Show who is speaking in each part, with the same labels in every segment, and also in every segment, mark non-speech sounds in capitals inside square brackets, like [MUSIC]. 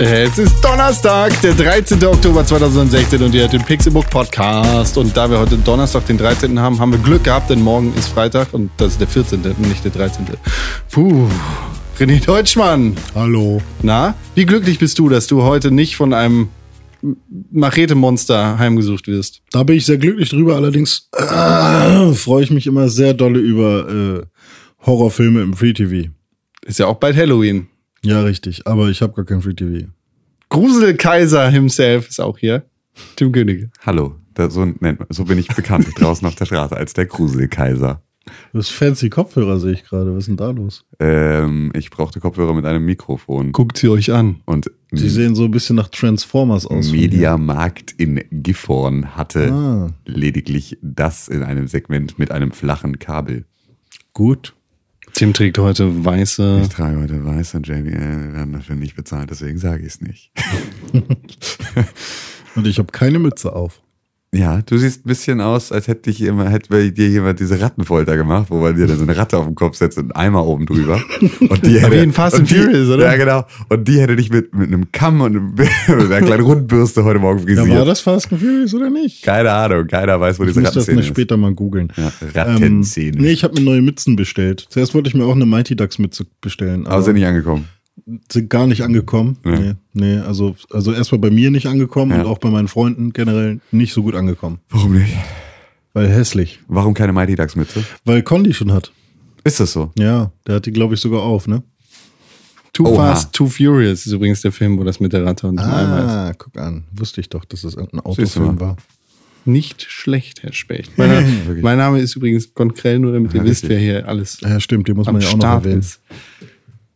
Speaker 1: Es ist Donnerstag, der 13. Oktober 2016 und ihr hört den Pixelbook Podcast. Und da wir heute Donnerstag, den 13. haben, haben wir Glück gehabt, denn morgen ist Freitag und das ist der 14., nicht der 13. Puh. René Deutschmann.
Speaker 2: Hallo.
Speaker 1: Na, wie glücklich bist du, dass du heute nicht von einem Machete-Monster heimgesucht wirst?
Speaker 2: Da bin ich sehr glücklich drüber, allerdings äh, freue ich mich immer sehr dolle über äh, Horrorfilme im Free TV.
Speaker 1: Ist ja auch bald Halloween.
Speaker 2: Ja, richtig, aber ich habe gar kein Free TV.
Speaker 1: Gruselkaiser himself ist auch hier. Tim Könige.
Speaker 3: Hallo, da, so, nennt, man- so bin
Speaker 2: [LAUGHS]
Speaker 3: ich bekannt draußen auf der Straße als der Gruselkaiser.
Speaker 2: Das fancy Kopfhörer sehe ich gerade. Was ist denn da los?
Speaker 3: Ähm, ich brauchte Kopfhörer mit einem Mikrofon
Speaker 1: Guckt sie euch an.
Speaker 3: und
Speaker 2: Sie sehen so ein bisschen nach Transformers aus. von hier.
Speaker 3: Mediamarkt in Gifhorn hatte
Speaker 2: Ah.
Speaker 3: lediglich das in einem Segment mit einem flachen Kabel.
Speaker 2: Gut.
Speaker 1: Tim trägt heute weiße.
Speaker 3: Ich trage heute weiß und JBL, wir werden dafür nicht bezahlt, deswegen sage ich es nicht.
Speaker 2: Und ich habe keine Mütze auf.
Speaker 3: Ja, du siehst ein bisschen aus, als hätte, dich jemand, hätte bei dir jemand diese Rattenfolter gemacht, wo man dir dann so eine Ratte auf den Kopf setzt und einen Eimer oben drüber. Und die
Speaker 1: Aber wie in Fast
Speaker 3: und
Speaker 1: and
Speaker 3: die-
Speaker 1: Furious, oder?
Speaker 3: Ja, genau. Und die hätte dich mit, mit einem Kamm und einem- [LAUGHS] mit einer kleinen Rundbürste heute Morgen
Speaker 2: Ja,
Speaker 3: frisiert.
Speaker 2: war das Fast and Furious oder nicht?
Speaker 3: Keine Ahnung, keiner weiß, wo
Speaker 2: Ich
Speaker 3: diese
Speaker 2: muss das
Speaker 3: Rattenszene
Speaker 2: mal
Speaker 3: ist.
Speaker 2: später mal googeln.
Speaker 3: Ja, Rattenszene.
Speaker 2: Ähm, nee, ich habe mir neue Mützen bestellt. Zuerst wollte ich mir auch eine Mighty Ducks Mütze bestellen.
Speaker 3: Aber sind nicht angekommen.
Speaker 2: sind gar nicht angekommen.
Speaker 3: Ja.
Speaker 2: Nee, nee also, also erstmal bei mir nicht angekommen
Speaker 3: Ja.
Speaker 2: und auch bei meinen Freunden generell nicht so gut angekommen.
Speaker 3: Warum nicht?
Speaker 2: Weil hässlich.
Speaker 3: Warum keine Mighty Ducks Mütze?
Speaker 2: Weil Condi schon hat.
Speaker 3: Ist das so?
Speaker 2: Ja, der hat die, glaube ich, sogar auf, ne?
Speaker 1: Too
Speaker 3: Oha.
Speaker 1: Fast, Too Furious ist übrigens der Film, wo das mit der Ratte und dem Eimer ist.
Speaker 2: Ah, guck an. Wusste ich doch, dass das irgendein
Speaker 3: Siehst du
Speaker 2: Autofilm
Speaker 3: mal.
Speaker 2: war.
Speaker 1: Nicht schlecht, Herr Specht.
Speaker 2: [LAUGHS]
Speaker 1: Mein, mein Name ist übrigens Gon Krell, nur damit ihr
Speaker 3: Ja,
Speaker 1: wisst,
Speaker 3: richtig.
Speaker 1: wer hier alles
Speaker 2: Ah, Ja, stimmt, den muss
Speaker 1: am
Speaker 2: man ja auch noch
Speaker 1: Start
Speaker 2: erwähnen.
Speaker 1: ist.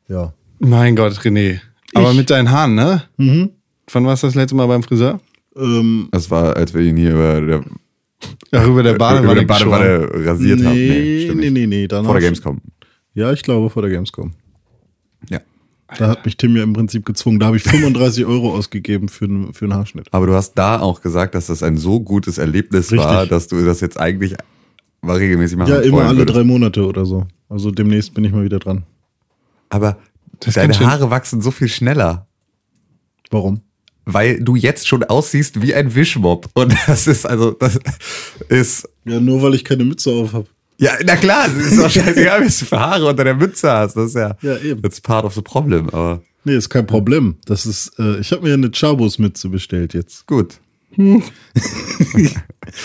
Speaker 2: Ja.
Speaker 1: Mein Gott, René. Aber mit deinen Haaren, ne?
Speaker 2: Mhm.
Speaker 1: Wann warst du das letzte Mal beim Friseur?
Speaker 2: Ähm,
Speaker 3: Das war, als wir ihn hier über der
Speaker 1: Ach, über Äh, der
Speaker 3: über
Speaker 1: Badewanne.
Speaker 3: der Badewanne
Speaker 2: nee,
Speaker 3: rasiert haben.
Speaker 2: nee,
Speaker 3: stimmt
Speaker 2: nee,
Speaker 3: nicht.
Speaker 2: nee, Danach,
Speaker 3: Vor der Gamescom.
Speaker 2: Ja, ich glaube, vor der Gamescom.
Speaker 3: Ja.
Speaker 2: Da hat mich Tim ja im Prinzip gezwungen. Da habe
Speaker 3: [LAUGHS]
Speaker 2: ich 35 Euro ausgegeben für, einen- für einen Haarschnitt.
Speaker 3: Aber du hast da auch gesagt, dass das ein so gutes Erlebnis
Speaker 2: Richtig.
Speaker 3: war, dass du das jetzt eigentlich mal regelmäßig machen
Speaker 2: Ja, immer
Speaker 3: wollen
Speaker 2: alle
Speaker 3: würdest.
Speaker 2: drei Monate oder so. Also demnächst bin ich mal wieder dran.
Speaker 3: Aber
Speaker 1: Das ist
Speaker 3: deine
Speaker 1: ganz schön.
Speaker 3: Haare wachsen so viel schneller,
Speaker 2: Warum?
Speaker 3: weil du jetzt schon aussiehst wie ein Wischmob. Und das ist also, das ist.
Speaker 2: Ja, nur weil ich keine Mütze auf habe.
Speaker 3: Ja, na klar, es
Speaker 2: [LAUGHS]
Speaker 3: ist doch scheißegal, was du für Haare unter der Mütze hast. Das ist ja,
Speaker 2: Ja, eben.
Speaker 3: that's part of the problem, aber
Speaker 2: Nee, ist kein Problem. Das ist, äh, ich habe mir eine Chabos-Mütze bestellt jetzt.
Speaker 3: gut.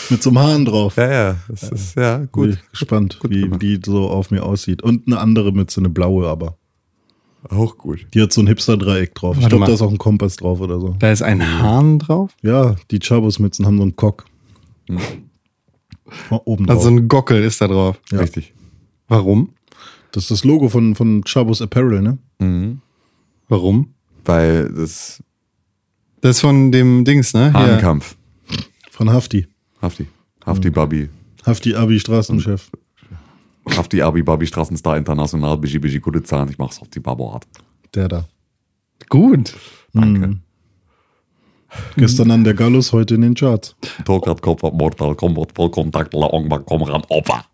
Speaker 2: Mit so einem Hahn drauf.
Speaker 3: Ja, ja, das ist ja
Speaker 2: Bin
Speaker 3: gut.
Speaker 2: ich gespannt,
Speaker 3: Gut
Speaker 2: wie
Speaker 3: gemacht.
Speaker 2: die so auf mir aussieht. Und eine andere Mütze, eine blaue aber.
Speaker 3: Auch gut.
Speaker 2: Die hat so ein Hipster-Dreieck drauf.
Speaker 1: Warte
Speaker 2: ich glaube,
Speaker 1: mal.
Speaker 2: da ist auch ein Kompass drauf oder so.
Speaker 1: Da ist ein Hahn drauf.
Speaker 2: Ja, die Chabos-Mützen haben so einen Cock. Mal Oben drauf.
Speaker 1: Also ein Gockel ist da drauf.
Speaker 2: Ja.
Speaker 3: Richtig.
Speaker 1: Warum?
Speaker 2: das ist das Logo von, von Chabos Apparel, ne?
Speaker 1: Warum?
Speaker 3: Weil das
Speaker 1: Das ist von dem Dings, ne? Hier.
Speaker 3: Hahnkampf.
Speaker 2: Von Hafti.
Speaker 3: Hafti.
Speaker 2: Mhm.
Speaker 3: Hafti Babi.
Speaker 2: Hafti Abi Straßenchef.
Speaker 3: Hafti Abi Babi Straßenstar International. Bigi Bigi gute Zahlen. Ich mach's auf die Babo hart.
Speaker 2: Der da.
Speaker 1: Gut.
Speaker 3: Danke.
Speaker 2: Gestern an der Gallus, heute in den Charts.
Speaker 3: Torkat Kopfer Mortal Kombat Vollkontakt Laongma Komran Opfer.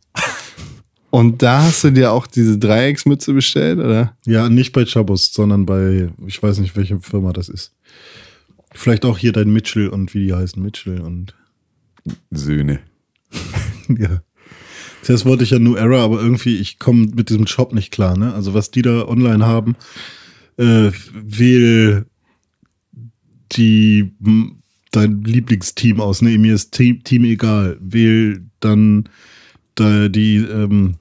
Speaker 1: Und da hast du dir auch diese Dreiecksmütze bestellt, oder?
Speaker 2: Ja, nicht bei Chabos, sondern bei, ich weiß nicht, welche Firma das ist. Vielleicht auch hier dein Mitchell und wie die heißen, Mitchell und
Speaker 3: Söhne.
Speaker 2: [LAUGHS] ja. Zuerst wollte ich ja New Era, aber irgendwie, ich komme mit diesem Shop nicht klar, ne? Also was die da online haben, äh, wähl die m, dein Lieblingsteam aus, ne? Mir ist Team, Team egal. Wähl dann da die, ähm,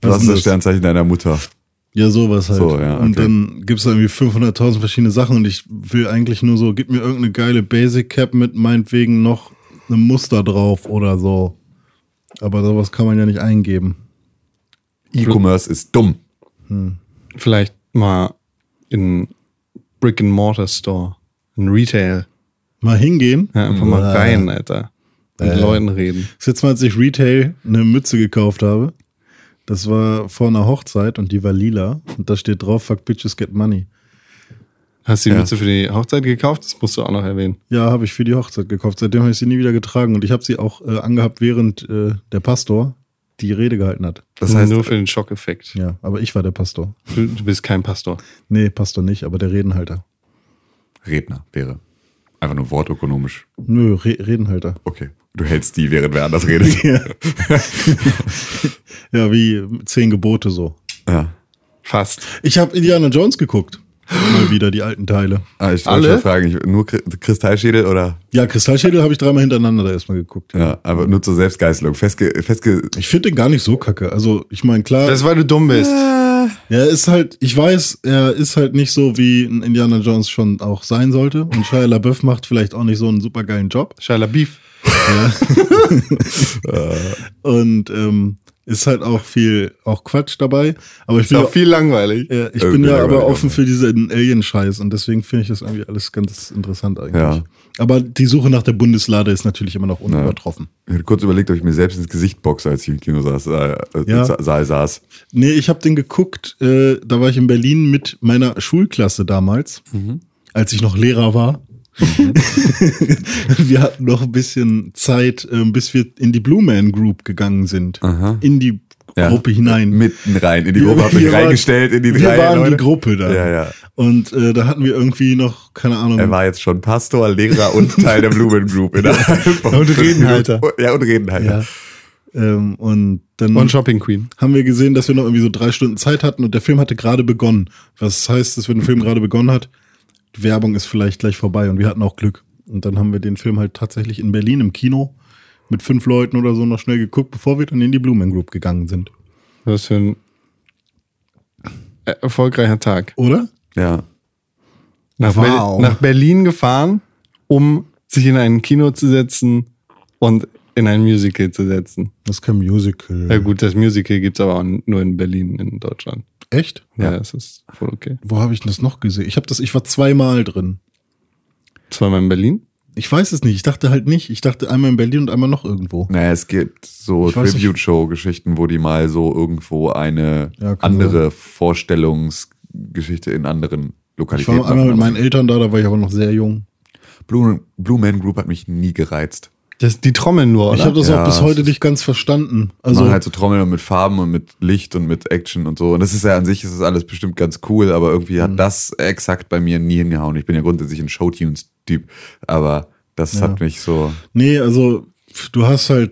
Speaker 3: Du
Speaker 2: was
Speaker 3: hast
Speaker 2: ist
Speaker 3: das Sternzeichen deiner Mutter.
Speaker 2: ja, sowas halt.
Speaker 3: So, ja,
Speaker 2: Und
Speaker 3: okay.
Speaker 2: dann gibt's da irgendwie 500.000 verschiedene Sachen und ich will eigentlich nur so, gib mir irgendeine geile Basic Cap mit meinetwegen noch einem Muster drauf oder so. Aber sowas kann man ja nicht eingeben.
Speaker 3: E-Commerce ist dumm.
Speaker 1: Vielleicht mal in Brick and Mortar Store, in Retail.
Speaker 2: Mal hingehen.
Speaker 1: Ja, einfach mal
Speaker 2: Äh,
Speaker 1: rein, Alter. Mit
Speaker 2: Äh.
Speaker 1: Leuten reden.
Speaker 2: Das letzte Mal, als ich Retail eine Mütze gekauft habe, Das war vor einer Hochzeit und die war lila. Und da steht drauf, fuck bitches get money.
Speaker 1: Hast du die
Speaker 3: Ja.
Speaker 1: Mütze für die Hochzeit gekauft? Das musst du auch noch erwähnen.
Speaker 2: Ja, habe ich für die Hochzeit gekauft. Seitdem habe ich sie nie wieder getragen. Und ich habe sie auch äh, angehabt, während äh, der Pastor die Rede gehalten hat.
Speaker 3: Das heißt,
Speaker 1: Nur für den Schockeffekt.
Speaker 2: Ja, aber ich war der Pastor.
Speaker 1: Du, du bist kein Pastor.
Speaker 2: Nee, Pastor nicht, aber der Redenhalter.
Speaker 3: Redner wäre. Einfach nur wortökonomisch.
Speaker 2: Nö, Re Redenhalter.
Speaker 3: Okay. Du hältst die, während wer anders redet.
Speaker 2: [LAUGHS] Ja. ja, wie zehn Gebote so.
Speaker 3: ja.
Speaker 1: Fast.
Speaker 2: Ich habe Indiana Jones geguckt. Mal wieder die alten Teile.
Speaker 3: Ah, ich
Speaker 1: Alle?
Speaker 3: wollte schon fragen, ich, nur Kri- Kristallschädel oder?
Speaker 2: Ja, Kristallschädel habe ich dreimal hintereinander da erstmal geguckt.
Speaker 3: Ja, aber nur zur Selbstgeißelung. Festge, festge
Speaker 2: Ich finde den gar nicht so kacke. Also, ich meine, klar,
Speaker 1: Das, ist, weil du dumm bist.
Speaker 2: er ist halt, ich weiß, er ist halt nicht so, wie ein Indiana Jones schon auch sein sollte. Und Shia LaBeouf macht vielleicht auch nicht so einen supergeilen Job.
Speaker 1: Shia Beef.
Speaker 2: Und ähm, ist halt auch viel, auch Quatsch dabei. Aber ich
Speaker 1: Ist
Speaker 2: bin,
Speaker 1: auch viel langweilig.
Speaker 2: ja, ich
Speaker 3: Äh,
Speaker 2: bin
Speaker 3: bin
Speaker 2: ja
Speaker 3: dabei,
Speaker 2: aber
Speaker 3: ja.
Speaker 2: offen für diesen Alien-Scheiß. Und deswegen finde ich das irgendwie alles ganz interessant eigentlich.
Speaker 3: Ja.
Speaker 2: Aber die Suche nach der Bundeslade ist natürlich immer noch unübertroffen.
Speaker 3: Ich hatte kurz überlegt, ob ich mir selbst ins Gesicht boxe, als ich im Kino saß, äh,
Speaker 2: Ja.
Speaker 3: ja. Saal saß.
Speaker 2: Nee, ich habe den geguckt, äh, da war ich in Berlin mit meiner Schulklasse damals,
Speaker 3: Mhm.
Speaker 2: als ich noch Lehrer war. [LAUGHS] wir hatten noch ein bisschen Zeit, ähm, bis wir in die Blue Man Group gegangen sind.
Speaker 3: Aha.
Speaker 2: In die
Speaker 3: Ja.
Speaker 2: Gruppe hinein.
Speaker 3: Mitten rein. In die
Speaker 2: Wir-
Speaker 3: Gruppe hab ich
Speaker 2: wir waren-
Speaker 3: reingestellt, in die drei
Speaker 2: wir waren
Speaker 3: Leute.
Speaker 2: die Gruppe da.
Speaker 3: Ja, ja.
Speaker 2: Und äh, da hatten wir irgendwie noch, keine Ahnung,
Speaker 3: Er war jetzt schon Pastor,
Speaker 2: [LAUGHS]
Speaker 3: Lehrer und Teil der Blumen Group. innerhalb von
Speaker 1: Und
Speaker 3: fünf
Speaker 1: Redenhalter.
Speaker 3: Minuten. Ja, und Redenhalter.
Speaker 2: ja. ähm, und dann
Speaker 1: Und Shopping Queen.
Speaker 2: haben wir gesehen, dass wir noch irgendwie so drei Stunden Zeit hatten und der Film hatte gerade begonnen. Was heißt, dass wenn ein Film gerade begonnen hat, die Werbung ist vielleicht gleich vorbei und wir hatten auch Glück. Und dann haben wir den Film halt tatsächlich in Berlin im Kino mit fünf Leuten oder so noch schnell geguckt, bevor wir dann in die Blue Man Group gegangen sind.
Speaker 1: Was für ein erfolgreicher Tag.
Speaker 2: Oder?
Speaker 3: Ja.
Speaker 1: Nach,
Speaker 2: Wow.
Speaker 1: Bel nach Berlin gefahren, um sich in ein Kino zu setzen und in ein Musical zu setzen.
Speaker 2: Das ist kein Musical.
Speaker 1: Ja gut, das Musical gibt's aber auch nur in Berlin in Deutschland.
Speaker 2: Echt?
Speaker 1: Ja, das ist voll okay.
Speaker 2: Wo habe ich denn das noch gesehen? Ich habe das, ich war zweimal drin.
Speaker 1: Zweimal in Berlin.
Speaker 2: Ich weiß es nicht. Ich dachte halt nicht. Ich dachte einmal in Berlin und einmal noch irgendwo.
Speaker 3: Naja, es gibt so
Speaker 2: Ich weiß nicht.
Speaker 3: Tribute-Show-Geschichten, wo die mal so irgendwo eine
Speaker 2: Ja, kann
Speaker 3: andere Vorstellungsgeschichte in anderen
Speaker 2: Ich war
Speaker 3: Lokalitäten
Speaker 2: einmal mit
Speaker 3: machen.
Speaker 2: meinen Eltern da, da war ich aber noch sehr jung.
Speaker 3: Blue, Blue Man Group hat mich nie gereizt.
Speaker 1: Das, die Trommeln nur,
Speaker 2: Ich
Speaker 1: oder?
Speaker 2: habe das
Speaker 3: Ja,
Speaker 2: auch bis
Speaker 3: es
Speaker 2: heute
Speaker 3: ist-
Speaker 2: nicht ganz verstanden.
Speaker 3: Also,
Speaker 2: Also
Speaker 3: machen halt so Trommeln und mit Farben und mit Licht und mit Action und so. Und das ist ja an sich, ist das alles bestimmt ganz cool, aber irgendwie hat das exakt bei mir nie hingehauen. Ich bin ja grundsätzlich ein Showtunes-Typ, aber das hat mich so.
Speaker 2: Nee, also du hast halt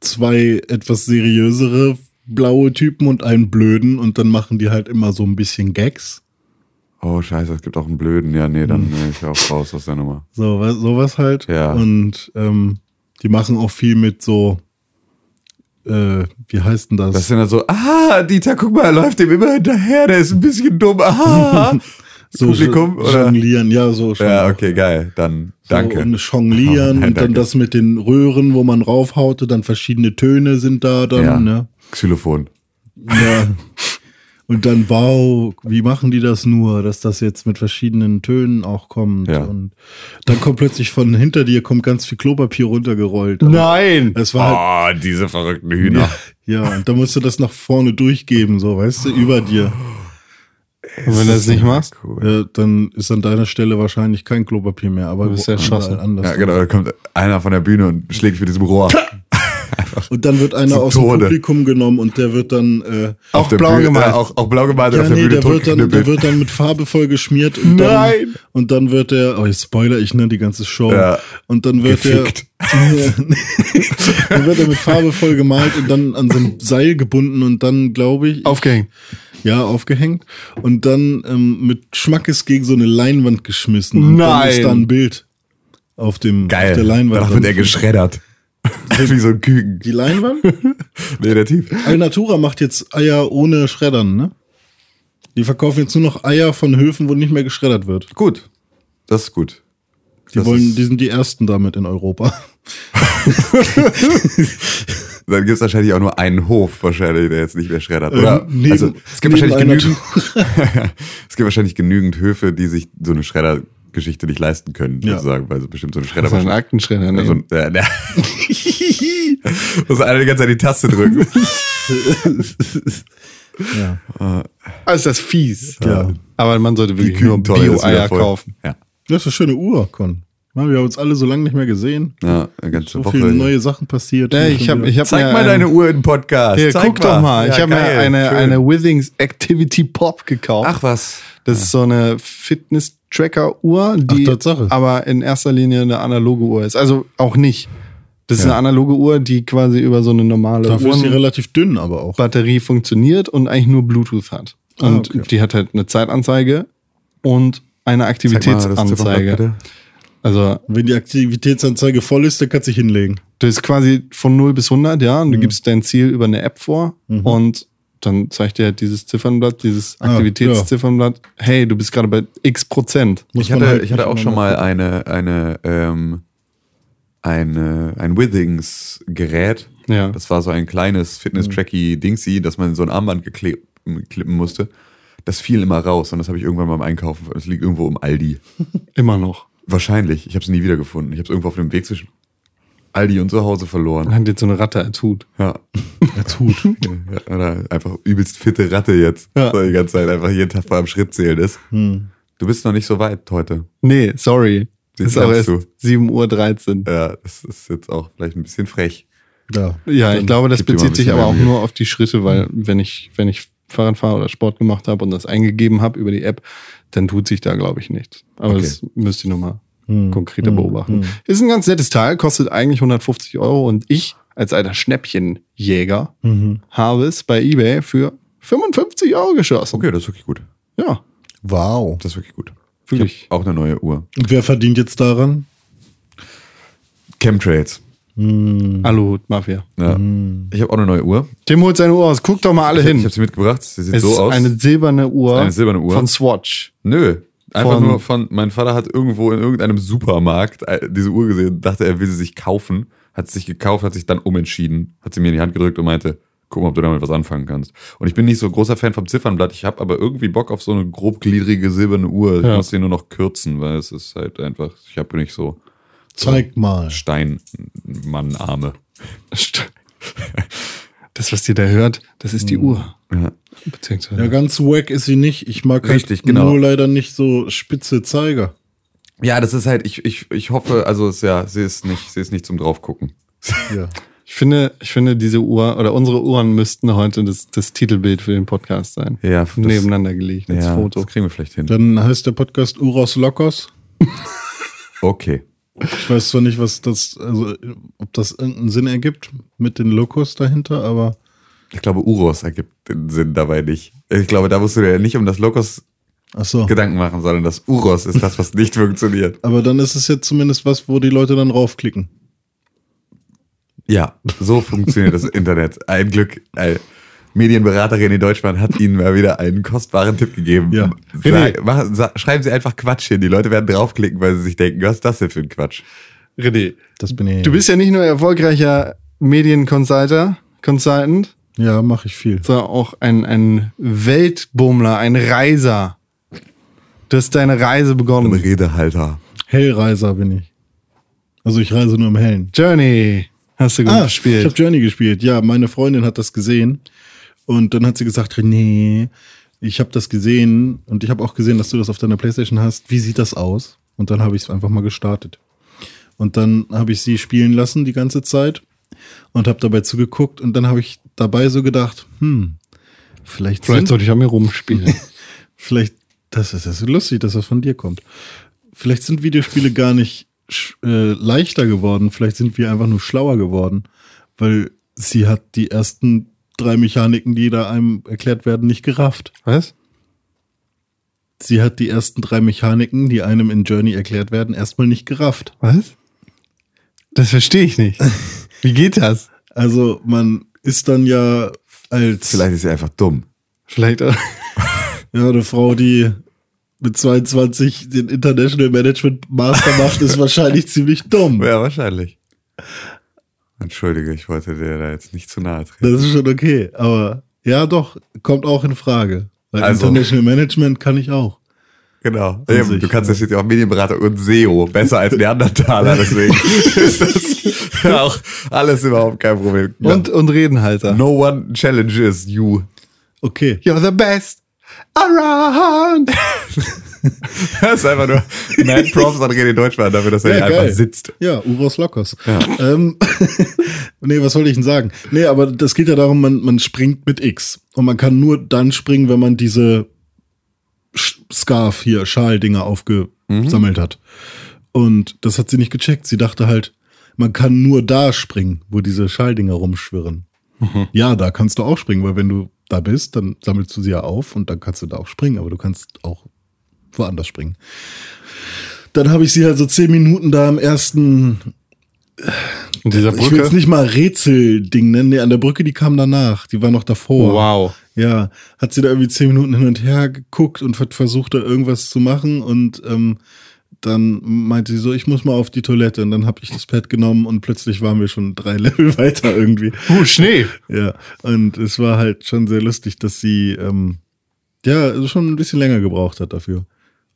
Speaker 2: zwei etwas seriösere blaue Typen und einen blöden und dann machen die halt immer so ein bisschen Gags.
Speaker 3: Oh, scheiße, es gibt auch einen Blöden. Ja, nee, dann bin ich auch raus aus der Nummer.
Speaker 2: So, wa- sowas halt.
Speaker 3: Ja.
Speaker 2: Und ähm, die machen auch viel mit so, äh, wie heißt denn das?
Speaker 3: Das sind dann so, ah, Dieter, guck mal, er läuft dem immer hinterher, der ist ein bisschen dumm, ah.
Speaker 2: so
Speaker 3: Publikum,
Speaker 2: Jo-
Speaker 3: oder?
Speaker 2: Jonglieren, ja, so schon.
Speaker 3: Ja, okay, geil, dann
Speaker 2: So,
Speaker 3: danke.
Speaker 2: und jonglieren
Speaker 3: [LAUGHS] Ja,
Speaker 2: und dann
Speaker 3: danke.
Speaker 2: das mit den Röhren, wo man raufhaute, dann verschiedene Töne sind da, dann,
Speaker 3: ja.
Speaker 2: ne?
Speaker 3: Xylophon.
Speaker 2: Ja. [LAUGHS] Und dann, wow, wie machen die das nur, dass das jetzt mit verschiedenen Tönen auch kommt?
Speaker 3: Ja.
Speaker 2: Und dann kommt plötzlich von hinter dir kommt ganz viel Klopapier runtergerollt. Aber
Speaker 1: Nein!
Speaker 2: Es war halt,
Speaker 3: Oh, diese verrückten Hühner.
Speaker 2: ja, ja, und dann musst du das nach vorne durchgeben, so, weißt du, über dir.
Speaker 1: Und wenn du das nicht machst,
Speaker 3: Cool.
Speaker 2: Ja, dann ist an deiner Stelle wahrscheinlich kein Klopapier mehr, aber
Speaker 1: Du bist erschossen.
Speaker 2: überall anders.
Speaker 3: Ja, genau, da kommt einer von der Bühne und schlägt mit diesem Rohr.
Speaker 2: Und dann wird einer
Speaker 3: Zu
Speaker 2: aus
Speaker 3: Tode.
Speaker 2: dem Publikum genommen und der wird dann, äh,
Speaker 1: auch
Speaker 3: der
Speaker 1: blau
Speaker 3: Bühne,
Speaker 1: gemalt.
Speaker 3: Äh, auch, auch blau gemalt und
Speaker 2: Ja,
Speaker 3: auf der
Speaker 2: nee,
Speaker 3: Bühne
Speaker 2: der wird, dann, der
Speaker 3: totgeknüppelt.
Speaker 2: wird dann mit Farbe voll geschmiert und
Speaker 1: Nein!
Speaker 2: dann und dann wird der, oh, jetzt spoiler ich ne die ganze Show
Speaker 3: Ja.
Speaker 2: und dann wird der,
Speaker 3: Gefickt.
Speaker 2: [LAUGHS] dann wird er mit Farbe voll gemalt und dann an so ein Seil gebunden und dann glaube ich
Speaker 1: Aufgehängt.
Speaker 2: ja aufgehängt und dann ähm, mit Schmackes gegen so eine Leinwand geschmissen und dann
Speaker 1: Nein.
Speaker 2: ist da ein Bild auf dem
Speaker 3: Geil.
Speaker 2: auf der Leinwand
Speaker 3: Danach wird
Speaker 2: [LAUGHS]
Speaker 3: er geschreddert. Wie so ein Küken.
Speaker 2: die Leinwand [LAUGHS]
Speaker 3: Nee, der Typ.
Speaker 2: Alnatura macht jetzt Eier ohne Schreddern ne die verkaufen jetzt nur noch Eier von Höfen, wo nicht mehr geschreddert wird.
Speaker 3: Gut. Das ist gut.
Speaker 2: Die,
Speaker 3: das
Speaker 2: wollen,
Speaker 3: ist-
Speaker 2: die sind die ersten damit in Europa. [LAUGHS]
Speaker 3: Dann gibt es wahrscheinlich auch nur einen Hof, wahrscheinlich, der jetzt nicht mehr schreddert.
Speaker 2: Ähm,
Speaker 3: Oder?
Speaker 2: neben-
Speaker 3: also, es gibt
Speaker 2: neben
Speaker 3: wahrscheinlich
Speaker 2: einer [LAUGHS]
Speaker 3: [LAUGHS] genügend, es gibt wahrscheinlich genügend Höfe, die sich so eine Schredder, Geschichte nicht leisten können,
Speaker 2: Ja.
Speaker 3: sozusagen, weil so bestimmt so ein Schredder
Speaker 1: Das ist ein
Speaker 3: wahrscheinlich-
Speaker 1: Aktenschredder.
Speaker 3: so
Speaker 1: nehmen.
Speaker 3: ein, äh, ne. [LAUGHS] Muss einer die ganze Zeit die
Speaker 2: [LAUGHS]
Speaker 3: Taste drücken.
Speaker 2: ja.
Speaker 1: Also das ist fies.
Speaker 2: Ja.
Speaker 1: Aber man sollte wirklich nur
Speaker 3: Toll, das ist wieder
Speaker 1: Bio-Eier
Speaker 3: voll.
Speaker 1: kaufen.
Speaker 3: Ja.
Speaker 2: Das ist eine schöne Uhr, Con. Mann, Wir haben uns alle so lange nicht mehr gesehen.
Speaker 3: ja, eine ganze
Speaker 2: So
Speaker 3: Woche.
Speaker 2: viele neue Sachen passiert.
Speaker 1: Ja, ich hab, ich hab
Speaker 3: Zeig
Speaker 1: mir
Speaker 3: mal
Speaker 1: ein-
Speaker 3: deine Uhr im Podcast.
Speaker 1: Hier,
Speaker 3: Zeig
Speaker 1: guck doch mal. ich
Speaker 3: Ja,
Speaker 1: habe mir
Speaker 3: geil,
Speaker 1: eine,
Speaker 3: schön.
Speaker 1: eine Withings Activity Pop gekauft.
Speaker 3: Ach was.
Speaker 1: Das ist so eine Fitness-Tracker-Uhr, die
Speaker 2: Ach, Tatsache.
Speaker 1: aber in erster Linie eine analoge Uhr ist. Also auch nicht. Das ist
Speaker 2: Ja.
Speaker 1: eine analoge Uhr, die quasi über so eine normale
Speaker 2: Dafür ist sie
Speaker 1: Uhrenbatterie
Speaker 2: relativ dünn, aber auch.
Speaker 1: funktioniert und eigentlich nur Bluetooth hat.
Speaker 2: Ah,
Speaker 1: Und
Speaker 2: okay.
Speaker 1: die hat halt eine Zeitanzeige und eine
Speaker 3: Zeig mal das Zifferblatt,
Speaker 1: Aktivitätsanzeige.
Speaker 3: bitte.
Speaker 1: Also
Speaker 2: Wenn die Aktivitätsanzeige voll ist, dann kannst du dich hinlegen.
Speaker 1: das ist quasi von 0 bis 100, ja,
Speaker 3: Mhm.
Speaker 1: und du gibst dein Ziel über eine App vor und dann zeigt dir halt dieses Ziffernblatt, dieses
Speaker 2: Ah, ja.
Speaker 1: Aktivitätsziffernblatt, hey, du bist gerade bei x Prozent.
Speaker 2: Muss
Speaker 3: Ich
Speaker 2: man
Speaker 3: hatte,
Speaker 2: halt
Speaker 3: ich hatte
Speaker 2: nicht
Speaker 3: auch
Speaker 2: immer
Speaker 3: schon
Speaker 2: machen.
Speaker 3: mal eine, eine, ähm, eine, ein Withings-Gerät.
Speaker 1: Ja.
Speaker 3: Das war so ein kleines
Speaker 1: Mhm.
Speaker 3: Fitness-Tracky-Dingsy, das man in so ein Armband geklebt- klippen musste. Das fiel immer raus und das habe ich irgendwann beim Einkaufen. Das liegt irgendwo im Aldi.
Speaker 1: Immer noch.
Speaker 3: Wahrscheinlich. Ich habe es nie wiedergefunden. Ich habe es irgendwo auf dem Weg zwischen Aldi und zu Hause
Speaker 1: Man
Speaker 3: verloren.
Speaker 1: hat jetzt so eine Ratte als Hut.
Speaker 3: Ja.
Speaker 1: [LAUGHS]
Speaker 2: Als Hut.
Speaker 3: ja oder einfach übelst fitte Ratte jetzt.
Speaker 1: Ja. Hm.
Speaker 3: So die ganze Zeit einfach jeden Tag beim Schritt zählen ist. Du bist noch nicht so weit heute.
Speaker 1: Nee, sorry.
Speaker 3: Den
Speaker 1: ist aber erst
Speaker 3: kannst du.
Speaker 1: 7.13 Uhr.
Speaker 3: Ja, das ist jetzt auch vielleicht ein bisschen frech.
Speaker 2: Ja.
Speaker 1: Ja, ich glaube, das
Speaker 3: gib dir mal ein
Speaker 1: bezieht sich
Speaker 3: bisschen
Speaker 1: aber auch
Speaker 3: mehr Mühe.
Speaker 1: nur auf die Schritte, weil wenn ich, wenn ich Fahrrad fahre oder Sport gemacht habe und das eingegeben habe über die App, dann tut sich da, glaube ich, nichts. Aber
Speaker 3: Okay. Hm,
Speaker 1: das müsst ihr nochmal konkreter beobachten. Ist ein ganz nettes Teil, kostet eigentlich 150 Euro und ich als alter Schnäppchenjäger
Speaker 3: Mhm.
Speaker 1: habe es bei Ebay für 55 Euro geschossen.
Speaker 3: Okay, das ist wirklich gut.
Speaker 1: Ja,
Speaker 2: Wow.
Speaker 3: Das ist wirklich gut.
Speaker 1: fühle ich.
Speaker 3: Auch eine neue Uhr.
Speaker 2: Und wer verdient jetzt daran?
Speaker 3: Chemtrails. Hm.
Speaker 1: Aluhut, Mafia.
Speaker 3: Ja. Ich habe auch eine neue Uhr.
Speaker 1: Tim holt seine Uhr aus, guck doch mal Hm. alle
Speaker 3: Ich, hab-
Speaker 1: hin.
Speaker 3: ich habe sie mitgebracht. Sie sieht
Speaker 1: Es
Speaker 3: so
Speaker 1: ist
Speaker 3: aus.
Speaker 1: eine silberne Uhr.
Speaker 3: Eine silberne Uhr.
Speaker 1: Von Swatch.
Speaker 3: Nö. Einfach
Speaker 1: Von-
Speaker 3: nur von, mein Vater hat irgendwo in irgendeinem Supermarkt äh, diese Uhr gesehen, dachte, er will sie sich kaufen, hat sie sich gekauft, hat sich dann umentschieden, hat sie mir in die Hand gedrückt und meinte, guck mal, ob du damit was anfangen kannst. Und ich bin nicht so großer Fan vom Ziffernblatt, ich habe aber irgendwie Bock auf so eine grobgliedrige silberne Uhr. Ich
Speaker 1: Ja.
Speaker 3: muss sie nur noch kürzen, weil es ist halt einfach, ich habe nicht so
Speaker 2: Zeig mal.
Speaker 3: Steinmannarme.
Speaker 1: [LAUGHS] Das, was ihr da hört, das ist die Uhr. Beziehungsweise.
Speaker 2: Ja, ganz wack ist sie nicht. Ich mag
Speaker 3: Richtig,
Speaker 2: halt
Speaker 3: genau.
Speaker 2: nur leider nicht so spitze Zeiger.
Speaker 3: Ja, das ist halt, ich, ich, ich hoffe, also es, ja, sie ist nicht, sie ist nicht zum draufgucken.
Speaker 2: Ja.
Speaker 1: Ich finde, ich finde, diese Uhr oder unsere Uhren müssten heute das, das Titelbild für den Podcast sein.
Speaker 3: Ja, das-
Speaker 1: Nebeneinander gelegt als Foto.
Speaker 3: das kriegen wir vielleicht hin.
Speaker 2: Dann heißt der Podcast Uros Lokos.
Speaker 3: Okay.
Speaker 2: Ich weiß zwar nicht, was das, also ob das irgendeinen Sinn ergibt mit den Lokos dahinter, aber
Speaker 3: Ich glaube, Uros ergibt den Sinn dabei nicht. Ich glaube, da musst du dir ja nicht um das Lokos
Speaker 2: ach so.
Speaker 1: Genau.
Speaker 3: Gedanken machen, sondern das Uros ist das, was nicht funktioniert.
Speaker 2: Aber dann ist es jetzt zumindest was, wo die Leute dann raufklicken.
Speaker 3: Ja, so funktioniert das Internet. Ein Glück. Eine Medienberaterin in Deutschland hat Ihnen mal wieder einen kostbaren Tipp gegeben.
Speaker 2: Ja.
Speaker 3: Sag, mach, sag, schreiben Sie einfach Quatsch hin. Die Leute werden draufklicken, weil sie sich denken, was ist das denn für ein Quatsch?
Speaker 1: René,
Speaker 2: Das bin ich.
Speaker 1: du bist ja nicht nur erfolgreicher Medienconsultant, Consultant,
Speaker 2: ja, mache ich viel.
Speaker 1: sondern auch ein, ein Weltbummler, ein Reiser. Du hast deine Reise
Speaker 3: Ein
Speaker 1: begonnen.
Speaker 3: Redehalter.
Speaker 2: Hellreiser bin ich. Also ich reise nur im Hellen.
Speaker 1: Journey hast du gut
Speaker 2: Ich
Speaker 1: gespielt.
Speaker 2: habe Journey gespielt. Ja, meine Freundin hat das gesehen und dann hat sie gesagt, René, ich habe das gesehen und ich habe auch gesehen, dass du das auf deiner PlayStation hast. Wie sieht das aus? Und dann habe ich es einfach mal gestartet. Und dann habe ich sie spielen lassen die ganze Zeit und habe dabei zugeguckt und dann habe ich dabei so gedacht, hm, vielleicht,
Speaker 1: Vielleicht
Speaker 2: sind,
Speaker 1: sollte ich an mir rumspielen.
Speaker 2: vielleicht das ist das ist lustig, dass das von dir kommt. Vielleicht sind Videospiele gar nicht sch- äh, leichter geworden, vielleicht sind wir einfach nur schlauer geworden, weil sie hat die ersten drei Mechaniken, die da einem erklärt werden, nicht gerafft.
Speaker 1: Was?
Speaker 2: Sie hat die ersten drei Mechaniken, die einem in Journey erklärt werden, erstmal nicht gerafft.
Speaker 1: Was? Das verstehe ich nicht. Wie geht das?
Speaker 2: Also man ist dann ja als
Speaker 3: Vielleicht ist sie einfach dumm.
Speaker 1: Vielleicht auch.
Speaker 2: ja, eine Frau, die mit 22 den International Management Master macht, ist wahrscheinlich [LAUGHS] ziemlich dumm.
Speaker 3: Ja, wahrscheinlich. Entschuldige, ich wollte dir da jetzt nicht zu nahe treten.
Speaker 2: Das ist schon okay, aber ja, doch, kommt auch in Frage. Weil
Speaker 3: Also-
Speaker 2: International Management kann ich auch.
Speaker 3: Genau.
Speaker 2: An
Speaker 3: Eben,
Speaker 2: Um sich,
Speaker 3: du kannst, das steht ja auch Medienberater und SEO, besser als
Speaker 2: [LAUGHS]
Speaker 3: Neandertaler, deswegen ist das auch alles überhaupt kein Problem. Genau.
Speaker 1: Und, und halt Redenhalter.
Speaker 3: no one challenges you.
Speaker 2: Okay.
Speaker 1: You're the best around.
Speaker 3: Das ist einfach nur Mad Props an René Deutschmann dafür, dass er
Speaker 2: Ja,
Speaker 3: hier
Speaker 2: geil.
Speaker 3: einfach sitzt.
Speaker 2: Ja, Uros Lokos. Ähm, [LAUGHS] nee, was wollte ich denn sagen? Nee, aber das geht ja darum, man, man springt mit X. Und man kann nur dann springen, wenn man diese Sch Scarf hier, Schal-Dinger
Speaker 3: Mhm.
Speaker 2: aufgesammelt hat. Und das hat sie nicht gecheckt. Sie dachte halt, man kann nur da springen, wo diese Schal-Dinger rumschwirren.
Speaker 3: Mhm.
Speaker 2: Ja, da kannst du auch springen, weil wenn du da bist, dann sammelst du sie ja auf und dann kannst du da auch springen, aber du kannst auch woanders springen dann habe ich sie halt so zehn Minuten da am ersten,
Speaker 1: Und dieser
Speaker 2: ich will es nicht mal Rätselding nennen, nee, an der Brücke, die kam danach, die war noch davor.
Speaker 1: Wow.
Speaker 2: Ja, hat sie da irgendwie zehn Minuten hin und her geguckt und hat versucht, da irgendwas zu machen und ähm, dann meinte sie so, ich muss mal auf die Toilette und dann habe ich das Pad genommen und plötzlich waren wir schon drei [LAUGHS] Level weiter irgendwie.
Speaker 1: Uh, Schnee.
Speaker 2: Ja, und es war halt schon sehr lustig, dass sie ähm, ja also schon ein bisschen länger gebraucht hat dafür.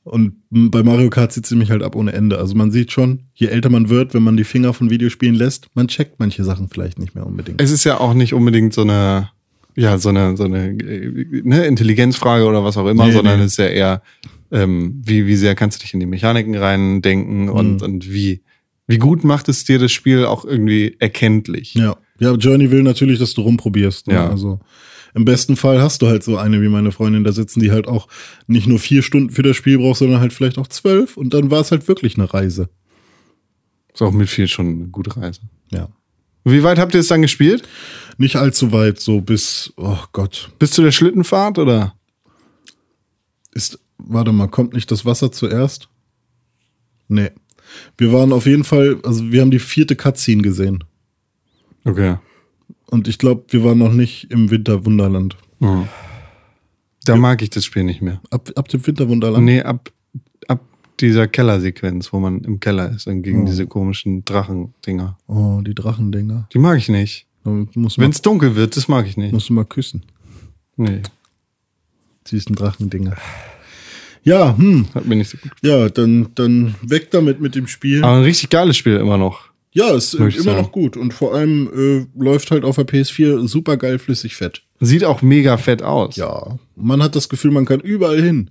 Speaker 2: Und m, bei Mario Kart zieht sie mich halt ab ohne Ende. Also man sieht schon, je älter man wird, wenn man die Finger von Videospielen lässt, man checkt manche Sachen vielleicht nicht mehr unbedingt.
Speaker 1: Es ist ja auch nicht unbedingt so eine, ja, so eine, so eine äh, ne, Intelligenzfrage oder was auch immer,
Speaker 2: Nee,
Speaker 1: sondern
Speaker 2: nee.
Speaker 1: es ist ja eher, ähm, wie, wie sehr kannst du dich in die Mechaniken reindenken und, und wie, wie gut macht es dir das Spiel auch irgendwie erkenntlich?
Speaker 2: Ja. ja, Journey will natürlich, dass du rumprobierst. Ne?
Speaker 1: Ja.
Speaker 2: Also im besten Fall hast du halt so eine wie meine Freundin da sitzen, die halt auch nicht nur vier Stunden für das Spiel braucht, sondern halt vielleicht auch zwölf. Und dann war es halt wirklich eine Reise.
Speaker 1: Ist auch mit viel schon eine gute Reise.
Speaker 2: Ja.
Speaker 1: Wie weit habt ihr es dann gespielt?
Speaker 2: Nicht allzu weit, so bis, oh Gott,
Speaker 1: Bis zu der Schlittenfahrt oder?
Speaker 2: Ist, warte mal, kommt nicht das Wasser zuerst? Nee. Wir waren auf jeden Fall, also wir haben die vierte Cutscene gesehen.
Speaker 1: Okay.
Speaker 2: Und ich glaube, wir waren noch nicht im Winterwunderland.
Speaker 1: Da mag ich das Spiel nicht mehr.
Speaker 2: Ab, ab dem Winterwunderland?
Speaker 1: Nee, ab, ab dieser Kellersequenz, wo man im Keller ist und gegen diese komischen Drachendinger.
Speaker 2: Oh, die Drachendinger.
Speaker 1: Die mag ich nicht.
Speaker 2: Da Muss
Speaker 1: Wenn
Speaker 2: man,
Speaker 1: es dunkel wird, das mag ich nicht.
Speaker 2: musst du mal küssen.
Speaker 1: Nee,
Speaker 2: Süßen Drachendinger. Ja, hm.
Speaker 1: hat mir nicht so gut.
Speaker 2: Ja, dann, dann weg damit mit dem Spiel.
Speaker 1: Aber ein richtig geiles Spiel immer noch.
Speaker 2: ja, ist äh,
Speaker 1: Würde Ah, ich
Speaker 2: immer
Speaker 1: sagen.
Speaker 2: noch gut. Und vor allem äh, läuft halt auf der PS4 super geil flüssig fett.
Speaker 1: Sieht auch mega fett aus.
Speaker 2: Ja. Man hat das Gefühl, man kann überall hin.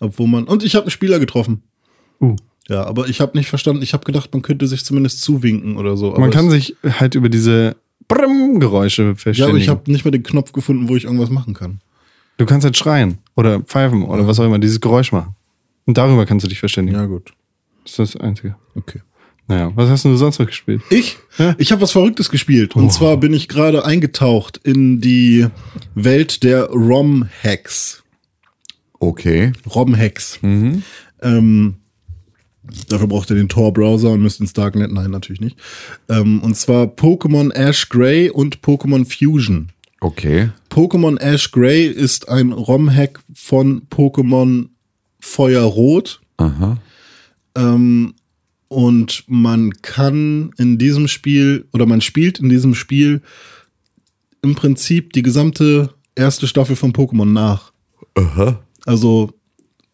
Speaker 2: Obwohl man. Und ich habe einen Spieler getroffen.
Speaker 1: Uh.
Speaker 2: Ja, aber ich habe nicht verstanden. Ich habe gedacht, man könnte sich zumindest zuwinken oder so.
Speaker 1: Man
Speaker 2: aber
Speaker 1: kann
Speaker 2: es-
Speaker 1: sich halt über diese Brumm-Geräusche
Speaker 2: Ja,
Speaker 1: verständigen.
Speaker 2: aber ich habe nicht mal den Knopf gefunden, wo ich irgendwas machen kann.
Speaker 1: du kannst halt schreien oder pfeifen oder was auch immer, dieses Geräusch machen. Und darüber kannst du dich verständigen.
Speaker 2: Ja, gut.
Speaker 1: Das ist das Einzige.
Speaker 2: Okay.
Speaker 1: Naja, was hast denn du sonst noch gespielt?
Speaker 2: Ich? Ich habe was Verrücktes gespielt.
Speaker 1: Oh.
Speaker 2: Und zwar bin ich gerade eingetaucht in die Welt der ROM-Hacks.
Speaker 3: Okay.
Speaker 2: ROM-Hacks. Ähm, dafür braucht ihr den Tor-Browser und müsst ins Darknet. Nein, natürlich nicht. Ähm, und zwar Pokémon Ash Gray und Pokémon Fusion.
Speaker 3: Okay.
Speaker 2: Pokémon Ash Gray ist ein ROM-Hack von Pokémon Feuerrot.
Speaker 3: Aha.
Speaker 2: Ähm, und man kann in diesem Spiel oder man spielt in diesem Spiel im Prinzip die gesamte erste Staffel von Pokémon nach.
Speaker 3: Aha.
Speaker 2: Also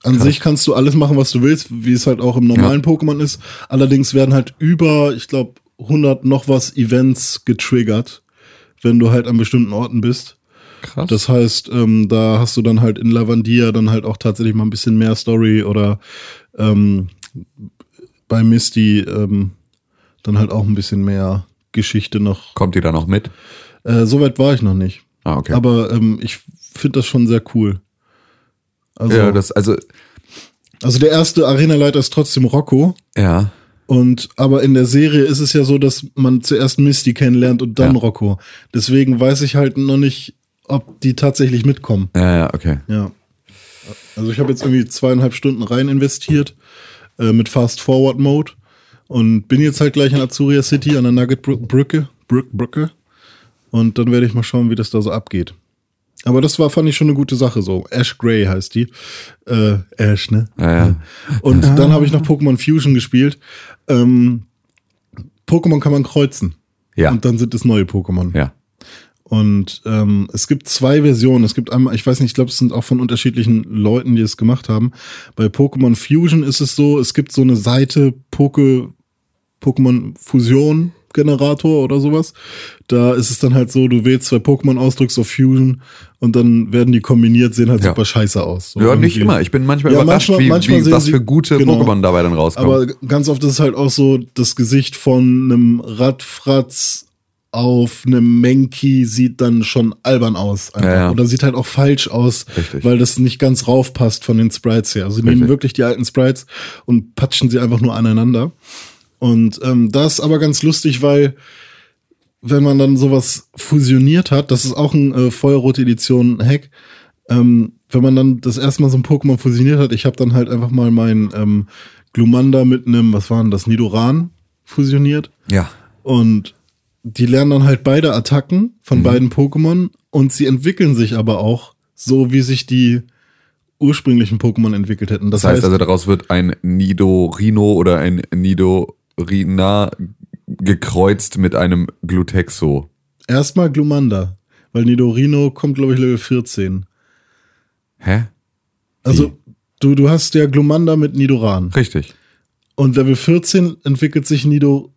Speaker 2: an sich kannst du alles machen, was du willst, wie es halt auch im normalen Pokémon ist. Allerdings werden halt über, ich glaube, 100 noch was Events getriggert, wenn du halt an bestimmten Orten bist.
Speaker 1: Krass.
Speaker 2: Das heißt, ähm, da hast du dann halt in Lavandia dann halt auch tatsächlich mal ein bisschen mehr Story oder ähm, bei Misty ähm, dann halt auch ein bisschen mehr Geschichte noch.
Speaker 3: Kommt die da noch mit?
Speaker 2: Äh, Soweit war ich noch nicht.
Speaker 3: Ah, okay.
Speaker 2: Aber ähm, ich finde das schon sehr cool. Also,
Speaker 3: ja, das, also,
Speaker 2: also der erste Arenaleiter ist trotzdem Rocco.
Speaker 3: ja.
Speaker 2: Und aber in der Serie ist es ja so, dass man zuerst Misty kennenlernt und dann
Speaker 3: Ja.
Speaker 2: Rocco. Deswegen weiß ich halt noch nicht, ob die tatsächlich mitkommen.
Speaker 3: Ja, ja, okay.
Speaker 2: Ja. Also ich habe jetzt irgendwie zweieinhalb Stunden rein investiert äh, mit Fast Forward Mode und bin jetzt halt gleich in Azuria City an der Nugget Bru- Brücke, Brück, Brücke und dann werde ich mal schauen, wie das da so abgeht. Aber das war, fand ich schon eine gute Sache so. Ash Gray heißt die. Äh, Ash, ne?
Speaker 3: Ja, ja.
Speaker 2: Und
Speaker 3: Ah.
Speaker 2: dann habe ich noch Pokémon Fusion gespielt. Ähm, Pokémon kann man kreuzen.
Speaker 3: Ja.
Speaker 2: Und dann sind es neue Pokémon.
Speaker 3: Ja.
Speaker 2: Und ähm, es gibt zwei Versionen. Es gibt einmal, ich weiß nicht, ich glaube, es sind auch von unterschiedlichen Leuten, die es gemacht haben. Bei Pokémon Fusion ist es so, es gibt so eine Seite Poke, Pokémon Fusion Generator oder sowas. Da ist es dann halt so, du wählst zwei Pokémon aus, drückst auf Fusion und dann werden die kombiniert, sehen halt
Speaker 3: Ja.
Speaker 2: super scheiße aus. So
Speaker 3: ja, nicht
Speaker 2: irgendwie.
Speaker 3: immer. Ich bin manchmal
Speaker 2: Ja,
Speaker 3: überrascht,
Speaker 2: manchmal-
Speaker 3: wie,
Speaker 2: manchmal
Speaker 3: wie
Speaker 2: sehen
Speaker 3: was
Speaker 2: sie-
Speaker 3: für gute
Speaker 2: genau.
Speaker 3: Pokémon dabei dann rauskommen.
Speaker 2: Aber ganz oft ist es halt auch so, das Gesicht von einem Radfratz auf einem Menki sieht dann schon albern aus. Einfach.
Speaker 3: Ja, ja.
Speaker 2: Oder sieht halt auch falsch aus,
Speaker 3: Richtig.
Speaker 2: weil das nicht ganz raufpasst von den Sprites her. Also sie nehmen
Speaker 3: Richtig.
Speaker 2: wirklich die alten Sprites und patschen sie einfach nur aneinander. Und ähm, das ist aber ganz lustig, weil wenn man dann sowas fusioniert hat, das ist auch ein äh, Feuerrote Edition Hack, ähm, wenn man dann das erste Mal so ein Pokémon fusioniert hat, ich habe dann halt einfach mal meinen ähm, Glumanda mit einem, was war denn das, Nidoran fusioniert.
Speaker 3: ja.
Speaker 2: Und die lernen dann halt beide Attacken von
Speaker 3: Mhm.
Speaker 2: beiden Pokémon und sie entwickeln sich aber auch so, wie sich die ursprünglichen Pokémon entwickelt hätten. Das,
Speaker 3: Das heißt
Speaker 2: heißt,
Speaker 3: also, daraus wird ein Nidorino oder ein Nidorina gekreuzt mit einem Glutexo.
Speaker 2: erstmal Glumanda, weil Nidorino kommt, glaube ich, Level 14.
Speaker 3: Hä?
Speaker 2: Also du, du hast ja Glumanda mit Nidoran.
Speaker 3: Richtig.
Speaker 2: Und Level 14 entwickelt sich Nidoran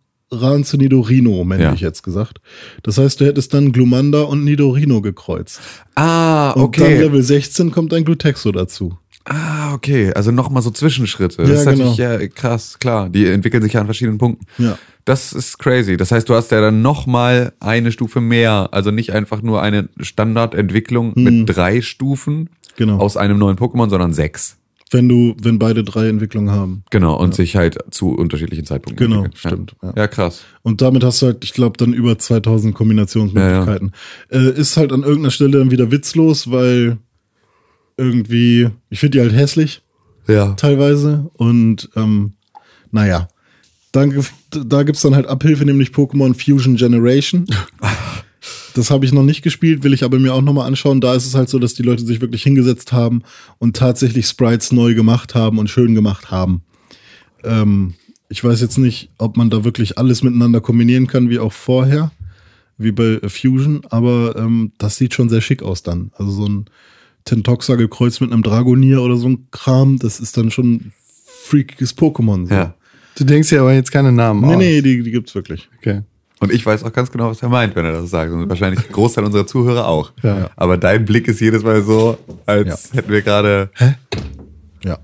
Speaker 2: zu Nidorino, männlich
Speaker 3: Ja.
Speaker 2: jetzt gesagt. Das heißt, du hättest dann Glumanda und Nidorino gekreuzt.
Speaker 3: Ah,
Speaker 2: Und
Speaker 3: okay.
Speaker 2: dann Level 16 kommt ein Glutexo dazu.
Speaker 3: ah, okay. Also nochmal so Zwischenschritte.
Speaker 2: Ja,
Speaker 3: das ist natürlich
Speaker 2: genau.
Speaker 3: ja krass, klar. Die entwickeln sich ja an verschiedenen Punkten.
Speaker 2: Ja.
Speaker 3: Das ist crazy. Das heißt, du hast ja dann nochmal eine Stufe mehr. Also nicht einfach nur eine Standardentwicklung mit drei Stufen
Speaker 2: Genau.
Speaker 3: aus einem neuen Pokémon, sondern sechs.
Speaker 2: Wenn du, wenn beide drei Entwicklungen haben.
Speaker 3: Genau. Und sich halt zu unterschiedlichen Zeitpunkten
Speaker 2: Genau,
Speaker 3: entwickeln.
Speaker 2: stimmt,
Speaker 3: Ja,
Speaker 2: ja.
Speaker 3: ja krass.
Speaker 2: Und damit hast du halt, ich glaube, dann über 2000 Kombinationsmöglichkeiten. Äh, ist halt an irgendeiner Stelle dann wieder witzlos, weil irgendwie, ich finde die halt hässlich.
Speaker 3: Ja.
Speaker 2: teilweise. Und ähm, naja, dann, gef- da gibt's dann halt Abhilfe, nämlich Pokémon Fusion Generation. Das habe ich noch nicht gespielt, will ich aber mir auch nochmal anschauen. Da ist es halt so, dass die Leute sich wirklich hingesetzt haben und tatsächlich Sprites neu gemacht haben und schön gemacht haben. Ähm, ich weiß jetzt nicht, ob man da wirklich alles miteinander kombinieren kann, wie auch vorher, wie bei äh, Fusion, aber ähm, das sieht schon sehr schick aus dann. Also so ein Tentoxa gekreuzt mit einem Dragonier oder so ein Kram, das ist dann schon ein freakiges Pokémon. So.
Speaker 3: Ja. Oh.
Speaker 1: Du denkst dir aber jetzt keine Namen
Speaker 2: Nee,
Speaker 1: aus.
Speaker 2: nee, die, die gibt's wirklich.
Speaker 1: Okay.
Speaker 3: Und ich weiß auch ganz genau, was er meint, wenn er das sagt. Und wahrscheinlich [LAUGHS] ein Großteil unserer Zuhörer auch.
Speaker 1: Ja.
Speaker 3: Aber dein Blick ist jedes Mal so, als hätten wir gerade
Speaker 2: Ja.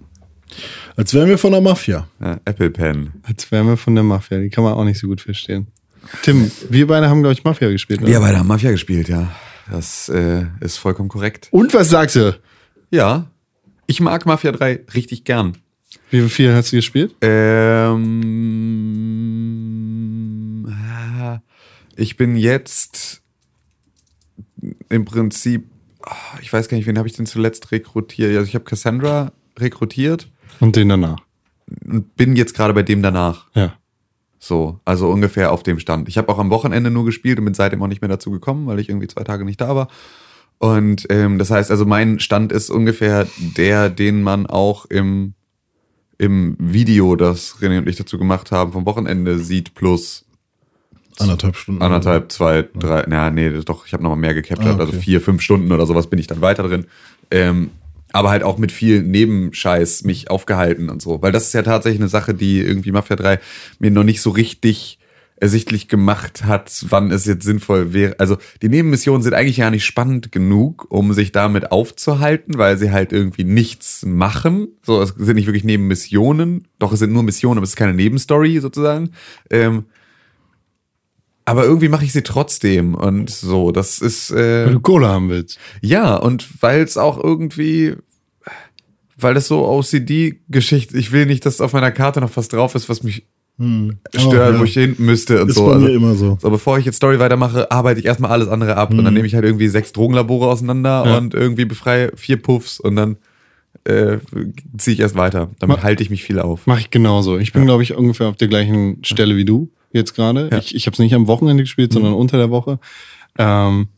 Speaker 2: Als wären wir von der Mafia.
Speaker 3: äh, Apple Pen.
Speaker 1: Als wären wir von der Mafia. Die kann man auch nicht so gut verstehen. Tim, wir beide haben, glaube ich, Mafia gespielt. oder?
Speaker 3: Wir beide haben Mafia gespielt, ja. Das äh, ist vollkommen korrekt.
Speaker 1: Und was sagst du?
Speaker 3: Ja. Ich mag Mafia 3 richtig gern.
Speaker 1: Wie viel hast du gespielt?
Speaker 3: Ähm, ah, ich bin jetzt im Prinzip, ah, ich weiß gar nicht, wen habe ich denn zuletzt rekrutiert? Also ich habe Cassandra rekrutiert
Speaker 1: Und den danach.
Speaker 3: und bin jetzt gerade bei dem danach.
Speaker 1: Ja.
Speaker 3: So, also ungefähr auf dem Stand. Ich habe auch am Wochenende nur gespielt und bin seitdem auch nicht mehr dazu gekommen, weil ich irgendwie zwei Tage nicht da war. Und ähm, das heißt, also mein Stand ist ungefähr der, den man auch im, im Video, das René und ich dazu gemacht haben, vom Wochenende sieht, plus
Speaker 2: Anderthalb Stunden.
Speaker 3: anderthalb, zwei, drei, na nee, das- doch, ich habe nochmal mehr gecaptured,
Speaker 2: Ah, okay.
Speaker 3: also vier, fünf Stunden oder sowas bin ich dann weiter drin. Ähm, aber halt auch mit viel Nebenscheiß mich aufgehalten und so. Weil das ist ja tatsächlich eine Sache, die irgendwie Mafia 3 mir noch nicht so richtig ersichtlich gemacht hat, wann es jetzt sinnvoll wäre. Also die Nebenmissionen sind eigentlich ja nicht spannend genug, um sich damit aufzuhalten, weil sie halt irgendwie nichts machen. So, es sind nicht wirklich Nebenmissionen, doch es sind nur Missionen, aber es ist keine Nebenstory sozusagen. Ähm, aber irgendwie mache ich sie trotzdem und so. Das ist
Speaker 1: Weil
Speaker 3: äh,
Speaker 1: du Cola haben willst.
Speaker 3: ja und weil es auch irgendwie, weil das so OCD-Geschichte. Ich will nicht, dass auf meiner Karte noch was drauf ist, was mich stört,
Speaker 1: Oh,
Speaker 2: Oh, ja.
Speaker 3: wo ich hin müsste und
Speaker 2: Ist
Speaker 3: so.
Speaker 2: bei mir
Speaker 3: Also,
Speaker 2: immer so.
Speaker 3: so, bevor ich jetzt Story weitermache, arbeite ich erstmal alles andere ab und dann nehme ich halt irgendwie sechs Drogenlabore auseinander
Speaker 1: Mhm. Ja.
Speaker 3: und irgendwie befreie vier Puffs und dann äh, ziehe ich erst weiter. Damit
Speaker 1: Ma-
Speaker 3: halte ich mich viel auf.
Speaker 1: Mache ich genauso. Ich bin, glaube ich, ungefähr auf der gleichen Stelle wie du jetzt gerade. Ich, ich habe es nicht am Wochenende gespielt, sondern unter der Woche. Ähm,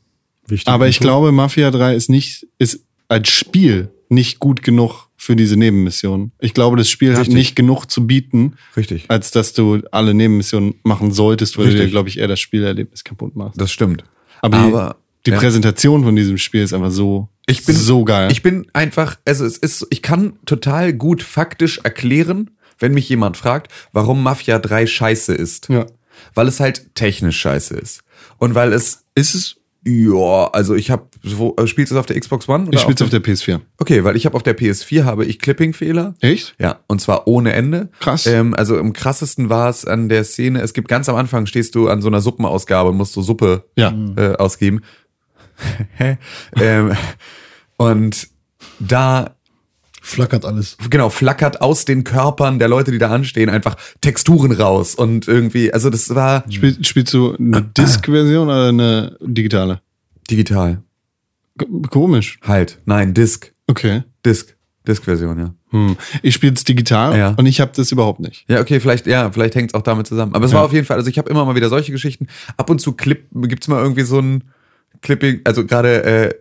Speaker 2: Wichtig.
Speaker 1: aber ich glaube, Mafia 3 ist nicht, ist als Spiel nicht gut genug für diese Nebenmissionen. Ich glaube, das Spiel hat
Speaker 3: Richtig.
Speaker 1: nicht genug zu bieten,
Speaker 3: Richtig.
Speaker 1: als dass du alle Nebenmissionen machen solltest, weil du
Speaker 3: Richtig.
Speaker 1: dir, glaube ich, eher das Spielerlebnis kaputt machst.
Speaker 3: Das stimmt.
Speaker 1: Aber-
Speaker 3: Aber,
Speaker 1: Die
Speaker 3: Ja.
Speaker 1: Präsentation von diesem Spiel ist einfach so,
Speaker 3: Ich bin-
Speaker 1: so geil.
Speaker 3: Ich bin einfach, also es ist, ich kann total gut faktisch erklären, wenn mich jemand fragt, warum Mafia 3 scheiße ist.
Speaker 1: Ja.
Speaker 3: Weil es halt technisch scheiße ist. Und weil es, ist es, ja, also ich habe, wo, äh, spielst du es auf der Xbox One? oder
Speaker 1: ich spiel's auf der PS4.
Speaker 3: Okay, weil ich habe auf der PS4 habe ich Clipping-Fehler.
Speaker 1: Echt?
Speaker 3: Ja, und zwar ohne Ende.
Speaker 1: Krass.
Speaker 3: Ähm, also am krassesten war es an der Szene, es gibt ganz am Anfang, stehst du an so einer Suppenausgabe und musst so Suppe
Speaker 1: Ja.
Speaker 3: äh, ausgeben. [LAUGHS] ähm, und da,
Speaker 2: Flackert alles.
Speaker 3: genau, flackert aus den Körpern der Leute, die da anstehen, einfach Texturen raus. Und irgendwie, also das war
Speaker 1: Spiel, spielst du
Speaker 3: Ah.
Speaker 1: eine Disk-Version oder eine digitale?
Speaker 3: digital.
Speaker 1: K- Komisch.
Speaker 3: Halt. Nein, Disk.
Speaker 1: Okay.
Speaker 3: Disk. Disk-Version, ja.
Speaker 1: Hm. Ich spiel's digital
Speaker 3: Ja.
Speaker 1: und ich habe das überhaupt nicht.
Speaker 3: Ja, okay, vielleicht, ja, vielleicht hängt's auch damit zusammen. Aber es war auf jeden Fall, also ich habe immer mal wieder solche Geschichten. Ab und zu Clip, gibt's mal irgendwie so ein Clipping, also gerade, äh,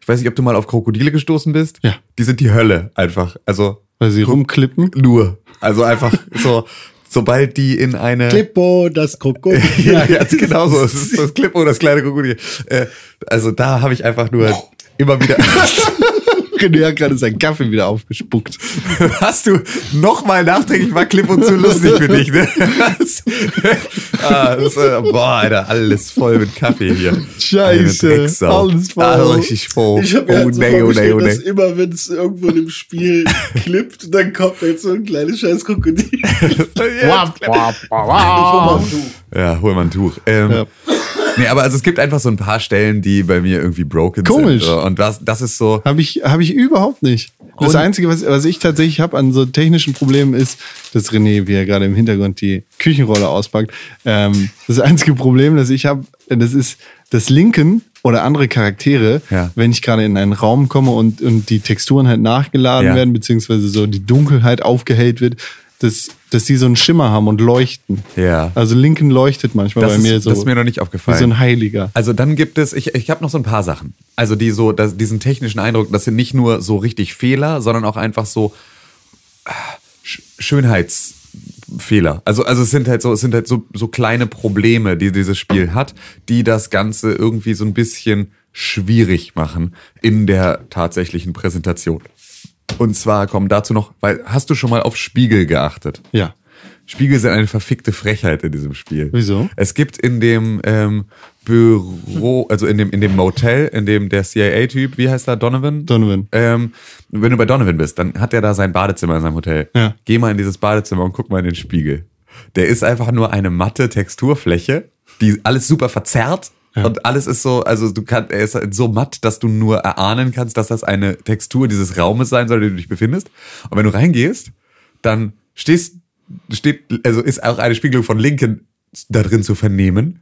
Speaker 3: ich weiß nicht, ob du mal auf Krokodile gestoßen bist.
Speaker 1: Ja.
Speaker 3: Die sind die Hölle einfach. Also
Speaker 1: Weil sie rumklippen.
Speaker 3: nur. Also einfach so, sobald die in eine.
Speaker 2: Klippo, das Krokodil.
Speaker 3: [LAUGHS] Ja, ganz genau so. Es ist das Clip oder das kleine Krokodil. Äh, also da habe ich einfach nur immer
Speaker 1: [LAUGHS]
Speaker 3: wieder.
Speaker 1: [LAUGHS] René hat gerade seinen Kaffee wieder aufgespuckt.
Speaker 3: Hast du nochmal nachträglich war Clip und zu lustig für
Speaker 1: [LAUGHS]
Speaker 3: dich, ne? Das, ah, das, äh, boah, Alter, alles voll mit Kaffee hier.
Speaker 1: Scheiße,
Speaker 3: Eine Drecksau.
Speaker 1: alles voll.
Speaker 3: Ah, richtig voll.
Speaker 2: Ich habe
Speaker 3: oh
Speaker 2: ja halt so
Speaker 3: nee, oh nee,
Speaker 2: vorgestellt,
Speaker 3: oh
Speaker 2: dass
Speaker 3: nee.
Speaker 2: immer, wenn es irgendwo in dem
Speaker 3: [LAUGHS]
Speaker 2: Spiel klippt, dann kommt jetzt so ein kleines scheiß Krokodil.
Speaker 3: Ja, Oh. ja, hol mal ein Tuch. Ähm,
Speaker 1: Ja.
Speaker 3: Nee, aber also es gibt einfach so ein paar Stellen, die bei mir irgendwie broken
Speaker 1: Komisch.
Speaker 3: sind. so. Und das, das ist so.
Speaker 1: Habe ich, hab ich überhaupt nicht. Das
Speaker 3: Und-
Speaker 1: Einzige, was, was ich tatsächlich habe an so technischen Problemen, ist, dass René, wie er gerade im Hintergrund die Küchenrolle auspackt, ähm, das einzige Problem, das ich habe, das ist das Linken oder andere Charaktere,
Speaker 3: Ja.
Speaker 1: wenn ich gerade in einen Raum komme und, und die Texturen halt nachgeladen
Speaker 3: Ja.
Speaker 1: werden, beziehungsweise so die Dunkelheit aufgehellt wird, dass, dass die so einen Schimmer haben und leuchten.
Speaker 3: Ja.
Speaker 1: Also Linken leuchtet manchmal
Speaker 3: Das
Speaker 1: bei
Speaker 3: ist,
Speaker 1: mir so.
Speaker 3: das ist mir noch nicht
Speaker 1: wie
Speaker 3: aufgefallen.
Speaker 1: so ein Heiliger.
Speaker 3: Also dann gibt es, ich, ich habe noch so ein paar Sachen. Also die so, das, diesen technischen Eindruck, das sind nicht nur so richtig Fehler, sondern auch einfach so äh, Sch Schönheitsfehler. Also, also es sind halt so, es sind halt so, so kleine Probleme, die dieses Spiel hat, die das Ganze irgendwie so ein bisschen schwierig machen in der tatsächlichen Präsentation. Und zwar kommen dazu noch, weil hast du schon mal auf Spiegel geachtet?
Speaker 1: Ja.
Speaker 3: Spiegel sind eine verfickte Frechheit in diesem Spiel.
Speaker 1: Wieso?
Speaker 3: Es gibt in dem ähm, Büro, also in dem, in dem Motel, in dem der CIA-Typ, wie heißt er, Donovan?
Speaker 1: Donovan.
Speaker 3: Ähm, wenn du bei Donovan bist, dann hat er da sein Badezimmer in seinem Hotel.
Speaker 1: Ja.
Speaker 3: Geh mal in dieses Badezimmer und guck mal in den Spiegel. Der ist einfach nur eine matte Texturfläche, die alles super verzerrt. Und alles ist so, also du kannst, er ist halt so matt, dass du nur erahnen kannst, dass das eine Textur dieses Raumes sein soll, in dem du dich befindest. Und wenn du reingehst, dann stehst, steht, also ist auch eine Spiegelung von Lincoln da drin zu vernehmen.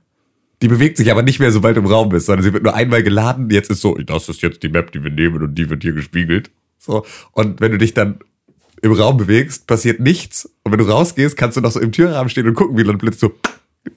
Speaker 3: Die bewegt sich aber nicht mehr, sobald du im Raum bist, sondern sie wird nur einmal geladen. Jetzt ist so, das ist jetzt die Map, die wir nehmen und die wird hier gespiegelt. So. Und wenn du dich dann im Raum bewegst, passiert nichts. Und wenn du rausgehst, kannst du noch so im Türrahmen stehen und gucken, wie dann plötzlich so,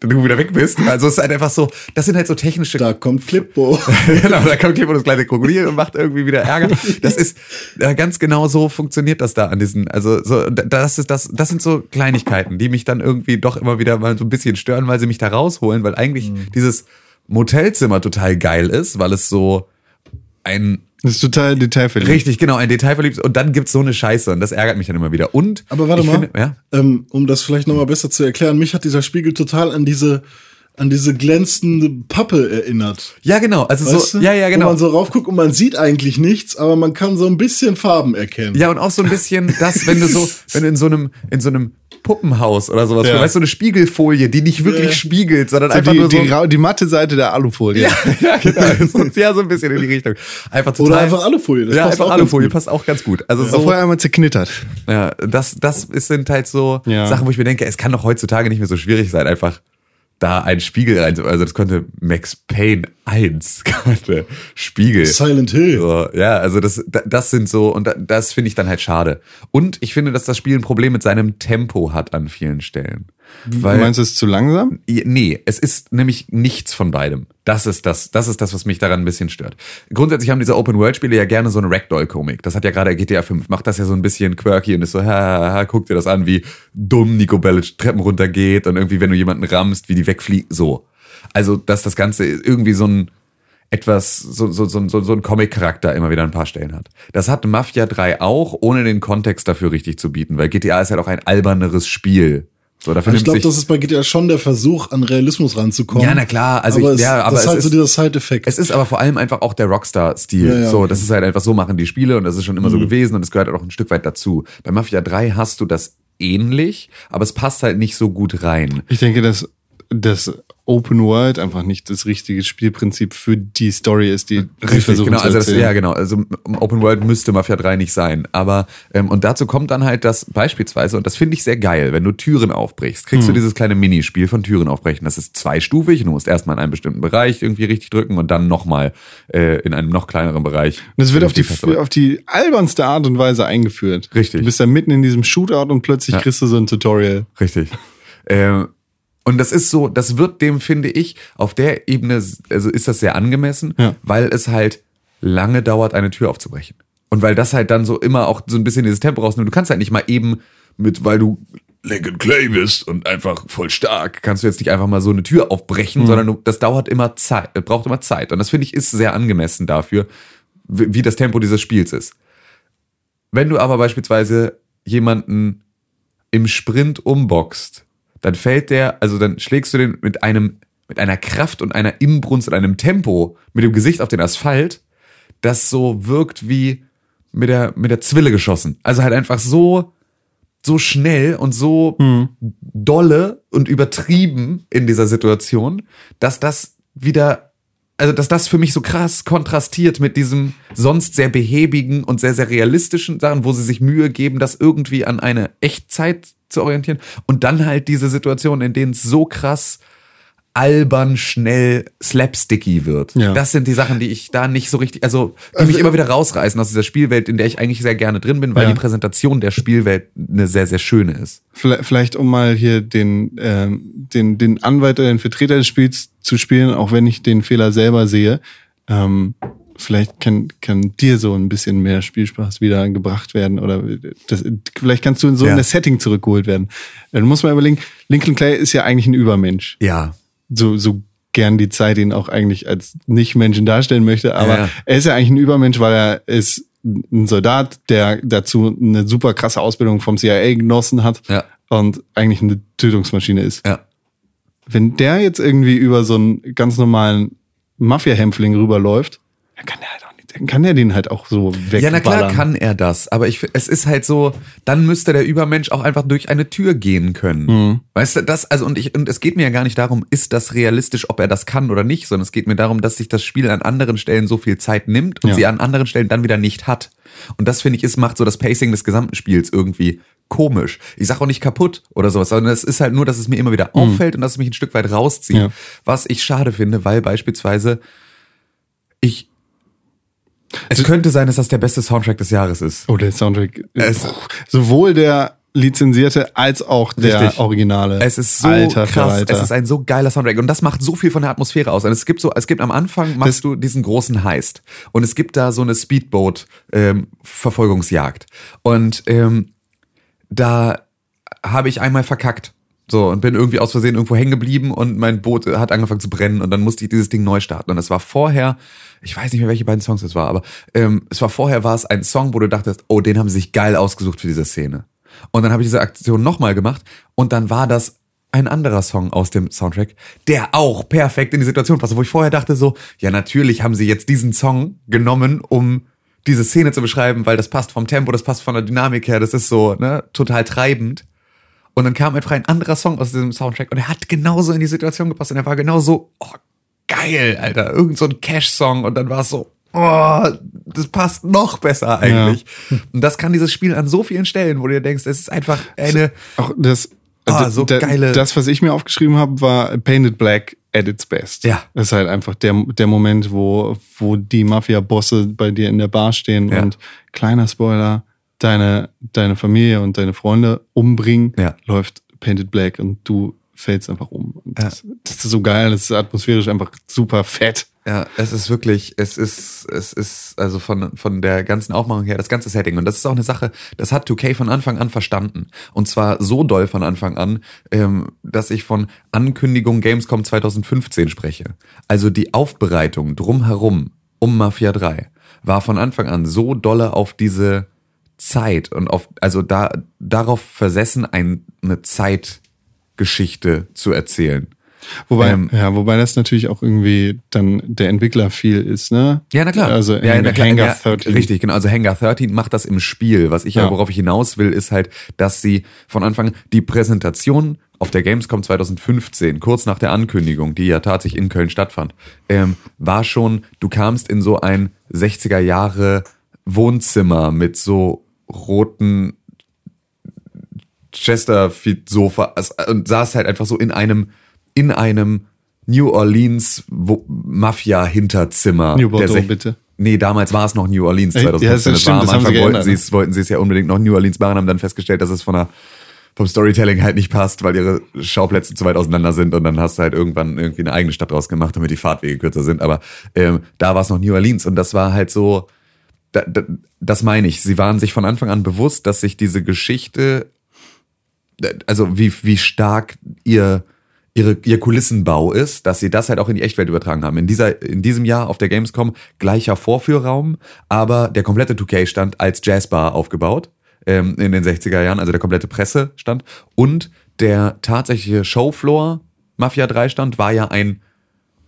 Speaker 3: du wieder weg bist. Also es ist halt einfach so, das sind halt so technische
Speaker 2: Da kommt Klippo.
Speaker 3: [LAUGHS] genau, da kommt jemand das kleine Krokodil und macht irgendwie wieder Ärger. Das ist äh, ganz genau so funktioniert das da an diesen. Also so, d- das ist das, das sind so Kleinigkeiten, die mich dann irgendwie doch immer wieder mal so ein bisschen stören, weil sie mich da rausholen, weil eigentlich
Speaker 2: Mhm.
Speaker 3: dieses Motelzimmer total geil ist, weil es so ein
Speaker 1: Das ist total detailverliebt.
Speaker 3: richtig genau ein Detail verliebt ist. und dann gibt's so eine Scheiße und das ärgert mich dann immer wieder. Und
Speaker 2: Aber warte
Speaker 3: ich
Speaker 2: mal,
Speaker 3: finde- ja.
Speaker 2: ähm, um das vielleicht nochmal besser zu erklären, mich hat dieser Spiegel total an diese, an diese glänzende Pappe erinnert.
Speaker 3: ja genau, also
Speaker 2: Weißt
Speaker 3: so
Speaker 2: du?
Speaker 3: ja ja
Speaker 2: Wo
Speaker 3: genau.
Speaker 2: man so raufguckt und man sieht eigentlich nichts, aber man kann so ein bisschen Farben erkennen.
Speaker 3: Ja, und auch so ein bisschen das, wenn du so,
Speaker 2: [LAUGHS]
Speaker 3: wenn du in so einem, in so einem Puppenhaus oder sowas,
Speaker 1: Ja.
Speaker 3: weißt du, so eine Spiegelfolie, die nicht wirklich
Speaker 2: Ja.
Speaker 3: spiegelt, sondern
Speaker 1: So
Speaker 3: einfach
Speaker 1: die,
Speaker 3: nur so.
Speaker 1: die, rau- die matte Seite der Alufolie.
Speaker 3: [LAUGHS] ja,
Speaker 2: [LAUGHS]
Speaker 3: ja, genau. so, ja, so ein bisschen in die Richtung. Einfach total.
Speaker 2: Oder einfach Alufolie, das
Speaker 3: ja,
Speaker 2: passt
Speaker 3: einfach
Speaker 2: auch ganz
Speaker 3: Alufolie
Speaker 2: gut.
Speaker 3: passt auch ganz gut. Also
Speaker 1: So.
Speaker 3: so,
Speaker 1: Vorher einmal zerknittert.
Speaker 3: ja, das, das ist- sind halt so
Speaker 1: Ja.
Speaker 3: Sachen, wo ich mir denke, es kann doch heutzutage nicht mehr so schwierig sein, einfach da einen Spiegel rein. Also das könnte Max Payne 1 [LAUGHS] könnte Spiegel.
Speaker 2: Silent Hill.
Speaker 3: So, ja, also das, da- das sind so, und da- das finde ich dann halt schade. Und ich finde, dass das Spiel ein Problem mit seinem Tempo hat an vielen Stellen. Weil,
Speaker 1: du meinst, es ist zu langsam?
Speaker 3: Ja, Nee, es ist nämlich nichts von beidem. Das ist das, das ist das, was mich daran ein bisschen stört. Grundsätzlich haben diese Open-World-Spiele ja gerne so eine Ragdoll-Komik. Das hat ja gerade GTA 5, macht das ja so ein bisschen quirky und ist so, ha, ha, ha, guck dir das an, wie dumm Nico Bellic Treppen runtergeht und irgendwie, wenn du jemanden rammst, wie die wegfliegen, so. Also, dass das Ganze irgendwie so ein, etwas, so, so, so, so so einen Comic-Charakter immer wieder an ein paar Stellen hat. Das hat Mafia 3 auch, ohne den Kontext dafür richtig zu bieten, weil GTA ist halt auch ein alberneres Spiel. So, dafür
Speaker 2: Ich
Speaker 3: nimmt
Speaker 2: glaube,
Speaker 3: sich,
Speaker 2: das ist bei GTA schon der Versuch, an Realismus ranzukommen.
Speaker 3: Ja, na klar, also
Speaker 2: aber
Speaker 3: ich-
Speaker 2: es,
Speaker 3: ja, aber
Speaker 2: das ist
Speaker 3: es
Speaker 2: halt so
Speaker 3: ist-
Speaker 2: dieser Side-Effekt.
Speaker 3: es ist aber vor allem einfach auch der Rockstar-Stil.
Speaker 2: Ja, ja,
Speaker 3: so,
Speaker 2: okay.
Speaker 3: das ist halt einfach so machen die Spiele und das ist schon immer so
Speaker 1: Mhm.
Speaker 3: gewesen und es gehört halt auch ein Stück weit dazu. Bei Mafia 3 hast du das ähnlich, aber es passt halt nicht so gut rein.
Speaker 1: Ich denke, dass das Open World einfach nicht das richtige Spielprinzip für die Story ist, die sie versuchen
Speaker 3: genau,
Speaker 1: zu
Speaker 3: also das,
Speaker 1: erzählen.
Speaker 3: ja genau, also im Open World müsste Mafia 3 nicht sein, aber ähm, und dazu kommt dann halt das beispielsweise und das finde ich sehr geil, wenn du Türen aufbrichst, kriegst
Speaker 1: Mhm.
Speaker 3: du dieses kleine Minispiel von Türen aufbrechen. Das ist zweistufig, und du musst erstmal in einem bestimmten Bereich irgendwie richtig drücken und dann nochmal äh, in einem noch kleineren Bereich.
Speaker 1: Und es wird auf die,
Speaker 3: Festbereich.
Speaker 1: auf die albernste Art und Weise eingeführt.
Speaker 3: Richtig.
Speaker 1: Du bist dann mitten in diesem Shootout und plötzlich
Speaker 3: Ja.
Speaker 1: kriegst du so ein Tutorial.
Speaker 3: Richtig. ähm, und das ist so, das wird dem, finde ich, auf der Ebene, s- also ist das sehr angemessen,
Speaker 1: Ja.
Speaker 3: weil es halt lange dauert, eine Tür aufzubrechen. Und weil das halt dann so immer auch so ein bisschen dieses Tempo rausnimmt. Du kannst halt nicht mal eben mit, weil du Lincoln Clay bist und einfach voll stark, kannst du jetzt nicht einfach mal so eine Tür aufbrechen, sondern du, das dauert immer Zeit, braucht immer Zeit. Und das finde ich ist sehr angemessen dafür, wie, wie das Tempo dieses Spiels ist. Wenn du aber beispielsweise jemanden im Sprint umboxt, dann fällt der, also dann schlägst du den mit einem, mit einer Kraft und einer Inbrunst und einem Tempo mit dem Gesicht auf den Asphalt, das so wirkt wie mit der, mit der Zwille geschossen. Also halt einfach so, so schnell und so dolle und übertrieben in dieser Situation, dass das wieder, also dass das für mich so krass kontrastiert mit diesem sonst sehr behäbigen und sehr, sehr realistischen Sachen, wo sie sich Mühe geben, das irgendwie an eine Echtzeit zu orientieren. Und dann halt diese Situationen, in denen es so krass albern, schnell, slapsticky wird.
Speaker 1: Ja.
Speaker 3: Das sind die Sachen, die ich da nicht so richtig, also die mich immer wieder rausreißen aus dieser Spielwelt, in der ich eigentlich sehr gerne drin bin, weil
Speaker 1: Ja.
Speaker 3: die Präsentation der Spielwelt eine sehr, sehr schöne ist.
Speaker 1: Vielleicht, vielleicht um mal hier den, ähm, den, den Anwalt oder den Vertreter des Spiels zu spielen, auch wenn ich den Fehler selber sehe. Ähm, vielleicht kann, kann dir so ein bisschen mehr Spielspaß wieder gebracht werden oder das, vielleicht kannst du in so
Speaker 3: Ja.
Speaker 1: eine Setting zurückgeholt werden. Dann muss man überlegen, Lincoln Clay ist ja eigentlich ein Übermensch.
Speaker 3: Ja.
Speaker 1: so, so gern die Zeit ihn auch eigentlich als Nicht-Menschen darstellen möchte, aber
Speaker 3: Ja, ja.
Speaker 1: er ist ja eigentlich ein Übermensch, weil er ist ein Soldat, der dazu eine super krasse Ausbildung vom CIA genossen hat
Speaker 3: Ja.
Speaker 1: und eigentlich eine Tötungsmaschine ist.
Speaker 3: Ja.
Speaker 1: Wenn der jetzt irgendwie über so einen ganz normalen Mafia-Hämpfling rüberläuft, dann kann der halt auch nicht, dann kann er den halt auch so wegballern.
Speaker 3: Ja, na klar kann er das, aber ich, f- es ist halt so, dann müsste der Übermensch auch einfach durch eine Tür gehen können.
Speaker 1: Mhm.
Speaker 3: Weißt du, das, also, und ich, und es geht mir ja gar nicht darum, ist das realistisch, ob er das kann oder nicht, sondern es geht mir darum, dass sich das Spiel an anderen Stellen so viel Zeit nimmt und
Speaker 1: Ja.
Speaker 3: sie an anderen Stellen dann wieder nicht hat. Und das finde ich, ist, macht so das Pacing des gesamten Spiels irgendwie komisch. Ich sag auch nicht kaputt oder sowas, sondern es ist halt nur, dass es mir immer wieder auffällt und dass es mich ein Stück weit rauszieht.
Speaker 1: Mhm. Ja.
Speaker 3: Was ich schade finde, weil beispielsweise ich
Speaker 1: Also-
Speaker 3: es könnte sein, dass das der beste Soundtrack des Jahres ist.
Speaker 1: Oh, der Soundtrack.
Speaker 3: Es-
Speaker 1: Puh. sowohl der lizenzierte als auch der
Speaker 3: Richtig.
Speaker 1: originale.
Speaker 3: Es ist so
Speaker 1: Alter
Speaker 3: krass.
Speaker 1: Verwalter.
Speaker 3: Es ist ein so geiler Soundtrack und das macht so viel von der Atmosphäre aus. Und es gibt so, es gibt am Anfang machst du diesen großen Heist und es gibt da so eine Speedboat ähm, Verfolgungsjagd und ähm, da habe ich einmal verkackt. So, und bin irgendwie aus Versehen irgendwo hängen geblieben und mein Boot hat angefangen zu brennen und dann musste ich dieses Ding neu starten. Und das war vorher, ich weiß nicht mehr, welche beiden Songs es war, aber ähm, es war vorher, war es ein Song, wo du dachtest, oh, den haben sie sich geil ausgesucht für diese Szene. Und dann habe ich diese Aktion nochmal gemacht und dann war das ein anderer Song aus dem Soundtrack, der auch perfekt in die Situation passt, wo ich vorher dachte so, ja natürlich haben sie jetzt diesen Song genommen, um diese Szene zu beschreiben, weil das passt vom Tempo, das passt von der Dynamik her, das ist so ne, total treibend. Und dann kam einfach ein anderer Song aus diesem Soundtrack und er hat genauso in die Situation gepasst und er war genauso, oh, geil, Alter, irgend so ein Cash-Song und dann war es so, oh, das passt noch besser eigentlich. Und das kann dieses Spiel an so vielen Stellen, wo du dir denkst, es ist einfach eine,
Speaker 1: Auch das,
Speaker 3: Ah,
Speaker 1: d-
Speaker 3: so
Speaker 1: d-
Speaker 3: geile-
Speaker 1: das, was ich mir aufgeschrieben habe, war Painted Black at its best.
Speaker 3: Ja.
Speaker 1: Das ist halt einfach der, der Moment, wo, wo die Mafia-Bosse bei dir in der Bar stehen
Speaker 3: Ja.
Speaker 1: und, kleiner Spoiler, deine, deine Familie und deine Freunde umbringen,
Speaker 3: Ja.
Speaker 1: läuft Painted Black und du fällst einfach um. Und
Speaker 3: Ja.
Speaker 1: das, das ist so geil, das ist atmosphärisch einfach super fett.
Speaker 3: Ja, es ist wirklich, es ist, es ist, also von, von der ganzen Aufmachung her, das ganze Setting. Und das ist auch eine Sache, das hat 2K von Anfang an verstanden. Und zwar so doll von Anfang an, ähm, dass ich von Ankündigung Gamescom 2015 spreche. Also die Aufbereitung drumherum um Mafia 3 war von Anfang an so dolle auf diese Zeit und auf, also da, darauf versessen, ein, eine Zeitgeschichte zu erzählen.
Speaker 1: Wobei,
Speaker 3: Ähm,
Speaker 1: ja, wobei das natürlich auch irgendwie dann der Entwickler viel ist, ne?
Speaker 3: Ja, na klar.
Speaker 1: Also
Speaker 3: ja, na klar.
Speaker 1: Hangar
Speaker 3: ja,
Speaker 1: 13.
Speaker 3: Richtig, genau. Also Hangar 13 macht das im Spiel. Was ich ja.
Speaker 1: Ja.
Speaker 3: worauf ich hinaus will, ist halt, dass sie von Anfang an die Präsentation auf der Gamescom 2015, kurz nach der Ankündigung, die ja tatsächlich in Köln stattfand, ähm, war schon, du kamst in so ein 60er Jahre Wohnzimmer mit so roten Chesterfield-Sofa es- und saß halt einfach so in einem, in einem New Orleans Wo- Mafia-Hinterzimmer.
Speaker 1: New Bordeaux,
Speaker 3: Der sech-
Speaker 1: bitte.
Speaker 3: Nee, damals war es noch New Orleans
Speaker 1: Echt? Ja,
Speaker 3: 2015.
Speaker 1: das
Speaker 3: das
Speaker 1: stimmt,
Speaker 3: war, am
Speaker 1: das haben
Speaker 3: Anfang
Speaker 1: sie
Speaker 3: wollten
Speaker 1: geändert.
Speaker 3: sie es, wollten sie es ja unbedingt noch New Orleans machen, haben dann festgestellt, dass es von der, vom Storytelling halt nicht passt, weil ihre Schauplätze zu weit auseinander sind und dann hast du halt irgendwann irgendwie eine eigene Stadt draus gemacht, damit die Fahrtwege kürzer sind. Aber ähm, da war es noch New Orleans und das war halt so, da, da, das meine ich. Sie waren sich von Anfang an bewusst, dass sich diese Geschichte also wie, wie stark ihr, ihre, ihr Kulissenbau ist, dass sie das halt auch in die Echtwelt übertragen haben. In, dieser, in diesem Jahr auf der Gamescom gleicher Vorführraum, aber der komplette 2K-Stand als Jazzbar aufgebaut ähm, in den 60er Jahren, also der komplette Pressestand. Und der tatsächliche Showfloor Mafia 3 Stand war ja ein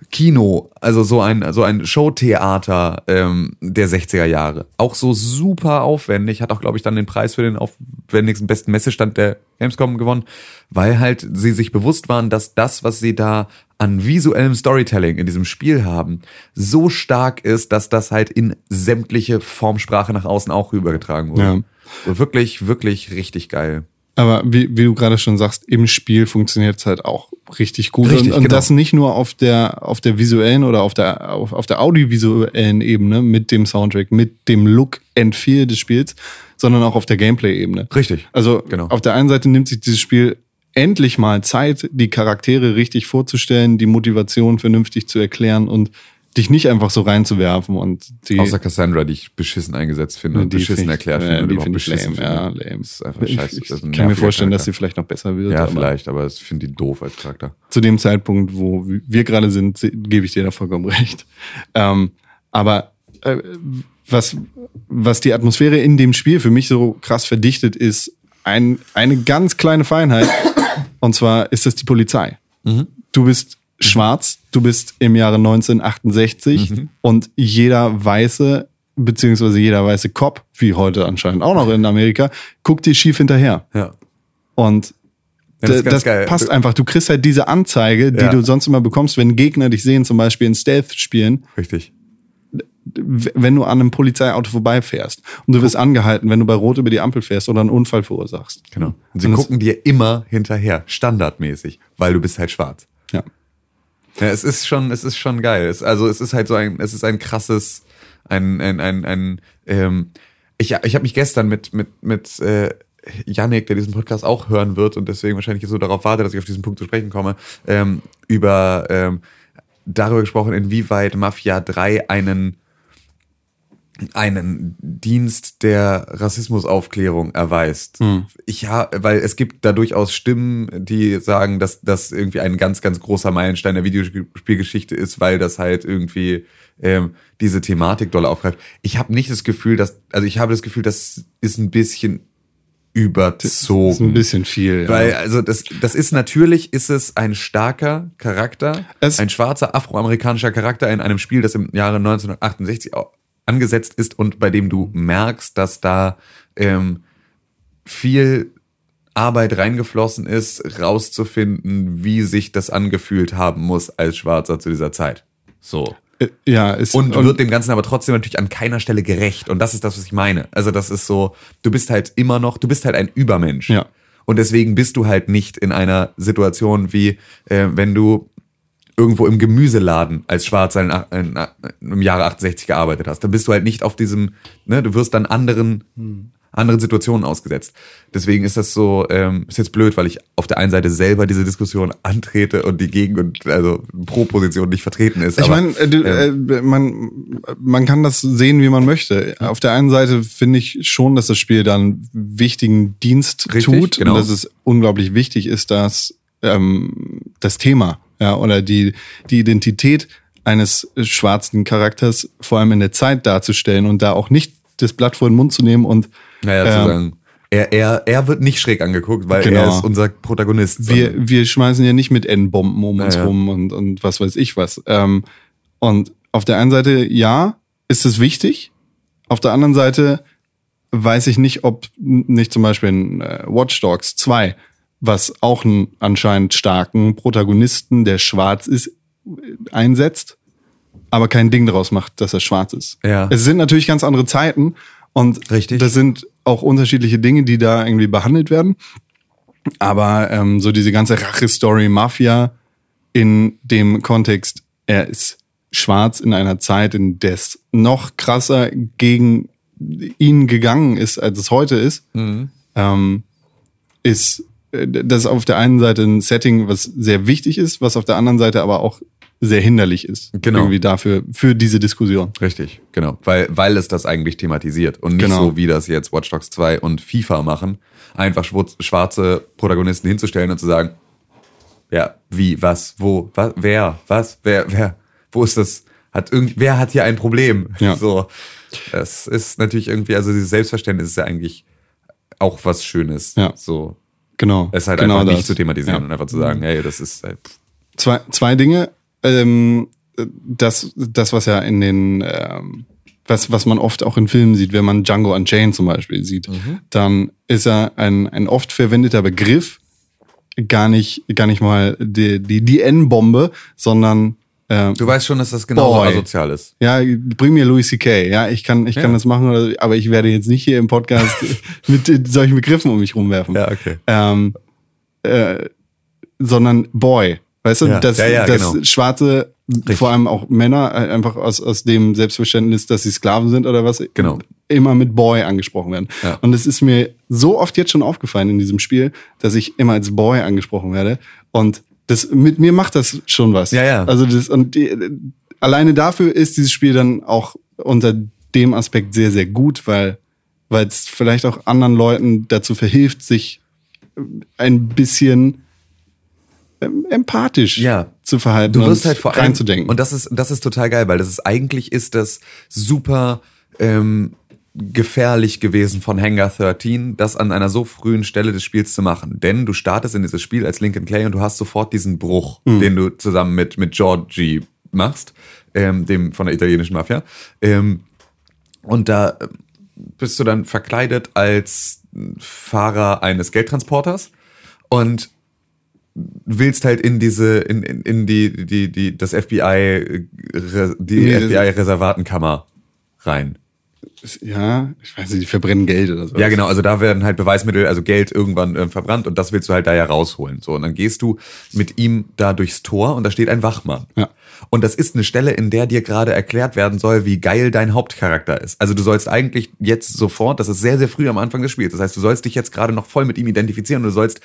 Speaker 3: Kino, also so ein, so ein Showtheater ähm, der 60er Jahre. Auch so super aufwendig, hat auch, glaube ich, dann den Preis für den aufwendigsten besten Messestand der Gamescom gewonnen, weil halt sie sich bewusst waren, dass das, was sie da an visuellem Storytelling in diesem Spiel haben, so stark ist, dass das halt in sämtliche Formsprache nach außen auch rübergetragen wurde.
Speaker 1: Ja.
Speaker 3: So wirklich, wirklich richtig geil.
Speaker 1: Aber wie, wie du gerade schon sagst, im Spiel funktioniert es halt auch richtig gut.
Speaker 3: Richtig,
Speaker 1: und und
Speaker 3: genau.
Speaker 1: das nicht nur auf der, auf der visuellen oder auf der, auf, auf der audiovisuellen Ebene mit dem Soundtrack, mit dem Look and Feel des Spiels, sondern auch auf der Gameplay-Ebene.
Speaker 3: Richtig.
Speaker 1: Also
Speaker 3: Genau.
Speaker 1: auf der einen Seite nimmt sich dieses Spiel endlich mal Zeit, die Charaktere richtig vorzustellen, die Motivation vernünftig zu erklären und dich nicht einfach so reinzuwerfen und die
Speaker 3: Außer Cassandra, die ich beschissen eingesetzt finde und
Speaker 1: die
Speaker 3: beschissen
Speaker 1: find ich-
Speaker 3: erklärt
Speaker 1: ja,
Speaker 3: finde. und
Speaker 1: die
Speaker 3: überhaupt
Speaker 1: finde ich
Speaker 3: beschissen
Speaker 1: lame, ja,
Speaker 3: finde.
Speaker 1: lame.
Speaker 3: Das ist einfach scheiße.
Speaker 1: Ich,
Speaker 3: Das ist
Speaker 1: ich kann
Speaker 3: ein
Speaker 1: mir
Speaker 3: nerviger
Speaker 1: vorstellen, dass
Speaker 3: Charakter.
Speaker 1: sie vielleicht noch besser wird.
Speaker 3: Ja,
Speaker 1: aber-
Speaker 3: vielleicht, aber das finde ich doof als Charakter.
Speaker 1: zu dem Zeitpunkt, wo wir gerade sind, se- gebe ich dir da vollkommen recht. Ähm, aber äh, was, was die Atmosphäre in dem Spiel für mich so krass verdichtet, ist ein, eine ganz kleine Feinheit. Und zwar ist das die Polizei. Du bist schwarz, du bist im Jahre 1968 und jeder Weiße, beziehungsweise jeder weiße Cop, wie heute anscheinend auch noch in Amerika, guckt dir schief hinterher.
Speaker 3: Ja.
Speaker 1: Und
Speaker 3: Ja, das
Speaker 1: das,
Speaker 3: ist ganz
Speaker 1: das
Speaker 3: geil.
Speaker 1: passt einfach. Du kriegst halt diese Anzeige, die
Speaker 3: Ja.
Speaker 1: du sonst immer bekommst, wenn Gegner dich sehen, zum Beispiel in Stealth-Spielen,
Speaker 3: Richtig.
Speaker 1: w- wenn du an einem Polizeiauto vorbeifährst und
Speaker 3: Oh.
Speaker 1: du wirst angehalten, wenn du bei Rot über die Ampel fährst oder einen Unfall verursachst.
Speaker 3: Genau. Und sie
Speaker 1: Und das-
Speaker 3: gucken dir immer hinterher, standardmäßig, weil du bist halt schwarz.
Speaker 1: Ja.
Speaker 3: Ja, es ist schon, es ist schon geil. Es, also es ist halt so ein, es ist ein krasses, ein, ein, ein, ein ähm, ich, ich habe mich gestern mit, mit, mit äh, Yannick, der diesen Podcast auch hören wird und deswegen wahrscheinlich so darauf warte, dass ich auf diesen Punkt zu sprechen komme, ähm, über ähm, darüber gesprochen, inwieweit Mafia 3 einen einen Dienst der Rassismusaufklärung erweist.
Speaker 1: Hm.
Speaker 3: Ich ha, weil es gibt da durchaus Stimmen, die sagen, dass das irgendwie ein ganz, ganz großer Meilenstein der Videospielgeschichte ist, weil das halt irgendwie ähm, diese Thematik doll aufgreift. Ich habe nicht das Gefühl, dass, also ich habe das Gefühl, das ist ein bisschen überzogen.
Speaker 1: Das ist ein bisschen viel.
Speaker 3: Oh. Weil,
Speaker 1: ja.
Speaker 3: also das, das ist natürlich, ist es ein starker Charakter,
Speaker 1: Es-
Speaker 3: ein schwarzer afroamerikanischer Charakter in einem Spiel, das im Jahre 1968 au- angesetzt ist und bei dem du merkst, dass da ähm, viel Arbeit reingeflossen ist, rauszufinden, wie sich das angefühlt haben muss als Schwarzer zu dieser Zeit. So.
Speaker 1: Äh, ja, ist,
Speaker 3: Und, wird dem Ganzen aber trotzdem natürlich an keiner Stelle gerecht. Und das ist das, was ich meine. Also das ist so, du bist halt immer noch, du bist halt ein Übermensch.
Speaker 1: Ja.
Speaker 3: Und deswegen bist du halt nicht in einer Situation wie, äh, wenn du irgendwo im Gemüseladen als Schwarzer in, in,
Speaker 1: Hm.
Speaker 3: im Jahre 68 gearbeitet hast. Dann bist du halt nicht auf diesem, ne, du wirst dann anderen anderen Situationen ausgesetzt. Deswegen ist das so, ähm, ist jetzt blöd, weil ich auf der einen Seite selber diese Diskussion antrete und die Gegen- und also Pro-Position nicht vertreten ist.
Speaker 1: Ich
Speaker 3: aber-
Speaker 1: meine, äh, du, äh, man, man kann das sehen, wie man möchte. Auf der einen Seite finde ich schon, dass das Spiel da einen wichtigen Dienst
Speaker 3: Richtig,
Speaker 1: tut
Speaker 3: genau.
Speaker 1: und dass es unglaublich wichtig ist, dass ähm, das Thema ja, oder die, die Identität eines schwarzen Charakters vor allem in der Zeit darzustellen und da auch nicht das Blatt vor den Mund zu nehmen und
Speaker 3: Naja, zu
Speaker 1: ähm,
Speaker 3: sagen. Er, er, er wird nicht schräg angeguckt, weil er
Speaker 1: Genau.
Speaker 3: ist unser Protagonist.
Speaker 1: wir, wir schmeißen ja nicht mit N-Bomben um uns
Speaker 3: Ja, ja.
Speaker 1: rum und, und was weiß ich was. Ähm, und auf der einen Seite, ja, ist es wichtig. Auf der anderen Seite weiß ich nicht, ob n- nicht zum Beispiel in äh, Watch Dogs 2, was auch einen anscheinend starken Protagonisten, der schwarz ist, äh, einsetzt, aber kein Ding daraus macht, dass er schwarz ist.
Speaker 3: Ja.
Speaker 1: Es sind natürlich ganz andere Zeiten und
Speaker 3: Richtig.
Speaker 1: das sind auch unterschiedliche Dinge, die da irgendwie behandelt werden. Aber ähm, so diese ganze Rache-Story Mafia in dem Kontext, er ist schwarz in einer Zeit, in der es noch krasser gegen ihn gegangen ist, als es heute ist,
Speaker 3: Mhm.
Speaker 1: ähm, ist äh, das auf der einen Seite ein Setting, was sehr wichtig ist, was auf der anderen Seite aber auch sehr hinderlich ist.
Speaker 3: Genau.
Speaker 1: Irgendwie dafür, für diese Diskussion.
Speaker 3: Richtig, genau. Weil, weil es das eigentlich thematisiert und nicht
Speaker 1: Genau.
Speaker 3: so, wie das jetzt Watch Dogs 2 und FIFA machen, einfach schwurz- schwarze Protagonisten hinzustellen und zu sagen, ja, wie, was, wo, was, wer, was, wer, wer, wo ist das, hat irgend, wer hat hier ein Problem?
Speaker 1: Ja.
Speaker 3: So, das ist natürlich irgendwie, also dieses Selbstverständnis ist ja eigentlich auch was Schönes.
Speaker 1: Ja.
Speaker 3: So,
Speaker 1: Genau.
Speaker 3: es halt
Speaker 1: genau
Speaker 3: einfach nicht
Speaker 1: das.
Speaker 3: zu thematisieren
Speaker 1: Ja.
Speaker 3: und einfach zu sagen, hey, das ist, äh, pff,
Speaker 1: zwei, zwei Dinge. Ähm, das, das, was ja in den, ähm, was, was man oft auch in Filmen sieht, wenn man Django Unchained zum Beispiel sieht,
Speaker 3: Mhm.
Speaker 1: dann ist er ein, ein oft verwendeter Begriff, gar nicht, gar nicht mal die, die, die N-Bombe, sondern äh,
Speaker 3: du weißt schon, dass das genauso
Speaker 1: Boy.
Speaker 3: asozial ist.
Speaker 1: ja, bring mir Louis C.K. Ja, ich kann, ich kann
Speaker 3: Ja.
Speaker 1: das machen, oder- aber ich werde jetzt nicht hier im Podcast [LAUGHS] mit äh, solchen Begriffen um mich rumwerfen
Speaker 3: okay.
Speaker 1: ähm, äh, sondern Boy. Weißt du,
Speaker 3: Ja.
Speaker 1: dass,
Speaker 3: Ja, ja,
Speaker 1: dass
Speaker 3: genau.
Speaker 1: Schwarze, vor allem auch Männer, äh, einfach aus, aus dem Selbstverständnis, dass sie Sklaven sind oder was,
Speaker 3: Genau.
Speaker 1: immer mit Boy angesprochen werden.
Speaker 3: Ja.
Speaker 1: Und es ist mir so oft jetzt schon aufgefallen in diesem Spiel, dass ich immer als Boy angesprochen werde. Und das mit mir macht das schon was.
Speaker 3: Ja, ja.
Speaker 1: Also das und die, alleine dafür ist dieses Spiel dann auch unter dem Aspekt sehr, sehr gut, weil weil es vielleicht auch anderen Leuten dazu verhilft, sich ein bisschen ähm, empathisch
Speaker 3: Ja.
Speaker 1: zu verhalten
Speaker 3: Du wirst halt vor allem
Speaker 1: reinzudenken.
Speaker 3: Und das ist, das ist total geil, weil das ist eigentlich ist das super ähm, gefährlich gewesen von Hangar 13, das an einer so frühen Stelle des Spiels zu machen. Denn du startest in dieses Spiel als Lincoln Clay und du hast sofort diesen Bruch,
Speaker 1: Mhm.
Speaker 3: den du zusammen mit, mit Georgie machst, ähm, dem von der italienischen Mafia. Ähm, und da äh, bist du dann verkleidet als Fahrer eines Geldtransporters und willst halt in diese in, in, in die die die das FBI äh, Re- die
Speaker 1: Nee, das-
Speaker 3: FBI Reservatenkammer rein.
Speaker 1: ja, ich weiß nicht, die verbrennen Geld oder so.
Speaker 3: Ja, genau, also da werden halt Beweismittel, also Geld irgendwann äh, verbrannt und das willst du halt da ja rausholen. So, und dann gehst du mit ihm da durchs Tor und da steht ein Wachmann.
Speaker 1: Ja.
Speaker 3: Und das ist eine Stelle, in der dir gerade erklärt werden soll, wie geil dein Hauptcharakter ist. Also du sollst eigentlich jetzt sofort, das ist sehr, sehr früh am Anfang des Spiels, das heißt, du sollst dich jetzt gerade noch voll mit ihm identifizieren und du sollst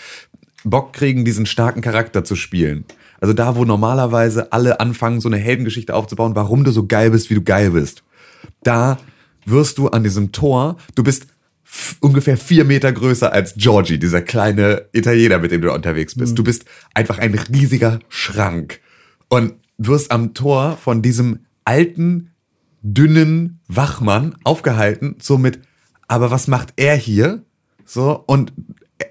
Speaker 3: Bock kriegen, diesen starken Charakter zu spielen. Also da, wo normalerweise alle anfangen, so eine Heldengeschichte aufzubauen, warum du so geil bist, wie du geil bist da wirst du an diesem Tor, du bist f- ungefähr vier Meter größer als Georgie, dieser kleine Italiener, mit dem du unterwegs bist. Du bist einfach ein riesiger Schrank und wirst am Tor von diesem alten, dünnen Wachmann aufgehalten, so mit, aber was macht er hier? So, und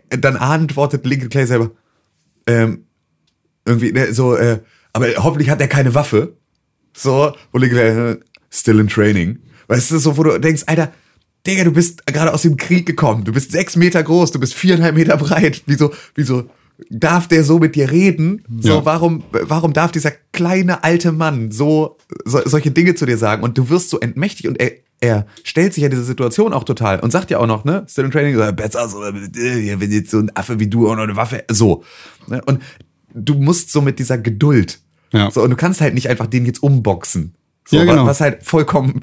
Speaker 3: äh, dann antwortet Lincoln Clay selber, ähm, irgendwie, ne, so, äh, aber hoffentlich hat er keine Waffe. So, und Lincoln Clay, still in training. Weißt du, so, wo du denkst, Alter, Digga, du bist gerade aus dem Krieg gekommen. Du bist sechs Meter groß, du bist viereinhalb Meter breit. Wieso, wieso darf der so mit dir reden? So,
Speaker 1: Ja.
Speaker 3: warum, warum darf dieser kleine alte Mann so, so solche Dinge zu dir sagen? Und du wirst so entmächtigt und er, er stellt sich ja diese Situation auch total und sagt ja auch noch, ne, still in training, so, besser so, äh, wenn jetzt so ein Affe wie du auch noch eine Waffe, so. Ne? Und du musst so mit dieser Geduld
Speaker 1: Ja.
Speaker 3: so, und du kannst halt nicht einfach den jetzt umboxen. So,
Speaker 1: Ja,
Speaker 3: wa-
Speaker 1: genau.
Speaker 3: Was halt vollkommen,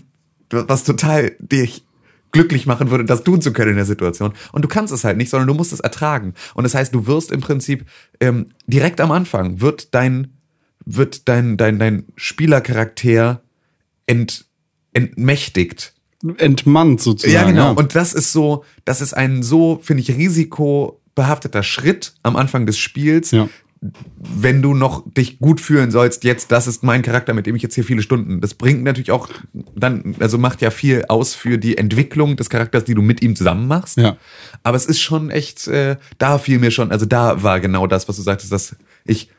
Speaker 3: was total dich glücklich machen würde, das tun zu können in der Situation. Und du kannst es halt nicht, sondern du musst es ertragen. Und das heißt, du wirst im Prinzip ähm, direkt am Anfang wird dein wird dein dein dein Spielercharakter ent, entmächtigt.
Speaker 1: Entmannt sozusagen.
Speaker 3: Ja, genau. Und das ist so, das ist ein so, finde ich, risikobehafteter Schritt am Anfang des Spiels,
Speaker 1: Ja.
Speaker 3: wenn du noch dich gut fühlen sollst, jetzt, das ist mein Charakter, mit dem ich jetzt hier viele Stunden. Das bringt natürlich auch dann, also macht ja viel aus für die Entwicklung des Charakters, die du mit ihm zusammen machst.
Speaker 1: Ja.
Speaker 3: Aber es ist schon echt, äh, da fiel mir schon, also da war genau das, was du sagtest, dass ich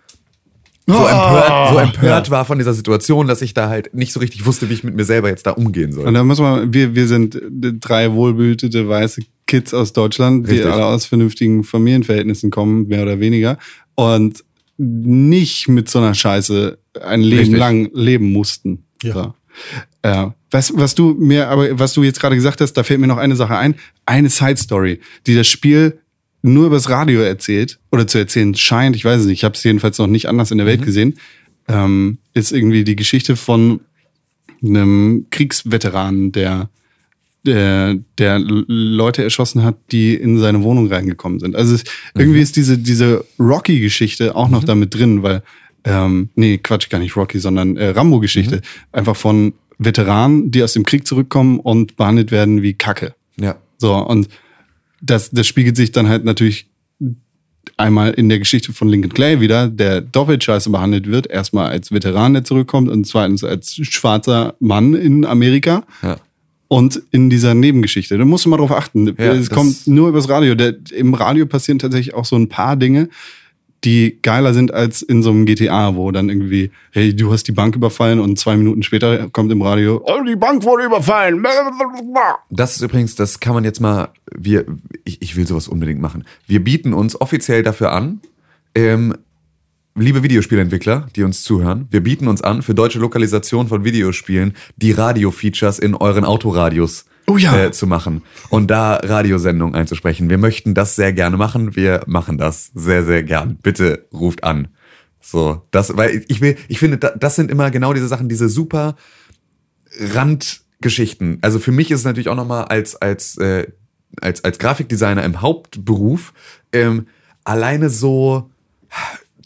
Speaker 3: so
Speaker 1: Ah.
Speaker 3: empört, so empört war von dieser Situation, dass ich da halt nicht so richtig wusste, wie ich mit mir selber jetzt da umgehen soll.
Speaker 1: Und da müssen wir, wir, wir sind äh, drei wohlbehütete weiße Kids aus Deutschland, die
Speaker 3: Richtig.
Speaker 1: alle aus vernünftigen Familienverhältnissen kommen, mehr oder weniger, und nicht mit so einer Scheiße ein Leben
Speaker 3: Richtig.
Speaker 1: lang leben mussten.
Speaker 2: Ja.
Speaker 1: So. Äh, was, was du mir, aber was du jetzt gerade gesagt hast, da fällt mir noch eine Sache ein. Eine Side Story, die das Spiel nur übers Radio erzählt oder zu erzählen scheint, ich weiß es nicht, ich habe es jedenfalls noch nicht anders in der Welt
Speaker 3: Mhm.
Speaker 1: gesehen, ähm, ist irgendwie die Geschichte von einem Kriegsveteran, der, der, äh, der Leute erschossen hat, die in seine Wohnung reingekommen sind. Also es, irgendwie ist diese, diese Rocky-Geschichte auch noch damit drin, weil, ähm, nee, Quatsch, gar nicht Rocky, sondern äh, Rambo-Geschichte. Einfach von Veteranen, die aus dem Krieg zurückkommen und behandelt werden wie Kacke.
Speaker 3: Ja.
Speaker 1: So, und das, das spiegelt sich dann halt natürlich einmal in der Geschichte von Lincoln Clay wieder, der doppelt scheiße behandelt wird. Erstmal als Veteran, der zurückkommt, und zweitens als schwarzer Mann in Amerika.
Speaker 3: Ja.
Speaker 1: Und in dieser Nebengeschichte. Da musst du mal drauf achten.
Speaker 3: Ja,
Speaker 1: es
Speaker 3: das-
Speaker 1: kommt nur übers Radio. Der, Im Radio passieren tatsächlich auch so ein paar Dinge, die geiler sind als in so einem GTA, wo dann irgendwie, hey, du hast die Bank überfallen und zwei Minuten später kommt im Radio, oh, die Bank wurde überfallen.
Speaker 3: Das ist übrigens, das kann man jetzt mal, wir, ich, ich will sowas unbedingt machen. Wir bieten uns offiziell dafür an, ähm, liebe Videospielentwickler, die uns zuhören, wir bieten uns an für deutsche Lokalisation von Videospielen, die Radio-Features in euren Autoradios
Speaker 1: Oh ja.
Speaker 3: äh, zu machen und da Radiosendungen einzusprechen. Wir möchten das sehr gerne machen. Wir machen das sehr, sehr gern. Bitte ruft an. So, das, weil ich will, ich finde, da- das sind immer genau diese Sachen, diese super Randgeschichten. Also für mich ist es natürlich auch nochmal als, als, äh, als, als Grafikdesigner im Hauptberuf ähm, alleine so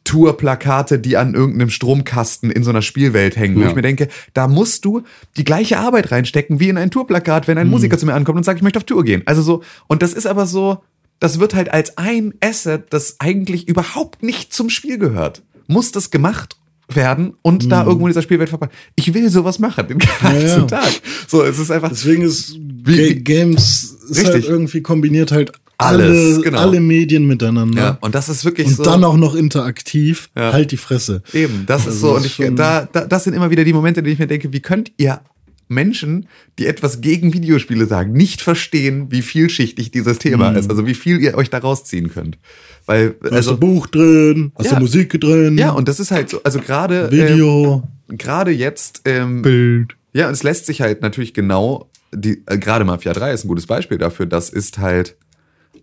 Speaker 3: Tourplakate, die an irgendeinem Stromkasten in so einer Spielwelt hängen. Wo
Speaker 1: Ja.
Speaker 3: ich mir denke, da musst du die gleiche Arbeit reinstecken wie in ein Tourplakat,
Speaker 2: Hm.
Speaker 3: wenn ein Musiker zu mir ankommt und sagt, ich möchte auf Tour gehen. Also so, und das ist aber so, das wird halt als ein Asset, das eigentlich überhaupt nicht zum Spiel gehört. Muss das gemacht werden und da irgendwo in dieser Spielwelt verpackt. Ich will sowas machen, den ganzen
Speaker 2: Hm. Ja, ja.
Speaker 3: Tag. So, es ist einfach.
Speaker 2: Deswegen ist
Speaker 3: Wie-
Speaker 2: Ga- Games ist halt
Speaker 3: Richtig.
Speaker 2: irgendwie kombiniert halt
Speaker 3: Alles,
Speaker 2: alle,
Speaker 3: genau.
Speaker 2: alle Medien miteinander.
Speaker 3: Ja, und das ist wirklich
Speaker 2: und
Speaker 3: so.
Speaker 2: dann auch noch interaktiv.
Speaker 3: Ja.
Speaker 2: Halt die Fresse.
Speaker 3: Eben, das ist
Speaker 2: Also
Speaker 3: so.
Speaker 2: das
Speaker 3: Und
Speaker 2: ist
Speaker 3: ich,
Speaker 2: schon-
Speaker 3: da, da, das sind immer wieder die Momente, in denen ich mir denke, wie könnt ihr Menschen, die etwas gegen Videospiele sagen, nicht verstehen, wie vielschichtig dieses Thema ist. Also wie viel ihr euch da rausziehen könnt. Weil,
Speaker 2: Hast
Speaker 3: also,
Speaker 2: Mhm. du Buch drin, hast
Speaker 3: Ja.
Speaker 2: du Musik drin,
Speaker 3: ja, und das ist halt so, also gerade, ähm,
Speaker 2: Video.
Speaker 3: gerade jetzt, ähm,
Speaker 1: Bild.
Speaker 3: ja, und es lässt sich halt natürlich genau, die, äh, gerade Mafia 3 ist ein gutes Beispiel dafür, das ist halt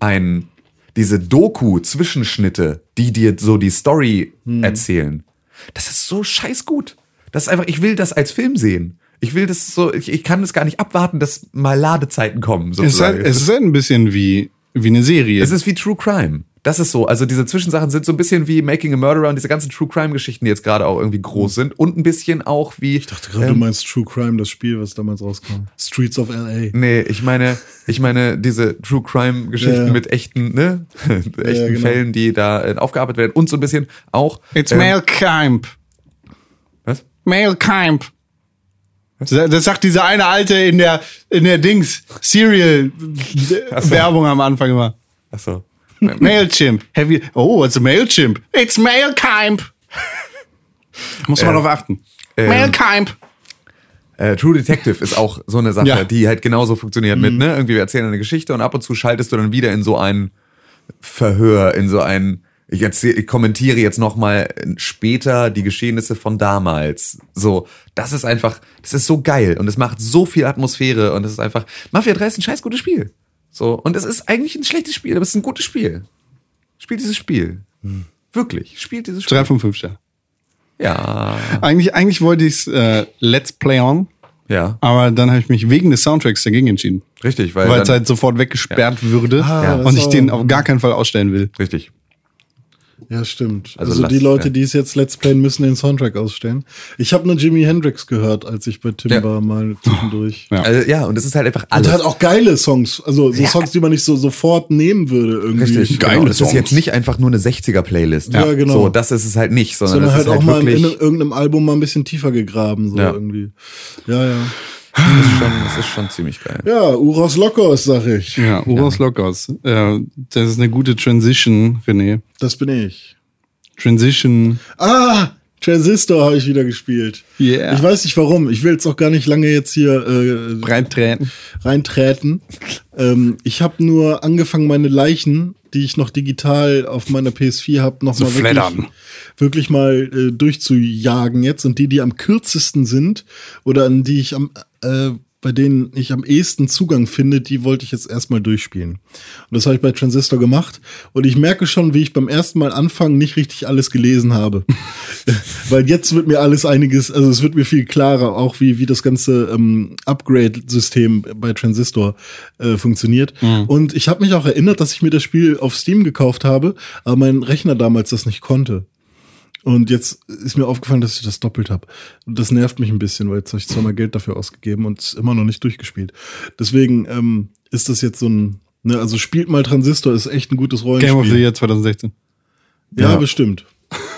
Speaker 3: ein, diese Doku-Zwischenschnitte, die dir so die Story erzählen. Das ist so scheiß gut. Das ist einfach, ich will das als Film sehen. Ich will das so, ich, ich kann das gar nicht abwarten, dass mal Ladezeiten kommen.
Speaker 1: Es ist,
Speaker 3: Sozusagen.
Speaker 1: halt, es ist halt ein bisschen wie, wie eine Serie.
Speaker 3: Es ist wie True Crime. Das ist so. Also diese Zwischensachen sind so ein bisschen wie Making a Murderer und diese ganzen True Crime-Geschichten, die jetzt gerade auch irgendwie groß sind. Und ein bisschen auch wie. Ich
Speaker 2: Dachte gerade, du meinst True Crime, das Spiel, was damals rauskam. Streets of LA.
Speaker 3: Nee, ich meine, ich meine diese True Crime Geschichten
Speaker 2: Ja.
Speaker 3: mit echten, ne, echten
Speaker 2: genau.
Speaker 3: Fällen, die da äh, aufgearbeitet werden und so ein bisschen auch.
Speaker 1: It's
Speaker 3: ähm,
Speaker 1: Male Camp.
Speaker 3: Was?
Speaker 1: Male Camp. Das sagt diese eine Alte in der, in der Dings, Serial-Werbung am Anfang immer.
Speaker 3: Achso.
Speaker 1: [LAUGHS] Mailchimp. Have you, oh, it's a Mailchimp. It's Male Camp. [LAUGHS] Muss man darauf achten. Male Camp.
Speaker 3: Äh, True Detective ist auch so eine Sache,
Speaker 1: Ja. Mhm.
Speaker 3: die halt genauso funktioniert mit, ne? Irgendwie wir erzählen eine Geschichte und ab und zu schaltest du dann wieder in so ein Verhör, in so ein ich, erzähl, ich kommentiere jetzt nochmal später die Geschehnisse von damals. So, das ist einfach, das ist so geil und es macht so viel Atmosphäre und es ist einfach, Mafia 3 ist ein scheiß gutes Spiel. So, und es ist eigentlich ein schlechtes Spiel, aber es ist ein gutes Spiel. Spielt dieses Spiel.
Speaker 1: Hm.
Speaker 3: Wirklich, spielt dieses Spiel.
Speaker 1: Drei von fünf Sternen.
Speaker 3: Ja.
Speaker 1: Eigentlich, eigentlich wollte ich es äh, Let's Play On
Speaker 3: Ja,
Speaker 1: Aber dann habe ich mich wegen des Soundtracks dagegen entschieden,
Speaker 3: richtig, weil,
Speaker 1: weil es
Speaker 3: dann,
Speaker 1: halt sofort weggesperrt würde
Speaker 2: Ah, Ja.
Speaker 1: und ich
Speaker 2: so.
Speaker 1: den auf gar keinen Fall ausstellen will.
Speaker 3: richtig.
Speaker 2: Ja, stimmt.
Speaker 3: Also
Speaker 2: Also,
Speaker 3: lass-
Speaker 2: die Leute,
Speaker 3: ja.
Speaker 2: die es jetzt Let's Playen, müssen den Soundtrack ausstellen. Ich habe nur Jimi Hendrix gehört, als ich bei Tim
Speaker 3: Ja.
Speaker 2: war, mal zwischendurch.
Speaker 1: Ja.
Speaker 3: Also, ja, und das ist halt einfach
Speaker 2: Und
Speaker 3: alles.
Speaker 2: hat auch geile Songs, also so Songs, die man nicht so sofort nehmen würde irgendwie.
Speaker 3: Richtig,
Speaker 1: Geile
Speaker 3: genau. Das ist
Speaker 1: Songs.
Speaker 3: jetzt nicht einfach nur eine 60er-Playlist.
Speaker 2: Ja, genau.
Speaker 3: So, das ist es halt nicht, sondern,
Speaker 2: Sondern halt
Speaker 3: das ist
Speaker 2: auch
Speaker 3: halt
Speaker 2: mal in
Speaker 3: wirklich,
Speaker 2: irgendeinem Album mal ein bisschen tiefer gegraben, so
Speaker 3: Ja.
Speaker 2: irgendwie. Ja, ja.
Speaker 3: das, ist schon, das ist schon ziemlich geil.
Speaker 2: Ja, Uros Lokos, sag ich.
Speaker 1: Ja, Uros Lokos. Äh, das ist eine gute Transition, René.
Speaker 2: Das bin ich.
Speaker 1: Transition.
Speaker 2: Ah, Transistor habe ich wieder gespielt.
Speaker 1: Yeah.
Speaker 2: Ich weiß nicht warum. Ich will jetzt auch gar nicht lange jetzt hier äh,
Speaker 1: Reintreten.
Speaker 2: reintreten. Ähm, ich habe nur angefangen, meine Leichen, die ich noch digital auf meiner PS4 habe, noch
Speaker 1: Zu
Speaker 2: mal
Speaker 1: fleddern.
Speaker 2: wirklich, wirklich mal äh, durchzujagen jetzt. Und die, die am kürzesten sind oder an die ich am äh, bei denen ich am ehesten Zugang finde, die wollte ich jetzt erstmal durchspielen. Und das habe ich bei Transistor gemacht. Und ich merke schon, wie ich beim ersten Mal anfangen nicht richtig alles gelesen habe. Weil jetzt wird mir alles einiges, also es wird mir viel klarer, auch wie, wie das ganze ähm, Upgrade-System bei Transistor äh, funktioniert.
Speaker 1: Mhm.
Speaker 2: Und ich habe mich auch erinnert, dass ich mir das Spiel auf Steam gekauft habe, aber mein Rechner damals das nicht konnte. Und jetzt ist mir aufgefallen, dass ich das doppelt habe. Und das nervt mich ein bisschen, weil jetzt habe ich zweimal Geld dafür ausgegeben und es immer noch nicht durchgespielt. Deswegen ähm, ist das jetzt so ein, ne, also spielt mal Transistor, ist echt ein gutes Rollenspiel.
Speaker 1: Game of the Year 2016.
Speaker 2: Ja,
Speaker 3: Ja.
Speaker 2: bestimmt.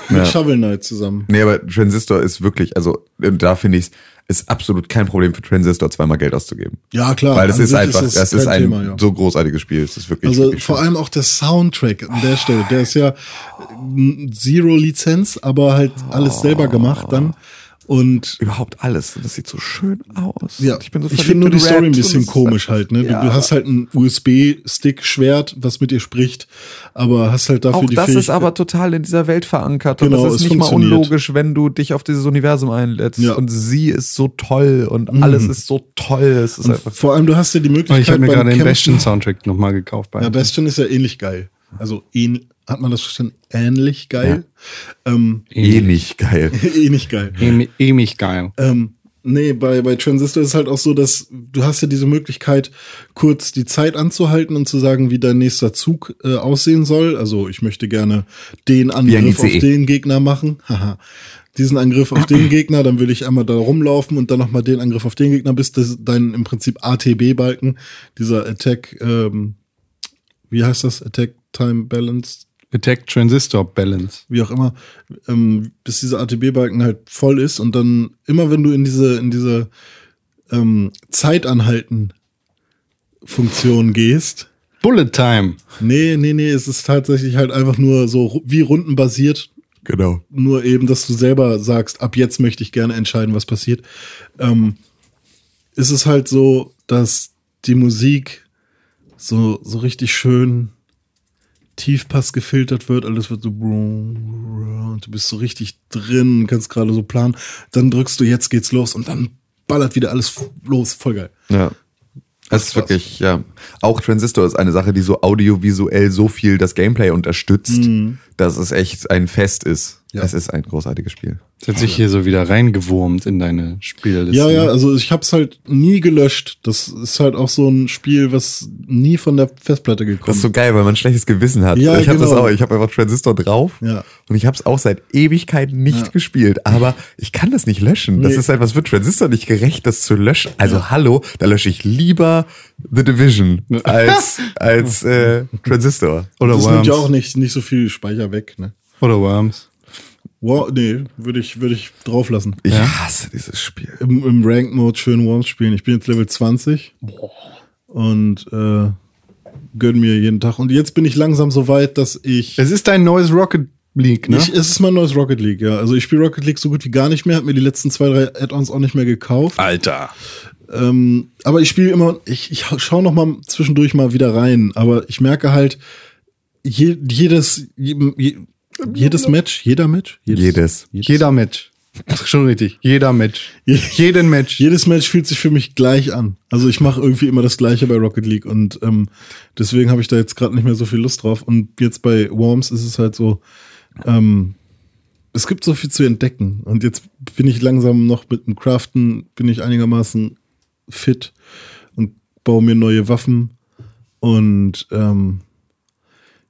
Speaker 2: Mit Shovel Knight zusammen.
Speaker 3: Nee, aber Transistor ist wirklich, also äh, da finde ich es, ist absolut kein Problem für Transistor zweimal Geld auszugeben.
Speaker 2: Ja, klar.
Speaker 3: Weil es
Speaker 2: Ah, an
Speaker 3: ist
Speaker 2: sich
Speaker 3: einfach, das ist,
Speaker 2: kein
Speaker 3: ein
Speaker 2: Thema, ja.
Speaker 3: so großartiges Spiel. Es ist wirklich,
Speaker 2: Also
Speaker 3: wirklich
Speaker 2: vor
Speaker 3: schön.
Speaker 2: allem auch der Soundtrack an der Stelle. Der ist ja äh, Zero Lizenz, aber halt alles selber gemacht dann. Und
Speaker 3: überhaupt alles. Das sieht so schön aus.
Speaker 2: ja,
Speaker 3: ich bin so verliebt
Speaker 2: finde nur die
Speaker 3: in Red
Speaker 2: Story ein
Speaker 3: und
Speaker 2: bisschen
Speaker 3: das ist
Speaker 2: komisch halt. Ne? Du,
Speaker 3: Ja.
Speaker 2: du hast halt ein USB-Stick-Schwert, was mit dir spricht, aber hast halt dafür
Speaker 3: Auch
Speaker 2: die
Speaker 3: das ist
Speaker 2: Fähigkeit.
Speaker 3: aber total in dieser Welt verankert.
Speaker 2: Genau,
Speaker 3: und das
Speaker 2: es
Speaker 3: ist nicht mal
Speaker 2: funktioniert.
Speaker 3: unlogisch, wenn du dich auf dieses Universum einlädst.
Speaker 2: Ja.
Speaker 3: Und sie ist so toll und alles ist so toll. Es ist einfach
Speaker 2: vor allem, du hast ja
Speaker 3: Oh,
Speaker 2: die Möglichkeit,
Speaker 1: Ich habe mir
Speaker 2: beim
Speaker 1: gerade den
Speaker 2: Kämpfen-
Speaker 1: besten Soundtrack nochmal gekauft. Bei
Speaker 2: Ja, Bastion ist ja ähnlich geil. Also ähn, hat man das verstanden? Ähnlich geil? Ähm, [LAUGHS]
Speaker 3: ähnlich eh geil. [LAUGHS]
Speaker 2: ähnlich geil.
Speaker 1: Em- Emig geil.
Speaker 2: Ähm, nee, bei, bei Transistor ist es halt auch so, dass du hast ja diese Möglichkeit, kurz die Zeit anzuhalten und zu sagen, wie dein nächster Zug äh, aussehen soll. Also ich möchte gerne den Angriff auf
Speaker 3: ICE.
Speaker 2: den Gegner machen. Haha. Diesen Angriff auf den Gegner, dann will ich einmal da rumlaufen und dann nochmal den Angriff auf den Gegner, bis das dein im Prinzip ATB-Balken, dieser Attack, ähm, wie heißt das? Attack Time Balance
Speaker 1: Attack Transistor Balance.
Speaker 2: wie auch immer, ähm, bis dieser ATB-Balken halt voll ist und dann immer wenn du in diese, in diese ähm, Zeitanhalten-Funktion gehst,
Speaker 1: Bullet Time.
Speaker 2: nee, nee, nee, es ist tatsächlich halt einfach nur so ru- wie rundenbasiert,
Speaker 3: Genau.
Speaker 2: nur eben, dass du selber sagst, ab jetzt möchte ich gerne entscheiden, was passiert. Ähm, ist es halt so, dass die Musik so, so richtig schön Tiefpass gefiltert wird, alles wird so und du bist so richtig drin, kannst gerade so planen, dann drückst du jetzt geht's los und dann ballert wieder alles los, voll geil.
Speaker 3: Ja. Das ist
Speaker 2: Krass.
Speaker 3: wirklich, ja. Auch Transistor ist eine Sache, die so audiovisuell so viel das Gameplay unterstützt, dass es echt ein Fest ist.
Speaker 2: Ja.
Speaker 3: Es ist ein großartiges Spiel.
Speaker 1: Das hat sich hier so wieder reingewurmt in deine Spielliste.
Speaker 2: Ja, ja, also ich hab's halt nie gelöscht. Das ist halt auch so ein Spiel, was nie von der Festplatte gekommen
Speaker 3: Das ist so geil, weil man ein schlechtes Gewissen hat.
Speaker 2: Ja,
Speaker 3: ich habe das
Speaker 2: genau.
Speaker 3: auch. Ich habe einfach Transistor drauf
Speaker 2: Ja.
Speaker 3: und ich habe es auch seit Ewigkeiten nicht gespielt. Aber ich kann das nicht löschen. Das
Speaker 2: Nee.
Speaker 3: ist halt, was wird Transistor nicht gerecht, das zu löschen? Also hallo, da lösche ich lieber The Division
Speaker 1: [LAUGHS]
Speaker 3: als als äh, Transistor.
Speaker 1: Oder
Speaker 2: das nimmt
Speaker 1: Worms.
Speaker 2: ja auch nicht, nicht so viel Speicher weg, ne?
Speaker 1: Oder Worms.
Speaker 2: Wow, nee, würde ich, würde ich drauflassen.
Speaker 3: Ich
Speaker 1: Ja.
Speaker 3: hasse dieses Spiel.
Speaker 2: Im, im Rank-Mode schön Worms spielen. Ich bin jetzt Level 20 und äh, gönn mir jeden Tag. Und jetzt bin ich langsam so weit, dass ich.
Speaker 1: Es ist dein neues Rocket League, ne?
Speaker 2: Ich, es ist mein neues Rocket League, ja. Also ich spiele Rocket League so gut wie gar nicht mehr, hab mir die letzten zwei, drei Add-ons auch nicht mehr gekauft.
Speaker 1: Alter.
Speaker 2: Ähm, aber ich spiele immer, ich, ich schaue noch mal zwischendurch mal wieder rein. Aber ich merke halt, je, jedes, je, je, jedes Match, jeder Match,
Speaker 3: Jedes.
Speaker 1: Jeder Match. Schon richtig. Jeder Match. Jeden Match.
Speaker 2: Jedes Match fühlt sich für mich gleich an. Also ich mache irgendwie immer das Gleiche bei Rocket League und ähm, deswegen habe ich da jetzt gerade nicht mehr so viel Lust drauf. Und jetzt bei Worms ist es halt so, ähm, es gibt so viel zu entdecken. Und jetzt bin ich langsam noch mit dem Craften, bin ich einigermaßen fit und baue mir neue Waffen. Und ähm,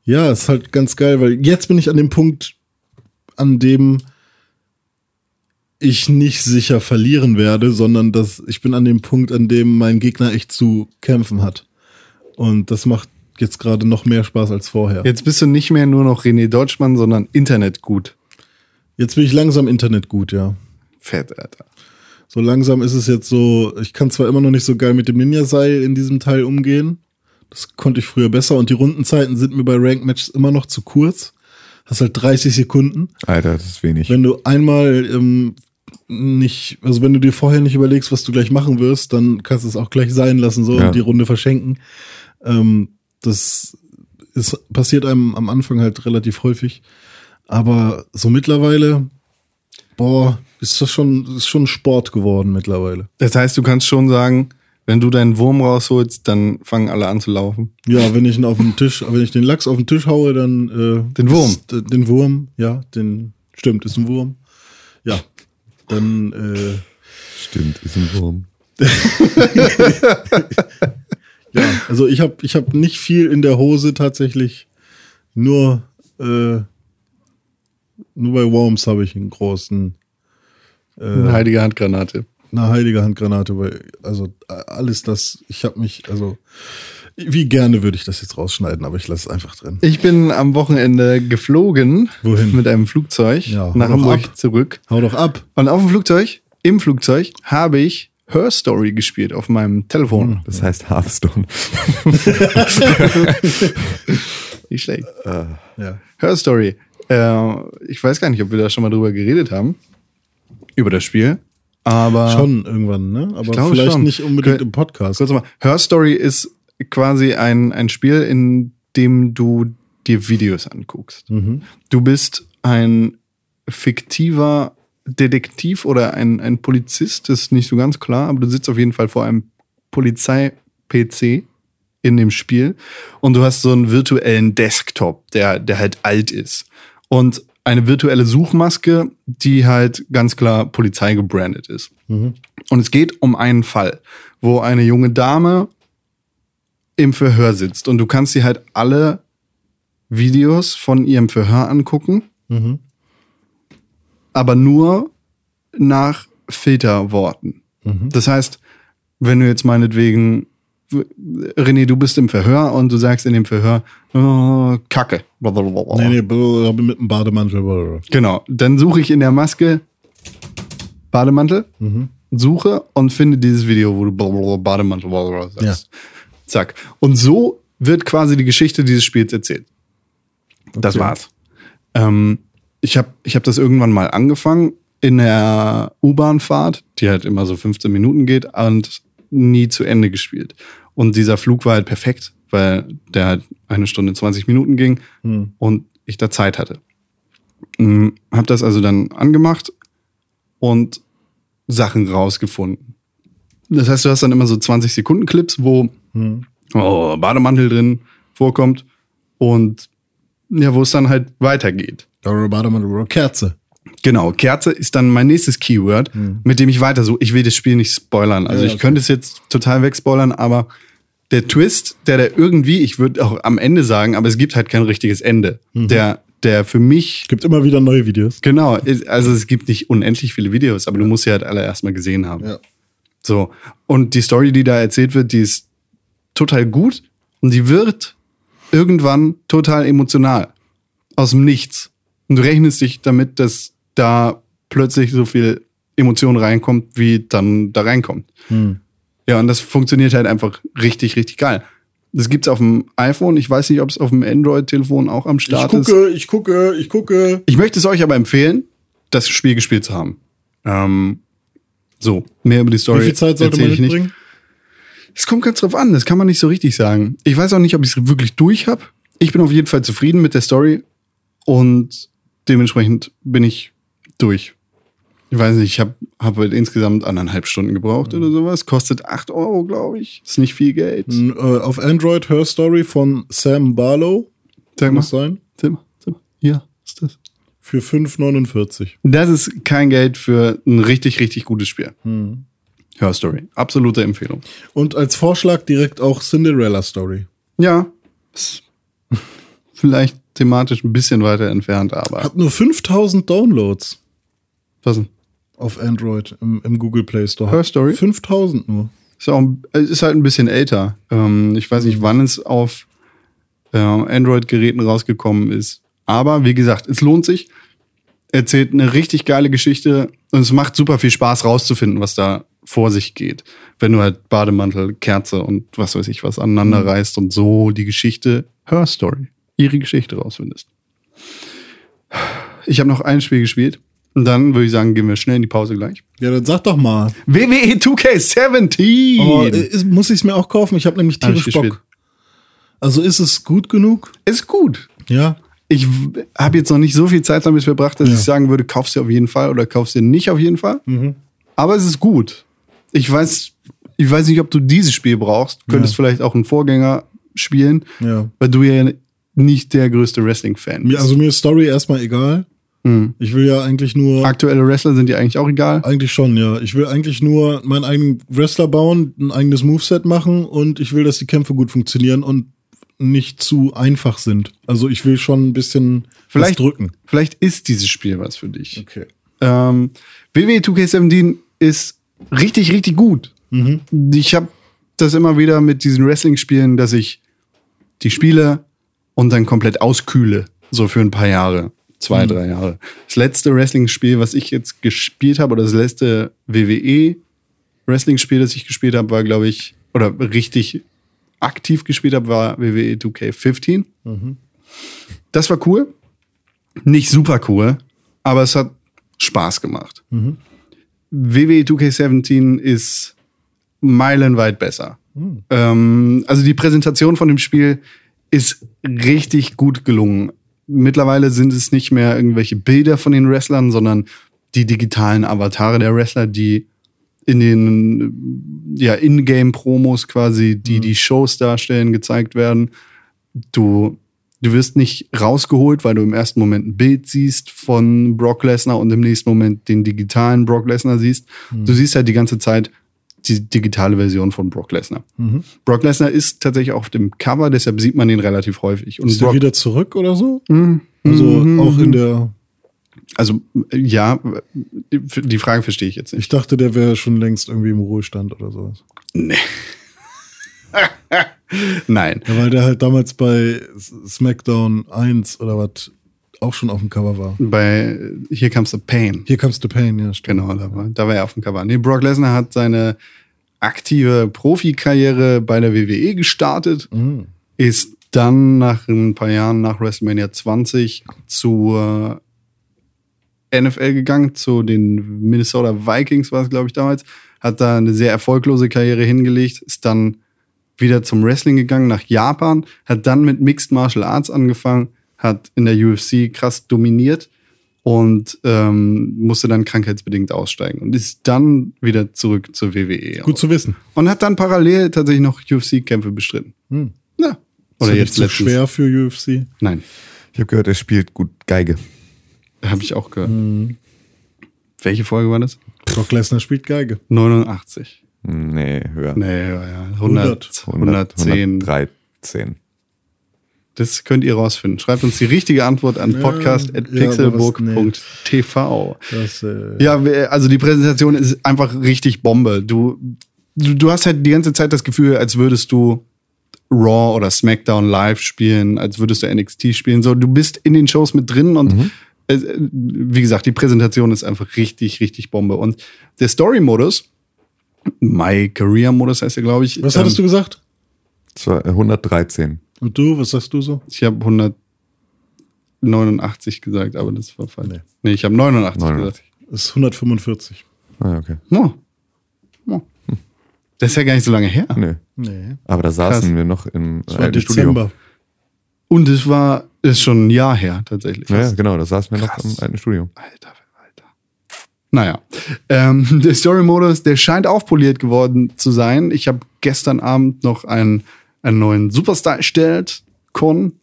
Speaker 2: ja, ist halt ganz geil, weil jetzt bin ich an dem Punkt, an dem ich nicht sicher verlieren werde, sondern dass ich bin an dem Punkt, an dem mein Gegner echt zu kämpfen hat. Und das macht jetzt gerade noch mehr Spaß als vorher.
Speaker 1: Jetzt bist du nicht mehr nur noch René Deutschmann, sondern Internet gut.
Speaker 2: Jetzt bin ich langsam Internet gut, ja.
Speaker 1: Fett, Alter.
Speaker 2: So langsam ist es jetzt so, ich kann zwar immer noch nicht so geil mit dem Ninja-Seil in diesem Teil umgehen. Das konnte ich früher besser und die Rundenzeiten sind mir bei Rank-Matches immer noch zu kurz. Hast halt 30 Sekunden.
Speaker 3: Alter, das ist wenig.
Speaker 2: Wenn du einmal ähm, nicht, also wenn du dir vorher nicht überlegst, was du gleich machen wirst, dann kannst du es auch gleich sein lassen so
Speaker 3: Ja.
Speaker 2: und die Runde verschenken. Ähm, das ist, passiert einem am Anfang halt relativ häufig. Aber so mittlerweile, boah, ist das schon, ist schon Sport geworden mittlerweile.
Speaker 1: Das heißt, du kannst schon sagen, wenn du deinen Wurm rausholst, dann fangen alle an zu laufen.
Speaker 2: Ja, wenn ich ihn auf den Tisch, wenn ich den Lachs auf den Tisch haue, dann äh,
Speaker 1: Den Wurm.
Speaker 2: Ist, äh, den Wurm, ja, den stimmt, ist ein Wurm. Ja, dann äh,
Speaker 3: Stimmt, ist ein Wurm.
Speaker 2: ja, also ich habe ich hab nicht viel in der Hose tatsächlich, nur äh, nur bei Worms habe ich einen großen äh,
Speaker 1: Eine heilige Handgranate.
Speaker 2: eine heilige Handgranate, weil also äh, alles das, ich habe mich also wie gerne würde ich das jetzt rausschneiden, aber ich lasse es einfach drin.
Speaker 1: Ich bin am Wochenende geflogen.
Speaker 2: Wohin?
Speaker 1: Mit einem Flugzeug
Speaker 2: Ja,
Speaker 1: nach
Speaker 2: hau doch
Speaker 1: Hamburg
Speaker 2: ab.
Speaker 1: zurück.
Speaker 2: Hau doch ab.
Speaker 1: Und auf dem Flugzeug, im Flugzeug, habe ich Her Story gespielt auf meinem Telefon.
Speaker 3: Das heißt Hearthstone.
Speaker 1: [LAUGHS] Nicht schlecht.
Speaker 2: Ja.
Speaker 1: Her Story. Äh, ich weiß gar nicht, ob wir da schon mal drüber geredet haben. Über das Spiel. Aber.
Speaker 2: Schon irgendwann, ne? Aber
Speaker 1: Ah. glaube
Speaker 2: vielleicht
Speaker 1: schon.
Speaker 2: nicht unbedingt
Speaker 1: Kö-
Speaker 2: im Podcast.
Speaker 1: Kurz mal. Her Story ist quasi ein, ein Spiel, in dem du dir Videos anguckst. Du bist ein fiktiver Detektiv oder ein, ein Polizist, ist nicht so ganz klar, aber du sitzt auf jeden Fall vor einem Polizei-PC in dem Spiel und du hast so einen virtuellen Desktop, der, der halt alt ist. Und eine virtuelle Suchmaske, die halt ganz klar Polizei gebrandet ist. Und es geht um einen Fall, wo eine junge Dame im Verhör sitzt und du kannst sie halt alle Videos von ihrem Verhör angucken,
Speaker 2: Mhm.
Speaker 1: aber nur nach Filterworten.
Speaker 2: Mhm.
Speaker 1: Das heißt, wenn du jetzt meinetwegen, René, du bist im Verhör und du sagst in dem Verhör, oh, Kacke.
Speaker 2: Nee, nee, blablabla, mit dem Bademantel. blablabla.
Speaker 1: Genau. Dann suche ich in der Maske Bademantel, suche und finde dieses Video, wo du blablabla Bademantel blablabla sagst. Zack. Und so wird quasi die Geschichte dieses Spiels erzählt. Das war's. Ähm, ich habe ich hab das irgendwann mal angefangen in der U-Bahn-Fahrt, die halt immer so 15 Minuten geht und nie zu Ende gespielt. Und dieser Flug war halt perfekt, weil der halt eine Stunde 20 Minuten ging und ich da Zeit hatte. Mhm, hab das also dann angemacht und Sachen rausgefunden. Das heißt, du hast dann immer so 20 Sekunden Clips, wo
Speaker 2: Hm.
Speaker 1: oh, Bademantel drin vorkommt und ja, wo es dann halt weitergeht.
Speaker 2: Blablabla, Bademantel, blablabla, Kerze.
Speaker 1: Genau, Kerze ist dann mein nächstes Keyword, mit dem ich weiter so. Ich will das Spiel nicht spoilern. Also
Speaker 2: Hm. Ja,
Speaker 1: ich
Speaker 2: okay.
Speaker 1: könnte es jetzt total wegspoilern, aber der Twist, der da irgendwie, ich würde auch am Ende sagen, aber es gibt halt kein richtiges Ende.
Speaker 2: Mhm.
Speaker 1: Der, der für mich
Speaker 2: Gibt immer wieder neue Videos.
Speaker 1: Genau, es- also es gibt nicht unendlich viele Videos, aber du musst sie halt alle erstmal gesehen haben.
Speaker 2: Ja.
Speaker 1: So. Und die Story, die da erzählt wird, die ist total gut und die wird irgendwann total emotional. Aus dem Nichts. Und du rechnest dich damit, dass da plötzlich so viel Emotion reinkommt, wie dann da reinkommt.
Speaker 2: Hm.
Speaker 1: Ja, und das funktioniert halt einfach richtig, richtig geil. Das gibt's auf dem iPhone. Ich weiß nicht, ob es auf dem Android-Telefon auch am
Speaker 2: Ich
Speaker 1: Start ist.
Speaker 2: gucke, ich gucke, ich gucke.
Speaker 1: Ich möchte es euch aber empfehlen, das Spiel gespielt zu haben. Ähm, so, mehr über die Story.
Speaker 2: Wie viel Zeit sollte
Speaker 1: erzähl
Speaker 2: man
Speaker 1: ich nicht.
Speaker 2: mitbringen?
Speaker 1: Es kommt ganz drauf an, das kann man nicht so richtig sagen. Ich weiß auch nicht, ob ich es wirklich durch habe. Ich bin auf jeden Fall zufrieden mit der Story und dementsprechend bin ich durch. Ich weiß nicht, ich habe hab halt insgesamt anderthalb Stunden gebraucht
Speaker 2: Mhm.
Speaker 1: oder sowas. Kostet 8 Euro, glaube ich. Ist nicht viel Geld.
Speaker 2: N- äh, Auf Android Her Story von Sam Barlow.
Speaker 1: Sag
Speaker 2: Kann
Speaker 1: mal,
Speaker 2: das sein?
Speaker 1: sag mal, sag mal. Ja, ist das.
Speaker 2: Für 5,49.
Speaker 1: Das ist kein Geld für ein richtig, richtig gutes Spiel. Her Story. Absolute Empfehlung.
Speaker 2: Und als Vorschlag direkt auch Cinderella Story.
Speaker 1: Ja. Ist [LAUGHS] vielleicht thematisch ein bisschen weiter entfernt, aber.
Speaker 2: Hat nur 5000 Downloads
Speaker 1: Was denn?
Speaker 2: auf Android im, im Google Play Store.
Speaker 1: Her Story?
Speaker 2: 5000 nur.
Speaker 1: Ist, auch, ein- äh, ist halt ein bisschen älter. Ähm, ich weiß nicht, wann es auf äh, Android-Geräten rausgekommen ist. Aber wie gesagt, es lohnt sich. Erzählt eine richtig geile Geschichte und es macht super viel Spaß rauszufinden, was da vor sich geht. Wenn du halt Bademantel, Kerze und was weiß ich was aneinander
Speaker 2: Mhm.
Speaker 1: reißt und so die Geschichte, Her Story, ihre Geschichte rausfindest. Ich habe noch ein Spiel gespielt und dann würde ich sagen, gehen wir schnell in die Pause gleich. E
Speaker 2: Ja, dann sag doch mal.
Speaker 1: WWE 2K17!
Speaker 2: Oh, äh, ist- muss ich es mir auch kaufen? Ich habe nämlich
Speaker 1: Hab ich
Speaker 2: tierisch
Speaker 1: gespielt.
Speaker 2: Bock. Also ist es gut genug?
Speaker 1: ist gut.
Speaker 2: Ja.
Speaker 1: Ich habe jetzt noch nicht so viel Zeit damit verbracht, dass ich sagen würde, kauf's dir auf jeden Fall oder kauf's dir nicht auf jeden Fall.
Speaker 2: Mhm.
Speaker 1: Aber es ist gut. Ich weiß, ich weiß nicht, ob du dieses Spiel brauchst. Du könntest vielleicht auch einen Vorgänger spielen,
Speaker 2: Ja.
Speaker 1: weil du ja nicht der größte Wrestling-Fan bist.
Speaker 2: Mir, also mir ist Story erstmal egal.
Speaker 1: Mhm.
Speaker 2: Ich will ja eigentlich nur.
Speaker 1: Aktuelle Wrestler sind dir eigentlich auch egal.
Speaker 2: Eigentlich schon, ja. Ich will eigentlich nur meinen eigenen Wrestler bauen, ein eigenes Moveset machen und ich will, dass die Kämpfe gut funktionieren und nicht zu einfach sind. Also ich will schon ein bisschen
Speaker 1: Vielleicht-
Speaker 2: was drücken.
Speaker 1: Vielleicht ist dieses Spiel was für dich.
Speaker 2: Okay.
Speaker 1: Ähm, WWE 2K17 ist richtig, richtig gut. Ich habe das immer wieder mit diesen Wrestling-Spielen, dass ich die spiele und dann komplett auskühle. So für ein paar Jahre. Zwei, drei Jahre. Das letzte Wrestling-Spiel, was ich jetzt gespielt habe, oder das letzte WWE-Wrestling-Spiel, das ich gespielt habe, war, glaube ich, oder richtig aktiv gespielt habe, war E WWE 2K15. Das war cool nicht super cool, aber es hat Spaß gemacht. WWE 2K17 ist meilenweit besser. Ähm, also die Präsentation von dem Spiel ist richtig gut gelungen. Mittlerweile sind es nicht mehr irgendwelche Bilder von den Wrestlern, sondern die digitalen Avatare der Wrestler, die in den ja, Ingame-Promos quasi,
Speaker 2: Mhm.
Speaker 1: die die Shows darstellen, gezeigt werden du, du wirst nicht rausgeholt, weil du im ersten Moment ein Bild siehst von Brock Lesnar und im nächsten Moment den digitalen Brock Lesnar siehst.
Speaker 2: Mhm.
Speaker 1: Du siehst halt die ganze Zeit die digitale Version von Brock Lesnar.
Speaker 2: Mhm.
Speaker 1: Brock Lesnar ist tatsächlich auch auf dem Cover, deshalb sieht man ihn relativ häufig. Und
Speaker 2: Ist der
Speaker 1: Brock,
Speaker 2: wieder zurück oder so?
Speaker 1: Mhm.
Speaker 2: Also auch in der.
Speaker 1: also äh, ja, äh, die Frage verstehe ich jetzt nicht.
Speaker 2: Ich dachte, der wäre schon längst irgendwie im Ruhestand oder sowas.
Speaker 1: Nein.
Speaker 2: Ja, weil der halt damals bei S- SmackDown 1 oder was auch schon auf dem Cover war.
Speaker 1: Bei Here Comes the Pain.
Speaker 2: Hier comes the pain, ja, stimmt.
Speaker 1: Genau, da war, da war er auf dem Cover. Nee, Brock Lesnar hat seine aktive Profikarriere bei der WWE gestartet, ist dann nach ein paar Jahren nach WrestleMania 20 zur NFL gegangen, zu den Minnesota Vikings war es, glaube ich, damals. Hat da eine sehr erfolglose Karriere hingelegt, ist dann wieder zum Wrestling gegangen nach Japan, hat dann mit Mixed Martial Arts angefangen, hat in der UFC krass dominiert und ähm, musste dann krankheitsbedingt aussteigen und ist dann wieder zurück zur WWE.
Speaker 2: Gut zu wissen.
Speaker 1: Und hat dann parallel tatsächlich noch UFC-Kämpfe bestritten. Ja.
Speaker 2: Hm. Ist
Speaker 1: Oder
Speaker 2: ja nicht
Speaker 1: jetzt
Speaker 2: zu
Speaker 1: letztens.
Speaker 2: schwer für UFC.
Speaker 1: Nein,
Speaker 3: Ich habe gehört, er spielt gut Geige.
Speaker 1: habe ich auch gehört.
Speaker 2: Hm.
Speaker 1: Welche Folge war das?
Speaker 2: Brock Lesnar spielt Geige.
Speaker 1: 89.
Speaker 3: Nee, höher.
Speaker 1: Nee, ja, ja. 100, 110.
Speaker 3: 113.
Speaker 1: Das könnt ihr rausfinden. Schreibt uns die richtige Antwort an podcast.pixelburg.tv.
Speaker 2: Das, äh,
Speaker 1: Ja, wir- also die Präsentation ist einfach richtig Bombe. Du, du, du hast halt die ganze Zeit das Gefühl, als würdest du Raw oder SmackDown live spielen, als würdest du NXT spielen. So, du bist in den Shows mit drin und äh, wie gesagt, die Präsentation ist einfach richtig, richtig Bombe. Und der Story-Modus, My Career-Modus heißt er, glaube ich. ähm,
Speaker 2: Was hattest du gesagt?
Speaker 3: Das war 113.
Speaker 2: Ähm, Und du, was sagst du so?
Speaker 1: Ich habe 189 gesagt, aber das war falsch. Nee,
Speaker 2: Nee.
Speaker 1: ich habe 89,
Speaker 3: 89.
Speaker 1: gesagt.
Speaker 2: Ist 145.
Speaker 3: Ah, okay.
Speaker 1: Oh. Oh. Das ist ja gar nicht so lange her.
Speaker 3: Nö.
Speaker 2: Nee.
Speaker 3: Aber da saßen
Speaker 1: Krass.
Speaker 3: wir noch im
Speaker 2: Das Ah. war
Speaker 3: alten
Speaker 2: Dezember.
Speaker 1: Und es war, ist schon ein Jahr her tatsächlich.
Speaker 3: Studio. Ja, genau, da saßen wir noch
Speaker 1: Krass.
Speaker 3: im alten Studio.
Speaker 1: Alter, Alter. Naja, ähm, [LAUGHS] der Story-Modus, der scheint aufpoliert geworden zu sein. Ich habe gestern Abend noch einen, einen neuen Superstar erstellt, Con,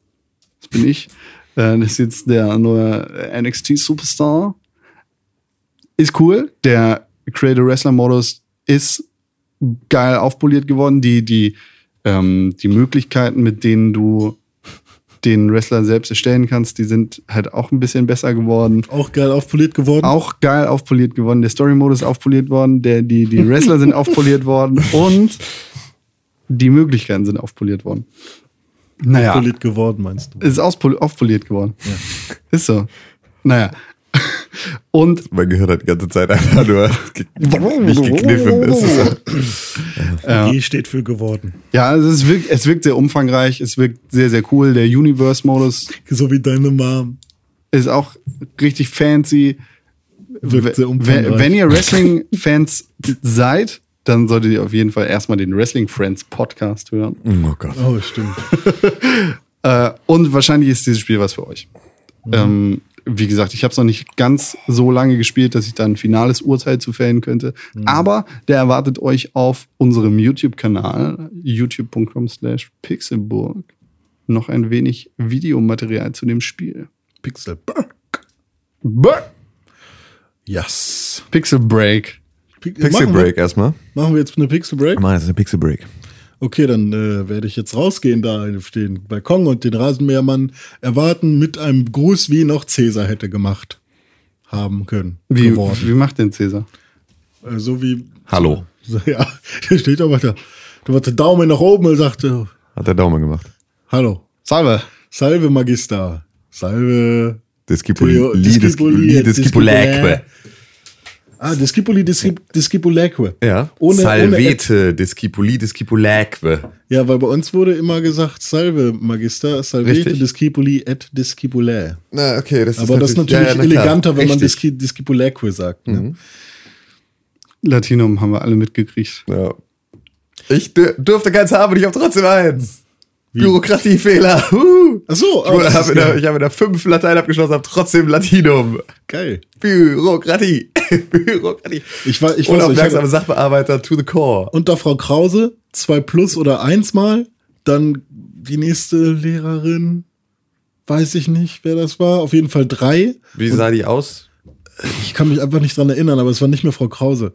Speaker 1: das bin ich, Äh, das ist jetzt der neue NXT-Superstar. Ist cool. Der Creator Wrestler-Modus ist geil aufpoliert geworden. Die, die, ähm, die Möglichkeiten, mit denen du den Wrestler selbst erstellen kannst, die sind halt auch ein bisschen besser geworden.
Speaker 2: Auch geil aufpoliert geworden.
Speaker 1: Auch geil aufpoliert geworden. Der Story-Modus ist aufpoliert worden. Der, die, die Wrestler sind aufpoliert worden. Und die Möglichkeiten sind aufpoliert worden. Naja,
Speaker 2: Aufpoliert geworden, meinst du?
Speaker 1: ist auspol- aufpoliert geworden. Ist so. Naja. Und
Speaker 3: Mein Gehirn hat halt die ganze Zeit einfach nur ge nicht gekniffen. Es ist so.
Speaker 2: G steht für geworden.
Speaker 1: ja, es, ist wirkt, es wirkt sehr umfangreich, es wirkt sehr, sehr cool. Der Universe-Modus
Speaker 2: So wie deine Mom.
Speaker 1: ist auch richtig fancy.
Speaker 2: Wirkt sehr
Speaker 1: Wenn
Speaker 2: umfangreich.
Speaker 1: wenn ihr Wrestling-Fans seid, dann solltet ihr auf jeden Fall erstmal den Wrestling Friends Podcast hören.
Speaker 3: Oh Gott.
Speaker 2: Oh, stimmt.
Speaker 1: Äh, und wahrscheinlich ist dieses Spiel was für euch.
Speaker 2: Mhm.
Speaker 1: Ähm, wie gesagt, ich habe es noch nicht ganz so lange gespielt, dass ich da ein finales Urteil zu fällen könnte.
Speaker 2: Mhm.
Speaker 1: Aber der erwartet euch auf unserem YouTube-Kanal, youtube.com slash pixelburg, noch ein wenig Videomaterial zu dem Spiel.
Speaker 2: Pixel. Yes.
Speaker 1: Pixel Break.
Speaker 3: Pixel Break erstmal.
Speaker 2: Wir, machen wir jetzt eine Pixel Break?
Speaker 3: Mann, das ist eine Pixel Break.
Speaker 2: Okay, dann äh, werde ich jetzt rausgehen, da auf den Balkon und den Rasenmähermann erwarten mit einem Gruß, wie ihn auch Cäsar hätte gemacht haben können.
Speaker 1: Wie,
Speaker 2: geworden.
Speaker 1: wie macht denn Cäsar?
Speaker 2: Äh, so wie.
Speaker 3: Hallo.
Speaker 2: So, [LAUGHS] ja, der steht aber da. Da war der Daumen nach oben und sagte:
Speaker 3: Hat der Daumen gemacht.
Speaker 2: Hallo.
Speaker 1: Salve.
Speaker 2: Salve, Magister. Salve. Theo-
Speaker 3: Discipuli. Li-
Speaker 2: Discipuli-
Speaker 3: Discipuli. Discipulaque.
Speaker 2: Ah, Discipuli Disci- Discipulaque.
Speaker 3: Ja.
Speaker 2: Ohne, Ohne
Speaker 3: Salvete. Discipuli. Discipulaque.
Speaker 2: Ja, weil bei uns wurde immer gesagt, Salve, Magister, Salvete,
Speaker 3: Richtig.
Speaker 2: Discipuli et Discipulae.
Speaker 3: Na, okay. Das
Speaker 2: Aber das ist natürlich
Speaker 3: ja, ja, na klar.
Speaker 2: eleganter, wenn man
Speaker 3: Richtig.
Speaker 2: Disci
Speaker 3: Mhm.
Speaker 2: Discipulaque sagt. Ne?
Speaker 1: Latinum haben wir alle mitgekriegt.
Speaker 3: Ja. Ich dür dürfte keins haben und ich habe trotzdem eins. Bürokratiefehler. Huh.
Speaker 2: Ach so,
Speaker 3: Ich
Speaker 2: aber das
Speaker 3: habe
Speaker 2: ist
Speaker 3: in, der- ich hab in der fünf Latein abgeschlossen, habe trotzdem Latinum.
Speaker 2: geil.
Speaker 3: Bürokratie. [LAUGHS] Bürokratie.
Speaker 2: Ich war, ich weiß, nicht, ich
Speaker 3: Unaufmerksame
Speaker 2: hab,
Speaker 3: Sachbearbeiter to the core.
Speaker 2: unter Frau Krause zwei plus oder eins mal, dann die nächste Lehrerin, weiß ich nicht, wer das war, auf jeden Fall drei.
Speaker 3: Wie sah die aus?
Speaker 2: Ich kann mich einfach nicht dran erinnern, aber es war nicht mehr Frau Krause.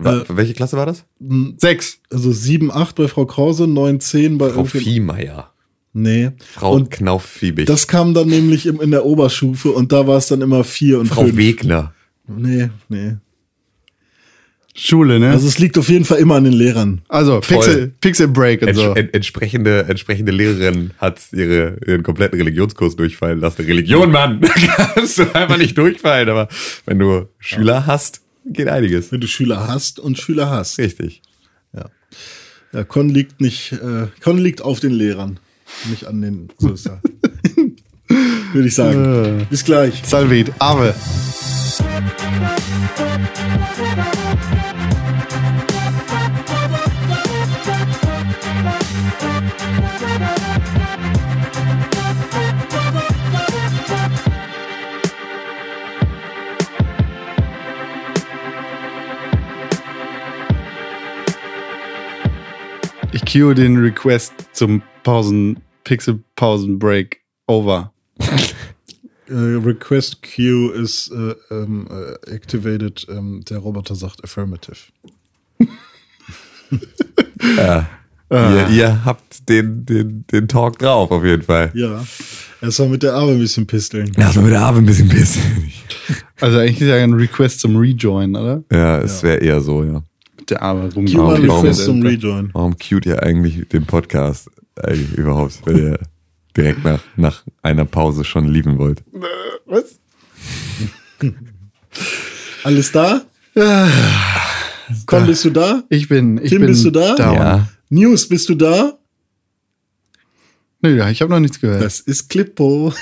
Speaker 2: Äh,
Speaker 3: Wa- welche Klasse war das?
Speaker 1: Sechs.
Speaker 2: Also sieben, acht bei Frau Krause, neun, zehn bei
Speaker 3: Frau
Speaker 2: irgendwem-
Speaker 3: Viehmeier.
Speaker 2: Nee.
Speaker 3: Frau
Speaker 2: und
Speaker 3: Knauffiebig.
Speaker 2: das kam dann nämlich im, in der Oberstufe und da war es dann immer vier und
Speaker 3: Frau
Speaker 2: fünf.
Speaker 3: Wegner.
Speaker 2: Nee, nee.
Speaker 1: Schule, ne?
Speaker 2: Also es liegt auf jeden Fall immer an den Lehrern.
Speaker 1: Also, Pixel, Pixel Break und
Speaker 3: Ents
Speaker 1: so.
Speaker 3: en entsprechende, entsprechende Lehrerin hat ihre, ihren kompletten Religionskurs durchfallen lassen. Religion, Mann! [LAUGHS] Kannst du einfach nicht durchfallen, aber wenn du Schüler hast, geht einiges.
Speaker 2: Wenn du Schüler hast und Schüler hast.
Speaker 3: Richtig.
Speaker 2: Ja, Con liegt nicht, äh, Con liegt auf den Lehrern, nicht an den so ist er. [LAUGHS] Würde ich sagen. Bis gleich.
Speaker 1: Salvet, Ave. Ich cue den Request zum Pausen, Pixel-Pausen-Break over.
Speaker 2: Äh, Request Queue ist äh, ähm, äh, activated. Ähm, der Roboter sagt affirmative.
Speaker 3: Ja. Ihr, ihr habt den, den, den Talk drauf, auf jeden Fall.
Speaker 2: Ja. Erstmal mit der Arme ein bisschen pisteln.
Speaker 3: Lass mal mit der Arme ein bisschen pissen.
Speaker 1: Also eigentlich ist ja ein Request zum Rejoin, oder?
Speaker 3: [LAUGHS] Ja, es wäre eher so, ja.
Speaker 1: Der arme rum.
Speaker 2: Queue mal
Speaker 3: Warum-
Speaker 2: Request
Speaker 3: warum-
Speaker 2: zum Rejoin.
Speaker 3: Warum cute ihr eigentlich den Podcast eigentlich überhaupt, wenn ihr direkt nach, nach einer Pause schon lieben wollt?
Speaker 1: Was?
Speaker 2: Alles da? Con, bist du da?
Speaker 1: Ich bin, ich
Speaker 2: Tim,
Speaker 1: bin
Speaker 2: bist du da?
Speaker 1: down.
Speaker 3: Ja.
Speaker 2: News, bist du da?
Speaker 1: Nö, ich habe noch nichts
Speaker 2: [LAUGHS]
Speaker 1: gehört.
Speaker 2: Das ist Klippo.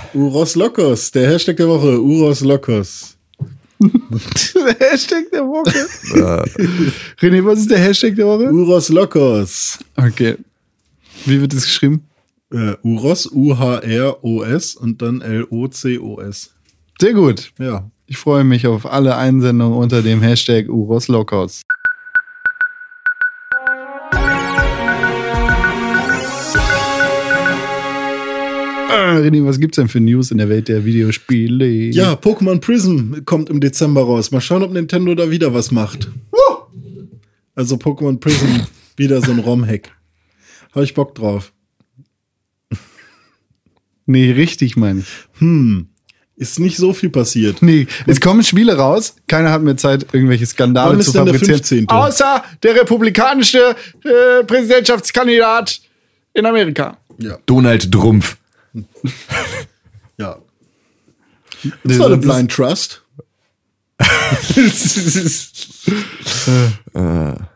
Speaker 2: [LAUGHS] Uros Lokos, der Hashtag der Woche, Uros Lokos.
Speaker 1: der Hashtag der Woche. Äh. René, was ist der Hashtag der Woche?
Speaker 2: Uros Lokos.
Speaker 1: Okay. Wie wird das geschrieben?
Speaker 2: Äh, Uros, U-H-R-O-S und dann L-O-C-O-S.
Speaker 1: Sehr gut.
Speaker 2: Ja.
Speaker 1: Ich freue mich auf alle Einsendungen unter dem Hashtag Uros Lockouts. Ah, René, was gibt's denn für News in der Welt der Videospiele?
Speaker 2: Ja, Pokémon Prism kommt im Dezember raus. Mal schauen, ob Nintendo da wieder was macht. Also Pokémon Prism, wieder so ein ROM-Hack. Habe ich Bock drauf.
Speaker 1: Nee, richtig, meine ich.
Speaker 2: Hm, Ist nicht so viel passiert.
Speaker 1: Nee, es kommen Spiele raus. Keiner hat mir Zeit, irgendwelche Skandale
Speaker 2: Wann
Speaker 1: zu
Speaker 2: ist denn der
Speaker 1: fabrizieren.
Speaker 2: 15.?
Speaker 1: Außer der republikanische äh, Präsidentschaftskandidat in Amerika.
Speaker 2: Ja.
Speaker 3: Donald Drumpf.
Speaker 2: Ja. It's not a blind trust.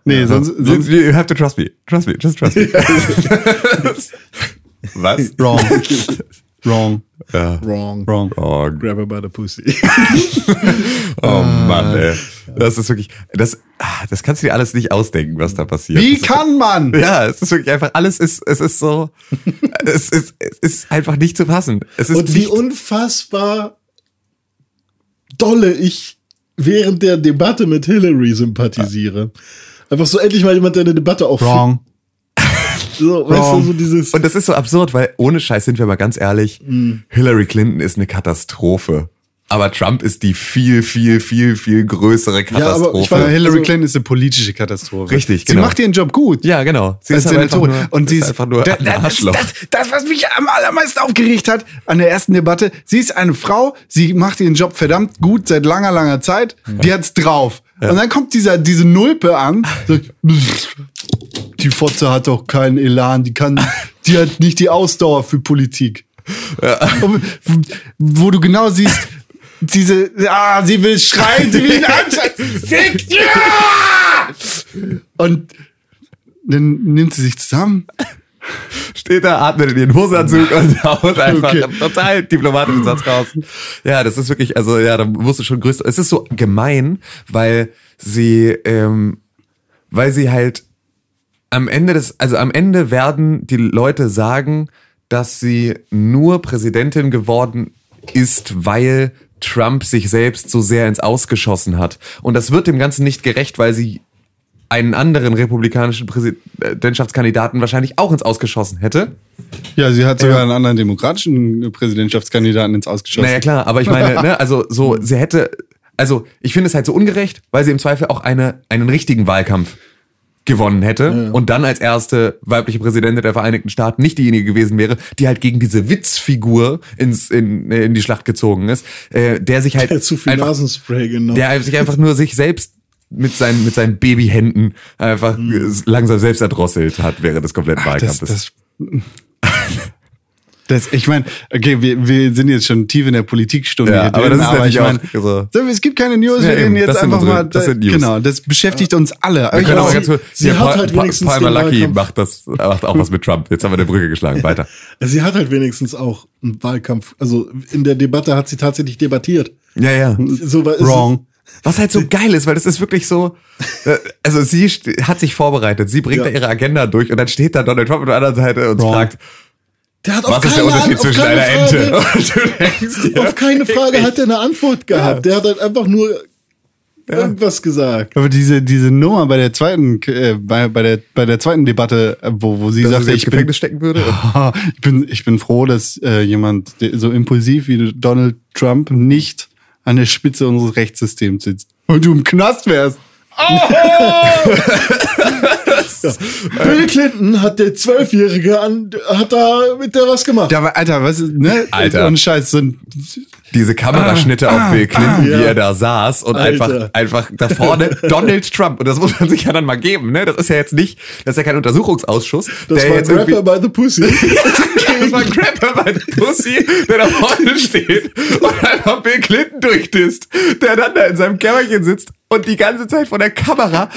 Speaker 1: Nee, sonst,
Speaker 3: you,
Speaker 1: sonst
Speaker 3: you have to trust me. Trust me, just
Speaker 1: [LAUGHS]
Speaker 3: trust me. Was?
Speaker 1: wrong. wrong.
Speaker 3: Ah.
Speaker 2: Wrong.
Speaker 1: Wrong.
Speaker 3: Oh,
Speaker 2: Grab her by the pussy.
Speaker 1: Ah.
Speaker 3: oh Mann, ey. Das ist wirklich, das, ah, das kannst du dir alles nicht ausdenken, was da passiert.
Speaker 1: Wie
Speaker 3: Das ist-
Speaker 1: kann man?
Speaker 3: Ja, es ist wirklich einfach, alles ist, es
Speaker 1: [LAUGHS]
Speaker 3: ist so, es ist, es ist einfach nicht zu fassen. Es ist
Speaker 2: Und wie
Speaker 3: nicht,
Speaker 2: unfassbar dolle ich während der Debatte mit Hillary sympathisiere. Einfach so endlich mal jemand, der eine Debatte auch
Speaker 1: Wrong.
Speaker 2: So, weißt du, so dieses.
Speaker 3: und das ist so absurd, weil ohne Scheiß sind wir mal ganz ehrlich,
Speaker 1: Mm.
Speaker 3: Hillary Clinton ist eine Katastrophe. Aber Trump ist die viel, viel, viel, viel größere
Speaker 2: aber ich
Speaker 3: Katastrophe.
Speaker 2: weiß-
Speaker 1: Weil Hillary
Speaker 2: Also-
Speaker 1: Clinton ist eine politische Katastrophe.
Speaker 3: Richtig,
Speaker 1: Sie
Speaker 3: genau.
Speaker 1: macht ihren Job gut.
Speaker 3: ja, genau. Sie
Speaker 1: Als
Speaker 3: halt
Speaker 1: Senatorin.
Speaker 3: einfach nur,
Speaker 1: und sie ist
Speaker 3: einfach nur
Speaker 1: da-
Speaker 3: ein
Speaker 1: da-
Speaker 3: Arschloch.
Speaker 1: Das, das, was mich am allermeisten aufgeregt hat an der ersten Debatte, sie ist eine Frau, sie macht ihren Job verdammt gut seit langer, langer Zeit, die hat's drauf. Und dann kommt dieser, diese Nulpe an, so, [LAUGHS] die Fotze hat doch keinen Elan, die kann, die hat nicht die Ausdauer für Politik. Und Wo du genau siehst, diese, ah, sie will schreien, sie will ihn
Speaker 3: [LAUGHS]
Speaker 1: anschreien. Fick dir! Und dann nimmt sie sich zusammen.
Speaker 3: [LAUGHS] steht da, atmet in ihren [LAUGHS] Hosenanzug und haut einfach
Speaker 1: Okay.
Speaker 3: total diplomatischen Satz raus. Ja, das ist wirklich, also ja, da musst du schon größer. Es ist so gemein, weil sie, ähm, weil sie halt am Ende des, also am Ende werden die Leute sagen, dass sie nur Präsidentin geworden ist, weil Trump sich selbst so sehr ins Ausgeschossen hat. Und das wird dem Ganzen nicht gerecht, weil sie einen anderen republikanischen Präsidentschaftskandidaten wahrscheinlich auch ins Ausgeschossen hätte.
Speaker 1: Ja, sie hat sogar einen anderen demokratischen Präsidentschaftskandidaten ins Ausgeschossen.
Speaker 3: Naja, klar, aber ich meine, ne, also so, sie hätte, also ich finde es halt so ungerecht, weil sie im Zweifel auch eine, einen richtigen Wahlkampf gewonnen hätte und dann als erste weibliche Präsidentin der Vereinigten Staaten nicht diejenige gewesen wäre, die halt gegen diese Witzfigur ins, in, in die Schlacht gezogen ist, äh, der sich halt
Speaker 2: Der hat zu viel
Speaker 3: einfach,
Speaker 2: Nasenspray genommen.
Speaker 3: der halt sich einfach nur sich selbst mit seinen, mit seinen Babyhänden einfach
Speaker 2: Mhm.
Speaker 3: äh, langsam selbst erdrosselt hat während des kompletten
Speaker 1: das,
Speaker 3: Wahlkampfes.
Speaker 1: das, das, ich meine, okay, wir, wir sind jetzt schon tief in der Politikstunde.
Speaker 3: Ja,
Speaker 1: hier
Speaker 3: aber das ist
Speaker 1: ich
Speaker 3: natürlich
Speaker 1: mein,
Speaker 3: auch so.
Speaker 1: so, es gibt keine News,
Speaker 3: Ja,
Speaker 1: wir reden
Speaker 3: eben,
Speaker 1: jetzt
Speaker 3: das sind
Speaker 1: einfach
Speaker 3: unsere-
Speaker 1: mal.
Speaker 3: das sind News.
Speaker 1: Genau, das beschäftigt uns alle. Also, Aber
Speaker 3: Wir können
Speaker 1: ich
Speaker 3: aber
Speaker 1: weiß-
Speaker 3: ganz kurz,
Speaker 2: sie
Speaker 3: ja,
Speaker 2: hat
Speaker 3: Paul-
Speaker 2: halt
Speaker 3: Paul-
Speaker 2: wenigstens
Speaker 3: Palmer
Speaker 2: den
Speaker 3: Lucky
Speaker 2: Wahlkampf.
Speaker 3: macht das, macht auch was mit Trump. Jetzt haben wir eine Brücke geschlagen. Weiter.
Speaker 2: Sie hat halt wenigstens auch einen Wahlkampf. Also in der Debatte hat sie tatsächlich debattiert.
Speaker 3: Ja, ja.
Speaker 2: So war- ist
Speaker 1: Wrong.
Speaker 3: Was halt so geil ist, weil das ist wirklich so, äh, also sie st- hat sich vorbereitet, sie bringt
Speaker 2: Ja.
Speaker 3: da ihre Agenda durch und dann steht da Donald Trump auf der anderen Seite und
Speaker 1: Wrong.
Speaker 3: fragt,
Speaker 2: Der hat auf
Speaker 3: was ist der
Speaker 2: keine
Speaker 3: Unterschied
Speaker 2: An- auf
Speaker 3: zwischen
Speaker 2: keine
Speaker 3: einer Ente?
Speaker 2: Frage-
Speaker 3: Und du denkst dir,
Speaker 2: Auf keine
Speaker 3: [LAUGHS]
Speaker 2: Frage hat er eine Antwort gehabt. Der hat halt einfach nur irgendwas gesagt.
Speaker 1: Aber diese, diese Nummer bei der zweiten, äh, bei, bei, der, bei der zweiten Debatte, äh, wo, wo sie
Speaker 3: dass er
Speaker 1: sagte,
Speaker 3: sich ins
Speaker 1: ich bin,
Speaker 3: Gefängnis stecken würde.
Speaker 2: Ah.
Speaker 1: Haha, [LAUGHS] ich bin, ich bin froh, dass äh, jemand der- so impulsiv wie Donald Trump nicht an der Spitze unseres Rechtssystems sitzt. Und du im Knast wärst.
Speaker 2: Bill Clinton hat der Zwölfjährige an, hat da mit der was gemacht.
Speaker 1: Ja, aber Alter, was ist, ne?
Speaker 3: Alter.
Speaker 1: Und Scheiß, so ein,
Speaker 3: Diese Kameraschnitte auf Bill Clinton,
Speaker 2: ah,
Speaker 3: wie
Speaker 2: ja.
Speaker 3: er da saß und
Speaker 2: Alter.
Speaker 3: einfach, einfach
Speaker 2: [LAUGHS]
Speaker 3: da vorne Donald Trump. Und das muss man sich ja dann mal geben, ne? Das ist ja jetzt nicht, das ist ja kein Untersuchungsausschuss.
Speaker 2: das
Speaker 3: der
Speaker 2: war
Speaker 3: jetzt irgendwie-
Speaker 2: Grapper by the Pussy.
Speaker 3: Das war ein Crapper bei der Pussy, der da vorne steht und einfach Bill Clinton durchdisst, der dann da in seinem Kämmerchen sitzt und die ganze Zeit vor der Kamera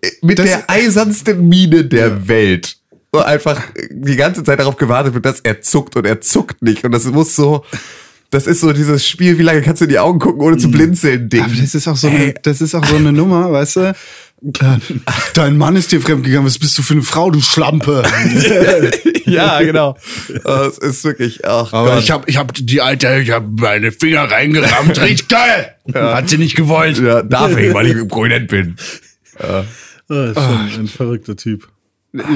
Speaker 3: äh, mit
Speaker 1: Das-
Speaker 3: der eisernsten Miene der Welt und einfach äh, die ganze Zeit darauf gewartet wird, dass er zuckt und er zuckt nicht und das muss so, das ist so dieses Spiel, wie lange kannst du in die Augen gucken, ohne zu blinzeln, Ding.
Speaker 1: aber [LAUGHS] Mhm. das ist auch so eine, das ist auch so eine Nummer, weißt du? Äh, Dein Mann ist dir fremdgegangen, was bist du für eine Frau, du Schlampe?
Speaker 3: [LAUGHS] ja,
Speaker 1: [LAUGHS]
Speaker 3: genau. Es ist wirklich, ach Gott.
Speaker 1: hab, ich hab die Alte, ich hab meine Finger [LAUGHS] reingerammt, richtig geil! Hat sie nicht gewollt.
Speaker 3: ja, darf ich,
Speaker 1: [LAUGHS]
Speaker 3: weil ich prominent bin.
Speaker 2: Ah, ist schon ein verrückter Typ.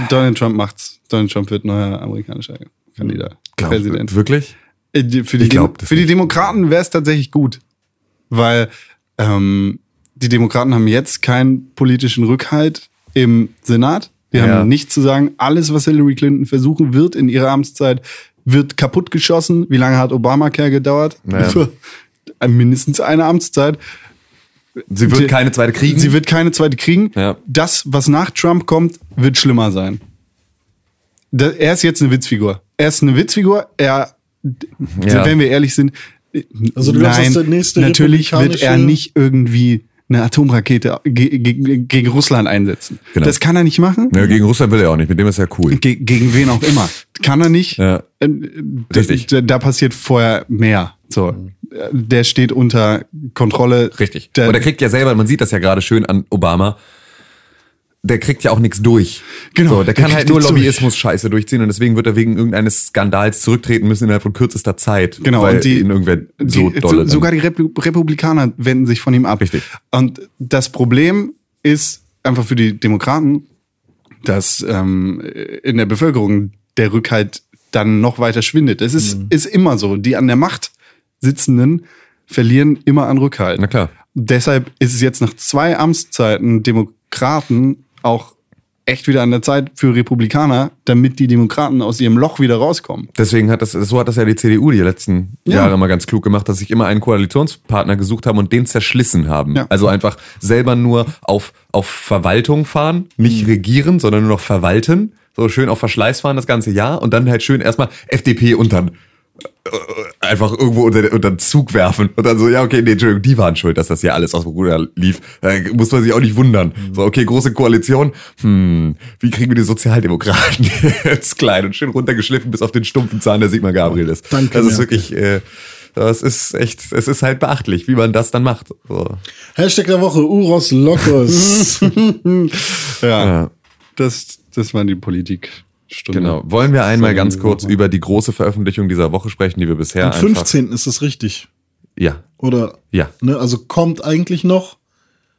Speaker 1: Donald Trump macht's. Donald Trump wird neuer amerikanischer Kandidat.
Speaker 3: Glaub-
Speaker 1: Präsident.
Speaker 3: Wirklich?
Speaker 1: Äh, die- Für die,
Speaker 3: Ich glaub
Speaker 1: Dem-
Speaker 3: das
Speaker 1: für die Demokraten wäre es tatsächlich gut, weil ähm, die Demokraten haben jetzt keinen politischen Rückhalt im Senat. Die
Speaker 3: Ja.
Speaker 1: haben nichts zu sagen. Alles, was Hillary Clinton versuchen wird in ihrer Amtszeit, wird kaputt geschossen. Wie lange hat Obamacare gedauert?
Speaker 3: Naja.
Speaker 1: [LAUGHS] Mindestens eine Amtszeit.
Speaker 3: Sie wird
Speaker 1: Die-
Speaker 3: keine zweite kriegen.
Speaker 1: Sie wird keine zweite kriegen.
Speaker 3: Ja.
Speaker 1: Das, was nach Trump kommt, wird schlimmer sein. Da, er ist jetzt eine Witzfigur. Er ist eine Witzfigur. Er,
Speaker 3: Ja.
Speaker 1: wenn wir ehrlich sind,
Speaker 2: Also du glaubst,
Speaker 1: nein,
Speaker 2: dass der nächste
Speaker 1: natürlich wird er
Speaker 2: republikanische-
Speaker 1: nicht irgendwie eine Atomrakete ge ge gegen Russland einsetzen.
Speaker 3: Genau.
Speaker 1: Das kann er nicht machen.
Speaker 3: ja, gegen Russland will er auch nicht. Mit dem ist er cool.
Speaker 1: Ge gegen wen auch immer. Kann er nicht.
Speaker 3: Ja.
Speaker 1: Ähm, d-
Speaker 3: Richtig.
Speaker 1: d- Da passiert vorher mehr. So.
Speaker 2: Mhm.
Speaker 1: Der steht unter Kontrolle.
Speaker 3: Richtig.
Speaker 1: Der,
Speaker 3: Und er kriegt ja selber, man sieht das ja gerade schön an Obama, der kriegt ja auch nichts durch.
Speaker 1: Genau,
Speaker 3: So, der,
Speaker 1: der
Speaker 3: kann
Speaker 1: kriegt
Speaker 3: halt nur
Speaker 1: nichts durch.
Speaker 3: Lobbyismus-Scheiße durchziehen und deswegen wird er wegen irgendeines Skandals zurücktreten müssen innerhalb von kürzester Zeit.
Speaker 1: Genau,
Speaker 3: Weil
Speaker 1: und die-
Speaker 3: ihn irgendwer so
Speaker 1: die,
Speaker 3: dolle.
Speaker 1: so- sogar die Repu- Republikaner wenden sich von ihm ab.
Speaker 3: Richtig.
Speaker 1: Und das Problem ist einfach für die Demokraten, dass ähm, in der Bevölkerung der Rückhalt dann noch weiter schwindet. Es
Speaker 3: Mhm.
Speaker 1: ist, ist immer so. Die an der Macht sitzenden verlieren immer an Rückhalt.
Speaker 3: Na klar.
Speaker 1: Deshalb ist es jetzt nach zwei Amtszeiten Demokraten auch echt wieder an der Zeit für Republikaner, damit die Demokraten aus ihrem Loch wieder rauskommen.
Speaker 3: Deswegen hat das, so hat das ja die CDU die letzten
Speaker 1: Ja.
Speaker 3: Jahre mal ganz klug gemacht, dass sich immer einen Koalitionspartner gesucht haben und den zerschlissen haben.
Speaker 1: Ja.
Speaker 3: Also einfach selber nur auf, auf Verwaltung fahren, nicht regieren, sondern nur noch verwalten. So schön auf Verschleiß fahren das ganze Jahr und dann halt schön erstmal FDP untern. äh, Einfach irgendwo unter, unter den Zug werfen und dann so, ja, okay, nee, Entschuldigung, die waren schuld, dass das hier alles aus dem Ruder lief. Da muss man sich auch nicht wundern. So, okay, große Koalition, hm, wie kriegen wir die Sozialdemokraten [LAUGHS] jetzt klein und schön runtergeschliffen bis auf den stumpfen Zahn, der Sigmar Gabriel ist.
Speaker 2: Danke,
Speaker 3: Das ist
Speaker 2: Merkel.
Speaker 3: wirklich, äh, das ist echt, es ist halt beachtlich, wie man das dann macht.
Speaker 1: Genau.
Speaker 3: So.
Speaker 2: Hashtag der Woche,
Speaker 1: [LAUGHS]
Speaker 2: Uros Locos.
Speaker 1: Ja,
Speaker 3: Ja.
Speaker 1: Das, das waren die Politikstunde.
Speaker 3: Genau. Wollen wir einmal
Speaker 1: Sollen
Speaker 3: ganz
Speaker 1: wir Um
Speaker 3: kurz
Speaker 1: nochmal?
Speaker 3: über die große Veröffentlichung dieser Woche sprechen, die wir bisher
Speaker 2: Am
Speaker 3: einfach-
Speaker 2: 15. ist das richtig.
Speaker 3: Ja,
Speaker 2: Oder,
Speaker 3: ja,
Speaker 2: ne, also kommt eigentlich noch.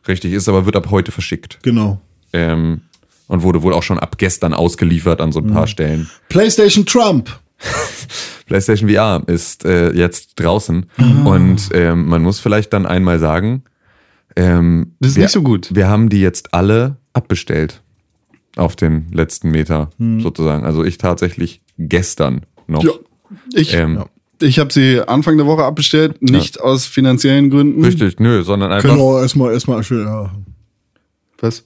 Speaker 3: richtig ist, aber wird ab heute verschickt.
Speaker 2: Genau.
Speaker 3: Ähm, und wurde wohl auch schon ab gestern ausgeliefert an so ein
Speaker 1: Mhm.
Speaker 3: paar Stellen.
Speaker 2: PlayStation Trump.
Speaker 3: PlayStation VR ist äh, jetzt draußen
Speaker 1: Mhm.
Speaker 3: und ähm, man muss vielleicht dann einmal sagen, ähm,
Speaker 1: Das ist
Speaker 3: wir,
Speaker 1: nicht so gut.
Speaker 3: Wir haben die jetzt alle abbestellt auf den letzten Meter sozusagen. Also ich tatsächlich gestern noch.
Speaker 1: Ja. Ich,
Speaker 3: Ähm,
Speaker 1: ich habe sie Anfang der Woche abbestellt, nicht aus finanziellen Gründen.
Speaker 3: Richtig, nö, sondern einfach.
Speaker 2: Genau, erstmal, erstmal schön. Ja.
Speaker 1: Was?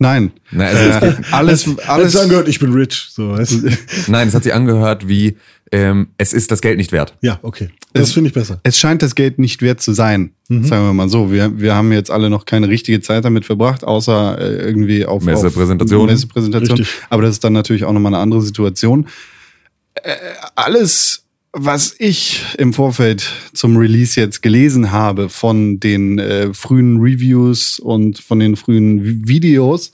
Speaker 1: Nein.
Speaker 3: Na, also es
Speaker 1: Äh, alles,
Speaker 2: Alles
Speaker 1: alles.
Speaker 2: angehört, ich bin rich. So, weißt du? [LAUGHS]
Speaker 3: Nein, es hat sich angehört wie, ähm, es ist das Geld nicht wert.
Speaker 2: Ja, okay.
Speaker 1: Äh,
Speaker 2: Das finde ich besser.
Speaker 1: Es scheint das Geld nicht wert zu sein, sagen wir mal so. Wir, wir haben jetzt alle noch keine richtige Zeit damit verbracht, außer äh, irgendwie auf
Speaker 3: Messepräsentationen.
Speaker 1: Auf Messepräsentation.
Speaker 2: Richtig.
Speaker 1: Aber das ist dann natürlich auch nochmal eine andere Situation. Äh, alles, was ich im Vorfeld zum Release jetzt gelesen habe, von den äh, frühen Reviews und von den frühen Vi- Videos,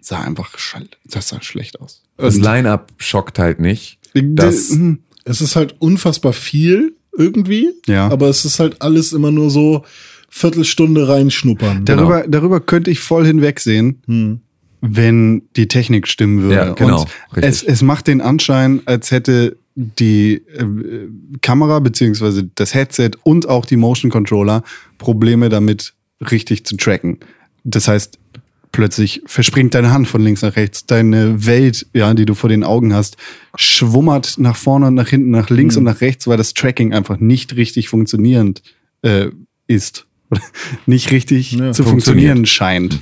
Speaker 1: sah einfach schal- das sah schlecht aus.
Speaker 3: Das Line-Up schockt halt nicht. Das,
Speaker 1: Mhm.
Speaker 2: Es ist halt unfassbar viel irgendwie.
Speaker 1: Ja.
Speaker 2: Aber es ist halt alles immer nur so Viertelstunde reinschnuppern.
Speaker 3: Genau.
Speaker 1: Darüber, darüber könnte ich voll hinwegsehen, wenn die Technik stimmen würde.
Speaker 3: Hm. Ja, genau,
Speaker 1: Und
Speaker 3: richtig.
Speaker 1: es, es macht den Anschein, als hätte die äh, Kamera beziehungsweise das Headset und auch die Motion Controller Probleme damit richtig zu tracken. Das heißt, plötzlich verspringt deine Hand von links nach rechts, deine Welt, ja, die du vor den Augen hast, schwummert nach vorne und nach hinten, nach links und nach rechts, weil das Tracking einfach nicht richtig funktionierend äh, ist. [LAUGHS] Oder nicht richtig
Speaker 2: Ja,
Speaker 1: zu
Speaker 3: funktioniert.
Speaker 1: funktionieren scheint.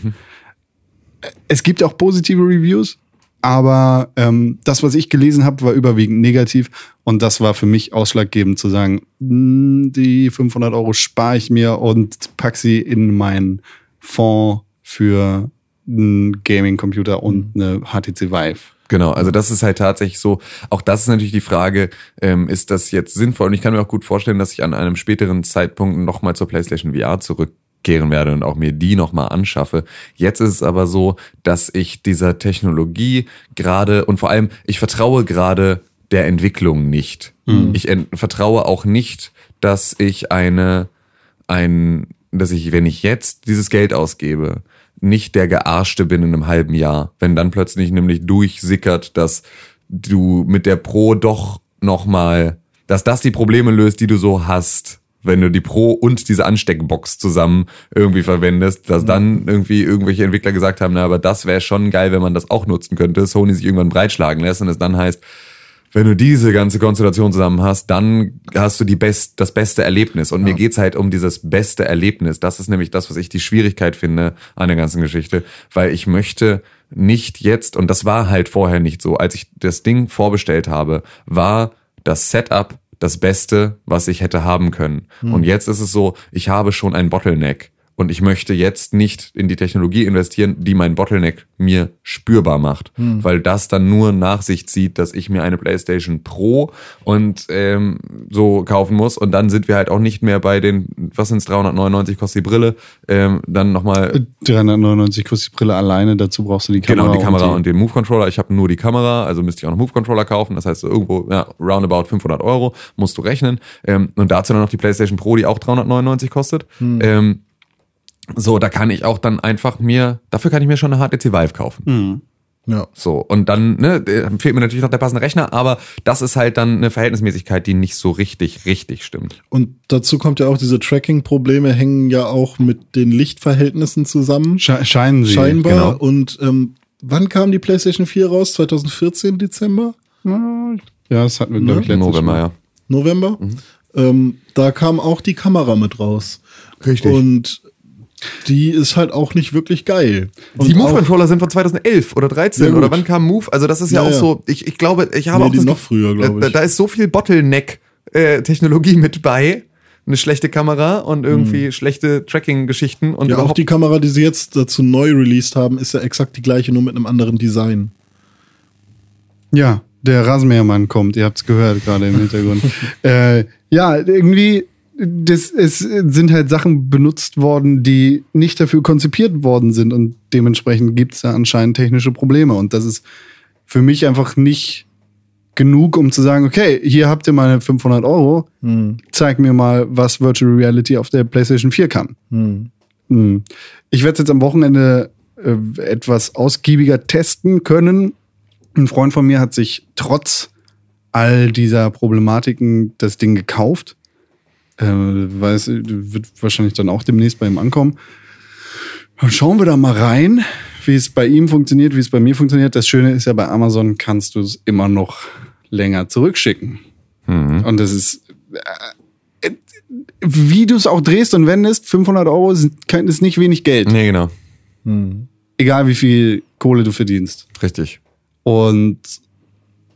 Speaker 1: Es gibt auch positive Reviews, aber ähm, das, was ich gelesen habe, war überwiegend negativ und das war für mich ausschlaggebend zu sagen, "Mm, die 500 Euro spare ich mir und pack sie in meinen Fonds für einen Gaming-Computer und
Speaker 3: Mhm.
Speaker 1: eine HTC Vive.
Speaker 3: Genau, also das ist halt tatsächlich so. Auch das ist natürlich die Frage, ähm, ist das jetzt sinnvoll? Und ich kann mir auch gut vorstellen, dass ich an einem späteren Zeitpunkt nochmal zur PlayStation VR zurückkehren werde und auch mir die nochmal anschaffe. Jetzt ist es aber so, dass ich dieser Technologie gerade und vor allem, ich vertraue gerade der Entwicklung nicht. Ich ent vertraue auch nicht, dass ich eine ein, dass ich, wenn ich jetzt dieses Geld ausgebe, nicht der Gearschte bin in einem halben Jahr, wenn dann plötzlich nämlich durchsickert, dass du mit der Pro doch nochmal, dass das die Probleme löst, die du so hast, wenn du die Pro und diese Ansteckbox zusammen irgendwie verwendest, dass dann irgendwie irgendwelche Entwickler gesagt haben, na, aber das wäre schon geil, wenn man das auch nutzen könnte, Sony sich irgendwann breitschlagen lässt und es dann heißt, wenn du diese ganze Konstellation zusammen hast, dann hast du die best, das beste Erlebnis. Und mir geht's halt um dieses beste Erlebnis. Das ist nämlich das, was ich die Schwierigkeit finde an der ganzen Geschichte, weil ich möchte nicht jetzt, und das war halt vorher nicht so, als ich das Ding vorbestellt habe, war das Setup das Beste, was ich hätte haben können. Und jetzt ist es so, ich habe schon ein Bottleneck. Und ich möchte jetzt nicht in die Technologie investieren, die mein Bottleneck mir spürbar macht, weil das dann nur nach sich zieht, dass ich mir eine PlayStation Pro und ähm, so kaufen muss. Und dann sind wir halt auch nicht mehr bei den, was sind's 399 kostet die Brille, ähm, dann nochmal
Speaker 1: 399 kostet die Brille alleine, dazu brauchst du die Kamera.
Speaker 3: Genau, die Kamera und den Move Controller. Ich habe nur die Kamera, also müsste ich auch einen Move Controller kaufen. Das heißt, so irgendwo ja, roundabout 500 Euro musst du rechnen. Ähm, und dazu dann noch die PlayStation Pro, die auch 399 kostet.
Speaker 2: Hm.
Speaker 3: Ähm, so, da kann ich auch dann einfach mir, dafür kann ich mir schon eine HTC Vive kaufen.
Speaker 2: Hm. Ja.
Speaker 3: So, und dann ne, äh, fehlt mir natürlich noch der passende Rechner, aber das ist halt dann eine Verhältnismäßigkeit, die nicht so richtig, richtig stimmt.
Speaker 2: Und dazu kommt ja auch, diese Tracking-Probleme hängen ja auch mit den Lichtverhältnissen zusammen.
Speaker 1: Sche scheinen sie.
Speaker 3: genau.
Speaker 1: Genau.
Speaker 2: scheinbar. Und ähm, wann kam die PlayStation 4 raus? 2014 Dezember?
Speaker 1: Ja, das hatten wir, glaube
Speaker 3: Mhm.
Speaker 1: ich, letztes
Speaker 3: November, ja.
Speaker 2: November?
Speaker 3: Mhm.
Speaker 2: Ähm, da kam auch die Kamera mit raus.
Speaker 3: Richtig.
Speaker 2: Und die ist halt auch nicht wirklich geil. Und
Speaker 3: die Move
Speaker 2: auch,
Speaker 3: Controller sind von 2011 oder 13
Speaker 2: Ja, gut.
Speaker 3: oder wann kam Move? Also das ist ja,
Speaker 2: Ja,
Speaker 3: auch
Speaker 2: ja.
Speaker 3: so, ich, ich glaube, ich habe
Speaker 2: Nee,
Speaker 3: auch
Speaker 2: die
Speaker 3: das
Speaker 2: noch
Speaker 3: Gef-
Speaker 2: früher, glaube
Speaker 3: da,
Speaker 2: ich.
Speaker 3: da ist so viel Bottleneck äh, Technologie [LAUGHS] mit bei, eine schlechte Kamera und irgendwie schlechte Tracking Geschichten und
Speaker 2: Hm. ja, auch
Speaker 3: überhaupt
Speaker 2: die Kamera, die sie jetzt dazu neu released haben, ist ja exakt die gleiche, nur mit einem anderen Design.
Speaker 1: Ja, der Rasenmähermann kommt, ihr habt's gehört gerade im Hintergrund. äh, ja, irgendwie, das, es sind halt Sachen benutzt worden, die nicht dafür konzipiert worden sind und dementsprechend gibt's da anscheinend technische Probleme und das ist für mich einfach nicht genug, um zu sagen, okay, hier habt ihr meine 500 Euro, zeig mir mal, was Virtual Reality auf der PlayStation 4 kann. Hm. Ich werde es jetzt am Wochenende äh, etwas ausgiebiger testen können. Ein Freund von mir hat sich trotz all dieser Problematiken das Ding gekauft. Äh, weiß, wird wahrscheinlich dann auch demnächst bei ihm ankommen. Dann schauen wir da mal rein, wie es bei ihm funktioniert, wie es bei mir funktioniert. Das Schöne ist ja, bei Amazon kannst du es immer noch länger zurückschicken. Und das ist, äh, wie du es auch drehst und wendest, 500 Euro sind kein- ist nicht wenig Geld.
Speaker 3: Nee, genau.
Speaker 1: Egal wie viel Kohle du verdienst.
Speaker 3: Richtig.
Speaker 1: Und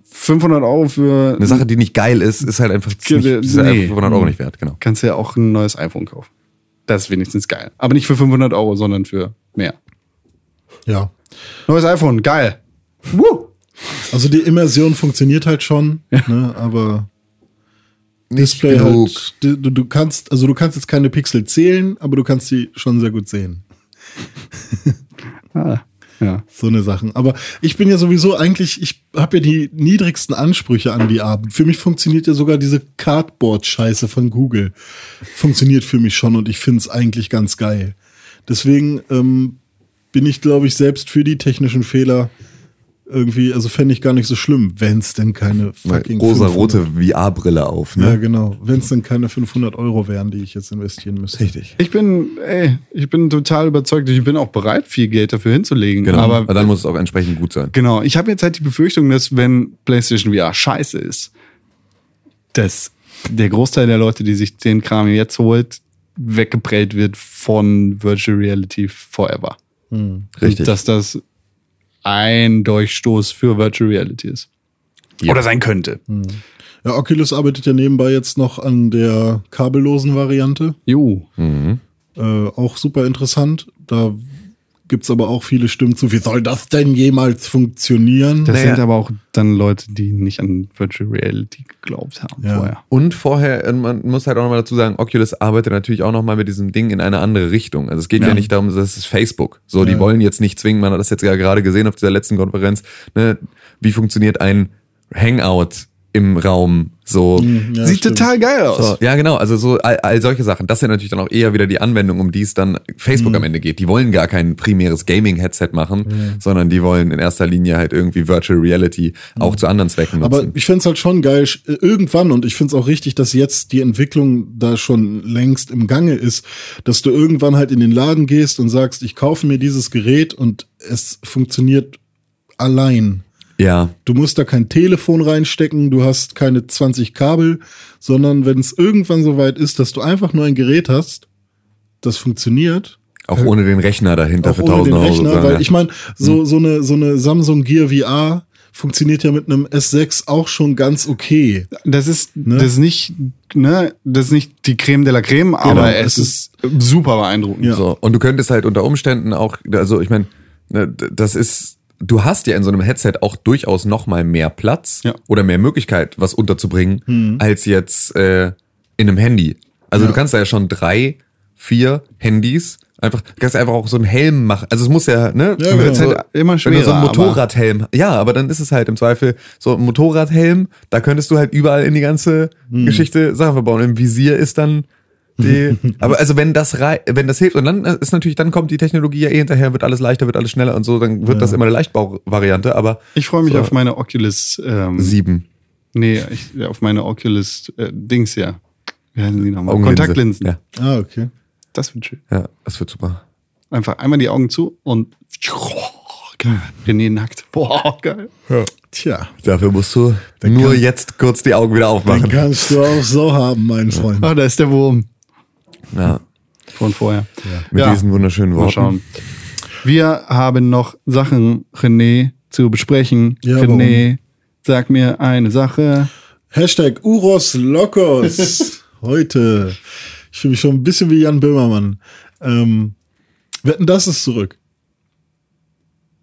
Speaker 1: 500 Euro für
Speaker 3: Eine Sache, die nicht geil ist, ist halt einfach ist nicht, ist
Speaker 1: Nee.
Speaker 3: einfach 500
Speaker 2: Hm.
Speaker 3: Euro nicht wert, genau.
Speaker 1: kannst du ja auch ein neues iPhone kaufen. Das ist wenigstens geil. Aber nicht für 500 Euro, sondern für mehr.
Speaker 2: Ja.
Speaker 1: Neues iPhone, geil.
Speaker 2: Also die Immersion funktioniert halt schon, ne, aber Display
Speaker 3: genug.
Speaker 2: halt, du, du- du kannst, also du kannst jetzt keine Pixel zählen, aber du kannst sie schon sehr gut sehen.
Speaker 1: Ah, ja.
Speaker 2: So eine Sachen. Aber ich bin ja sowieso eigentlich, ich habe ja die niedrigsten Ansprüche an die Abend. Für mich funktioniert ja sogar diese Cardboard-Scheiße von Google. Funktioniert für mich schon und ich finde es eigentlich ganz geil. Deswegen ähm, bin ich, glaube ich, selbst für die technischen Fehler irgendwie, also fände ich gar nicht so schlimm, wenn es denn keine fucking
Speaker 3: Rosa-rote VR-Brille auf, ne?
Speaker 2: Ja, genau. Wenn es dann keine 500 Euro wären, die ich jetzt investieren müsste. Richtig.
Speaker 1: Ich bin, ey, ich bin total überzeugt. Ich bin auch bereit, viel Geld dafür hinzulegen.
Speaker 3: Genau.
Speaker 1: Aber
Speaker 3: dann muss es auch entsprechend gut sein.
Speaker 1: Genau. Ich habe jetzt halt die Befürchtung, dass wenn PlayStation VR scheiße ist, dass der Großteil der Leute, die sich den Kram jetzt holt, weggeprellt wird von Virtual Reality Forever.
Speaker 3: Richtig.
Speaker 1: Und dass das ein Durchstoß für Virtual Reality ist.
Speaker 3: Ja.
Speaker 1: Oder sein könnte.
Speaker 2: Ja, Oculus arbeitet ja nebenbei jetzt noch an der kabellosen Variante.
Speaker 1: Jo.
Speaker 3: Mhm.
Speaker 2: Äh, auch super interessant. Da gibt's aber auch viele Stimmen zu. Wie soll das denn jemals funktionieren?
Speaker 1: Das
Speaker 3: Naja.
Speaker 1: sind aber auch dann Leute, die nicht an Virtual Reality geglaubt haben
Speaker 2: Ja.
Speaker 1: vorher.
Speaker 3: Und vorher, äh, man muss halt auch nochmal dazu sagen, Oculus arbeitet natürlich auch nochmal mit diesem Ding in eine andere Richtung. Also es geht ja,
Speaker 1: Ja.
Speaker 3: nicht darum, das ist Facebook. So, die wollen jetzt nicht zwingen, man hat das jetzt ja gerade gesehen auf dieser letzten Konferenz, ne, wie funktioniert ein Hangout im Raum. So.
Speaker 2: Mhm, Ja,
Speaker 1: Sieht
Speaker 2: stimmt.
Speaker 1: total geil aus.
Speaker 3: So, ja, genau. Also so all, all solche Sachen. Das sind natürlich dann auch eher wieder die Anwendungen, um die es dann
Speaker 2: Mhm.
Speaker 3: Facebook am Ende geht. Die wollen gar kein primäres Gaming-Headset machen, sondern die wollen in erster Linie halt irgendwie Virtual Reality auch zu anderen Zwecken nutzen.
Speaker 2: Mhm. Aber ich find's halt schon geil, sch- irgendwann, und ich find's auch richtig, dass jetzt die Entwicklung da schon längst im Gange ist, dass du irgendwann halt in den Laden gehst und sagst, ich kaufe mir dieses Gerät und es funktioniert allein.
Speaker 3: ja.
Speaker 2: Du musst da kein Telefon reinstecken, du hast keine 20 Kabel, sondern wenn es irgendwann soweit ist, dass du einfach nur ein Gerät hast, das funktioniert,
Speaker 3: Auch ohne den Rechner dahinter
Speaker 2: Äh, auch
Speaker 3: für
Speaker 2: ohne
Speaker 3: 1000
Speaker 2: den
Speaker 3: Euro.
Speaker 2: Rechner,
Speaker 3: sozusagen,
Speaker 2: weil
Speaker 3: ja. Hm.
Speaker 2: ich meine, so, so, eine, so eine Samsung Gear VR funktioniert ja mit einem S6 auch schon ganz okay.
Speaker 1: Das ist, das ist nicht, ne, das ist nicht die Creme de la Creme, aber es
Speaker 2: es
Speaker 1: ist super beeindruckend.
Speaker 2: Ja.
Speaker 3: Genau, So. Und du könntest halt unter Umständen auch, also ich meine, ne, d- das ist, du hast ja in so einem Headset auch durchaus nochmal mehr Platz
Speaker 1: Ja.
Speaker 3: oder mehr Möglichkeit, was unterzubringen,
Speaker 2: Mhm.
Speaker 3: als jetzt äh, in einem Handy. Also du kannst da ja schon drei, vier Handys einfach, du kannst einfach auch so einen Helm machen. Also es muss ja, ne?
Speaker 2: Ja,
Speaker 3: wenn du
Speaker 2: genau.
Speaker 3: jetzt so-
Speaker 1: Wird halt immer
Speaker 3: Wenn du so einen
Speaker 1: schwerer, aber-
Speaker 3: Motorradhelm, ja, aber dann ist es halt im Zweifel so ein Motorradhelm, da könntest du halt überall in die ganze Geschichte Sachen verbauen. Im Visier ist dann [LAUGHS] die, aber also wenn das rei wenn das hilft und dann ist natürlich dann kommt die Technologie ja eh hinterher, wird alles leichter, wird alles schneller und so, dann wird das immer eine Leichtbau-Variante, aber
Speaker 1: Ich freue mich
Speaker 3: So.
Speaker 1: auf meine Oculus, ähm,
Speaker 3: sieben.
Speaker 1: nee, ich, auf meine Oculus äh, Dings ja. Wie heißen die nochmal?
Speaker 3: Augenlinse.
Speaker 1: Kontaktlinsen.
Speaker 3: Ja,
Speaker 2: Ah, okay.
Speaker 1: Das wird schön.
Speaker 3: ja, das wird super.
Speaker 1: Einfach einmal die Augen zu und geil. René nackt. Boah, geil.
Speaker 2: Tja,
Speaker 3: Dafür musst du nur jetzt kurz die Augen wieder
Speaker 2: dann
Speaker 3: aufmachen.
Speaker 2: kannst du auch so haben, mein Freund.
Speaker 1: Ah, da ist der Wurm
Speaker 3: Ja,
Speaker 1: von vorher.
Speaker 3: mit diesen wunderschönen
Speaker 1: Mal
Speaker 3: Worten.
Speaker 1: schauen. Wir haben noch Sachen, René, zu besprechen.
Speaker 2: Ja,
Speaker 1: René, sag mir eine Sache.
Speaker 2: Hashtag Uros
Speaker 3: [LAUGHS]
Speaker 2: Locos. Heute. Ich fühle mich schon ein bisschen wie Jan Böhmermann. Ähm, Wetten, das ist zurück.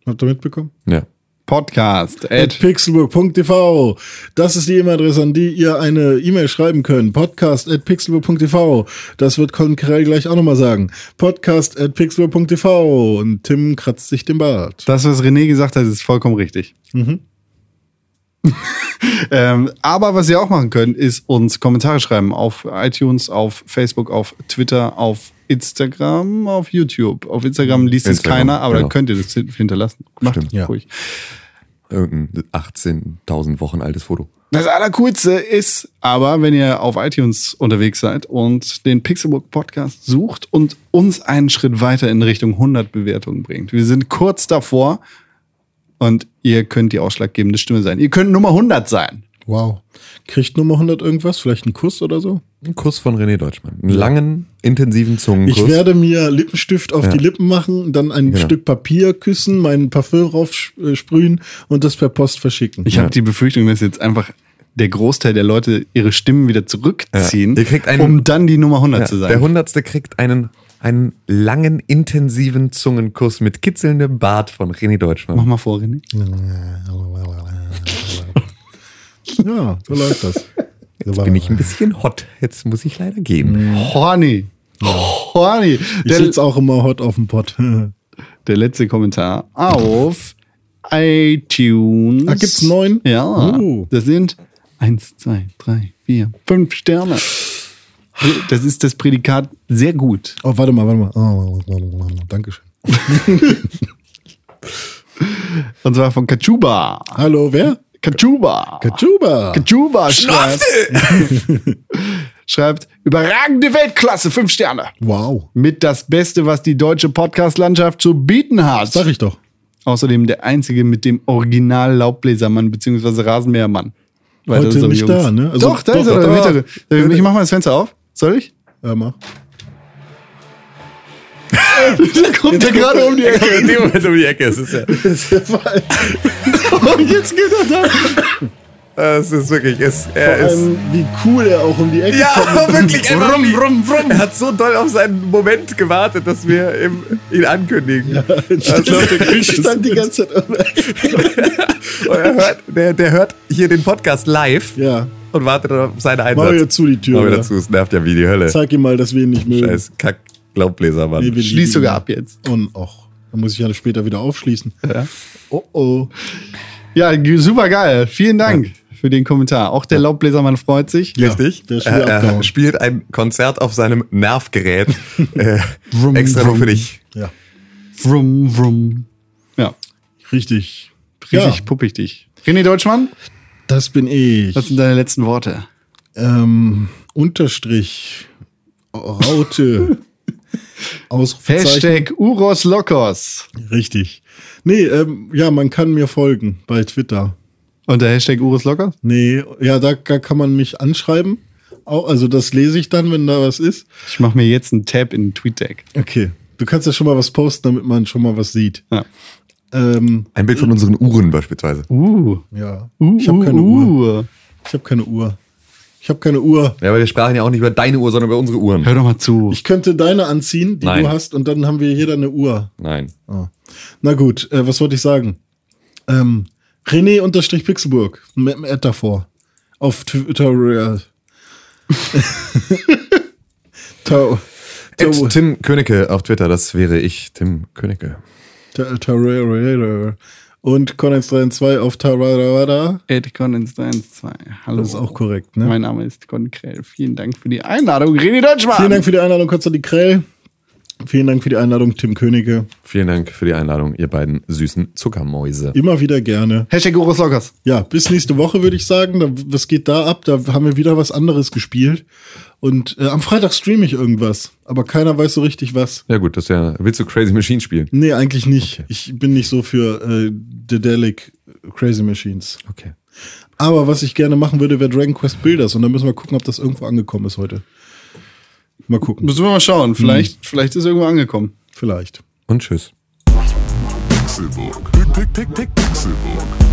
Speaker 2: Habt ihr mitbekommen?
Speaker 3: Ja.
Speaker 1: Podcast.
Speaker 2: at
Speaker 1: At
Speaker 2: pixelburg.tv. Das ist die E-Mail-Adresse, an die ihr eine E-Mail schreiben könnt. Podcast at pixelburg.tv. Das wird Colin Carell gleich auch nochmal sagen. Podcast at pixelburg.tv. Und Tim kratzt sich den Bart.
Speaker 1: das, was René gesagt hat, ist vollkommen richtig. [LAUGHS] ähm, aber was ihr auch machen könnt, ist uns Kommentare schreiben auf iTunes, auf Facebook, auf Twitter, auf Instagram, auf YouTube. Auf Instagram liest
Speaker 3: Instagram,
Speaker 1: es keiner, aber
Speaker 3: genau.
Speaker 1: da könnt ihr das hin- hinterlassen. Macht
Speaker 3: Stimmt.
Speaker 2: Ja.
Speaker 1: ruhig.
Speaker 3: Irgendein 18.000 Wochen altes Foto.
Speaker 1: Das Allercoolste ist aber, wenn ihr auf iTunes unterwegs seid und den Pixelbook Podcast sucht und uns einen Schritt weiter in Richtung 100 Bewertungen bringt. Wir sind kurz davor und ihr könnt die ausschlaggebende Stimme sein. Ihr könnt Nummer 100 sein.
Speaker 2: Wow. Kriegt Nummer 100 irgendwas? Vielleicht einen Kuss oder so?
Speaker 3: Ein Kuss von René Deutschmann. Einen langen, intensiven Zungenkuss.
Speaker 2: Ich werde mir Lippenstift auf die Lippen machen, dann ein Stück Papier küssen, meinen Parfüm raufsprühen und das per Post verschicken.
Speaker 1: Ich habe die Befürchtung, dass jetzt einfach der Großteil der Leute ihre Stimmen wieder zurückziehen,
Speaker 3: Ja. Ihr kriegt einen-
Speaker 1: um dann die Nummer 100
Speaker 3: Ja,
Speaker 1: zu sein.
Speaker 3: Der Hundertste kriegt einen, einen langen, intensiven Zungenkuss mit kitzelndem Bart von René
Speaker 1: Mach
Speaker 3: Deutschmann.
Speaker 1: mal vor, René.
Speaker 2: ja, so läuft das. Jetzt
Speaker 3: Bin ich ein bisschen hot. Jetzt muss ich leider
Speaker 2: Mhm.
Speaker 3: [LAUGHS] gehen.
Speaker 1: Horny. Horny.
Speaker 2: Ich sitze auch immer hot auf dem Pott. [LAUGHS] ah,
Speaker 1: der letzte Kommentar auf iTunes.
Speaker 2: Ah, gibt's neun?
Speaker 1: Ja.
Speaker 2: Oh.
Speaker 1: Das sind eins, zwei, drei, vier, fünf Sterne. Das ist das Prädikat sehr gut.
Speaker 2: Oh, warte mal, warte mal. Ah, Dankeschön.
Speaker 1: Und zwar von Kachuba.
Speaker 2: Hallo, wer?
Speaker 1: Kachuba.
Speaker 2: Kachuba.
Speaker 1: Kachuba schreibt, [LAUGHS] schreibt, überragende Weltklasse, fünf Sterne.
Speaker 2: Wow.
Speaker 1: Mit das Beste, was die deutsche Podcast-Landschaft zu bieten hat.
Speaker 2: Sag ich doch.
Speaker 1: Außerdem der einzige mit dem Original Laubbläsermann bzw. Rasenmähermann. Weil
Speaker 2: Heute
Speaker 1: das ist doch
Speaker 2: nicht
Speaker 1: Jungs.
Speaker 2: da, ne? Also,
Speaker 1: doch, da
Speaker 2: doch,
Speaker 1: ist er.
Speaker 2: doch,
Speaker 1: im
Speaker 2: doch.
Speaker 1: Hintergrund. Soll ich- Ich mach mal das Fenster auf. Soll
Speaker 2: [LAUGHS]
Speaker 1: ich?
Speaker 2: Äh, mach.
Speaker 1: Da [LAUGHS] kommt er gerade um die Ecke.
Speaker 3: In dem Moment um die Ecke. Es ist, ja,
Speaker 1: Und jetzt geht er da.
Speaker 3: es ist wirklich. Es,
Speaker 2: Vor
Speaker 3: er ist.
Speaker 2: allem, wie cool er auch um die Ecke [LAUGHS]
Speaker 3: Ja,
Speaker 2: kommt.
Speaker 3: aber [LAUGHS] wirklich. Einfach, Er hat so doll auf seinen Moment gewartet, dass wir ihm, ihn ankündigen.
Speaker 2: [LAUGHS] Ich stand die ganze Zeit.
Speaker 3: Und er hört, der, der hört hier den Podcast live
Speaker 2: Ja.
Speaker 3: und wartet auf seinen Einsatz.
Speaker 2: Mach wieder zu die Tür,
Speaker 3: Mach wieder
Speaker 2: oder?
Speaker 3: zu, es nervt ja wie die Hölle.
Speaker 2: Zeig ihm mal, dass wir ihn nicht mögen.
Speaker 3: Scheiß Kack, Laubbläsermann.
Speaker 2: Nee, wir
Speaker 1: Schließ
Speaker 2: lieben
Speaker 1: sogar
Speaker 2: ihn.
Speaker 1: ab jetzt.
Speaker 2: Und auch. Dann muss ich ja später wieder aufschließen.
Speaker 1: Ja.
Speaker 2: Oh oh.
Speaker 1: Ja, super geil. Vielen Dank für den Kommentar. Auch der Laubbläsermann freut sich.
Speaker 3: Richtig.
Speaker 2: der ist wieder
Speaker 3: er,
Speaker 2: abgehauen.
Speaker 3: er spielt ein Konzert auf seinem Nervgerät. äh, extra nur für dich.
Speaker 2: Ja.
Speaker 1: Vrum, vrum. Ja,
Speaker 2: Richtig.
Speaker 1: richtig puppig dich. René Deutschmann,
Speaker 2: Das bin ich.
Speaker 1: was sind deine letzten Worte?
Speaker 2: ähm, Unterstrich. [LAUGHS] Raute. Ausrufezeichen.
Speaker 1: Hashtag Uros Lokos.
Speaker 2: Richtig. Nee, ähm, ja, man kann mir folgen bei Twitter.
Speaker 1: Und der Hashtag Uros Lokos?
Speaker 2: Nee, ja, da, da kann man mich anschreiben. Au- Also das lese ich dann, wenn da was ist.
Speaker 1: Ich mache mir jetzt einen Tab in den Tweet-Deck.
Speaker 2: Okay. Du kannst ja schon mal was posten, damit man schon mal was sieht.
Speaker 1: Ja.
Speaker 2: Ähm,
Speaker 3: Ein Bild von unseren Uhren beispielsweise.
Speaker 1: Uh,
Speaker 2: ja.
Speaker 1: uh,
Speaker 2: ich habe keine Uhr.
Speaker 1: uh.
Speaker 2: Ich habe keine Uhr. Ich habe keine Uhr.
Speaker 3: Ja, aber wir sprachen ja auch nicht über deine Uhr, sondern über unsere Uhren.
Speaker 1: Hör doch mal zu.
Speaker 2: Ich könnte deine anziehen, die
Speaker 3: Nein.
Speaker 2: du hast, und dann haben wir jeder eine Uhr.
Speaker 3: Nein.
Speaker 2: Ah. Na gut, äh, was wollte ich sagen? Ähm, René unterstrich Pixelburg mit dem Ad davor. Auf Twitter. [LAUGHS] Tau- Tau-
Speaker 3: At Tim Königke auf Twitter, das wäre ich, Tim Königke.
Speaker 2: Ta- Tararara. Und Conex32 auf Tararara.
Speaker 1: Ed Collins 1, 2. Hallo.
Speaker 2: Das ist auch korrekt, ne?
Speaker 1: Mein Name ist Con Krell. Vielen Dank für die Einladung, René Deutschmann.
Speaker 2: Vielen Dank für die Einladung, Konstantin Krell. Vielen Dank für die Einladung, Tim Königke.
Speaker 3: Vielen Dank für die Einladung, ihr beiden süßen Zuckermäuse.
Speaker 2: Immer wieder gerne.
Speaker 1: Hashtag Uros Lokos.
Speaker 2: Ja, bis nächste Woche würde ich sagen. Da, was geht da ab? Da haben wir wieder was anderes gespielt. Und äh, am Freitag streame ich irgendwas. Aber keiner weiß so richtig was.
Speaker 3: Ja gut, das ist ja. Willst du Crazy Machine spielen?
Speaker 2: Nee, eigentlich nicht. Ich bin nicht so für äh, Dedelic Crazy Machines.
Speaker 3: Okay.
Speaker 2: Aber was ich gerne machen würde, wäre Dragon Quest Builders. Und dann müssen wir gucken, ob das irgendwo angekommen ist heute. Mal gucken.
Speaker 1: Müssen wir mal schauen. Vielleicht,
Speaker 2: Mhm.
Speaker 1: vielleicht ist irgendwo angekommen.
Speaker 2: Vielleicht.
Speaker 3: Und tschüss.
Speaker 4: Pixelbook. Pixelbook.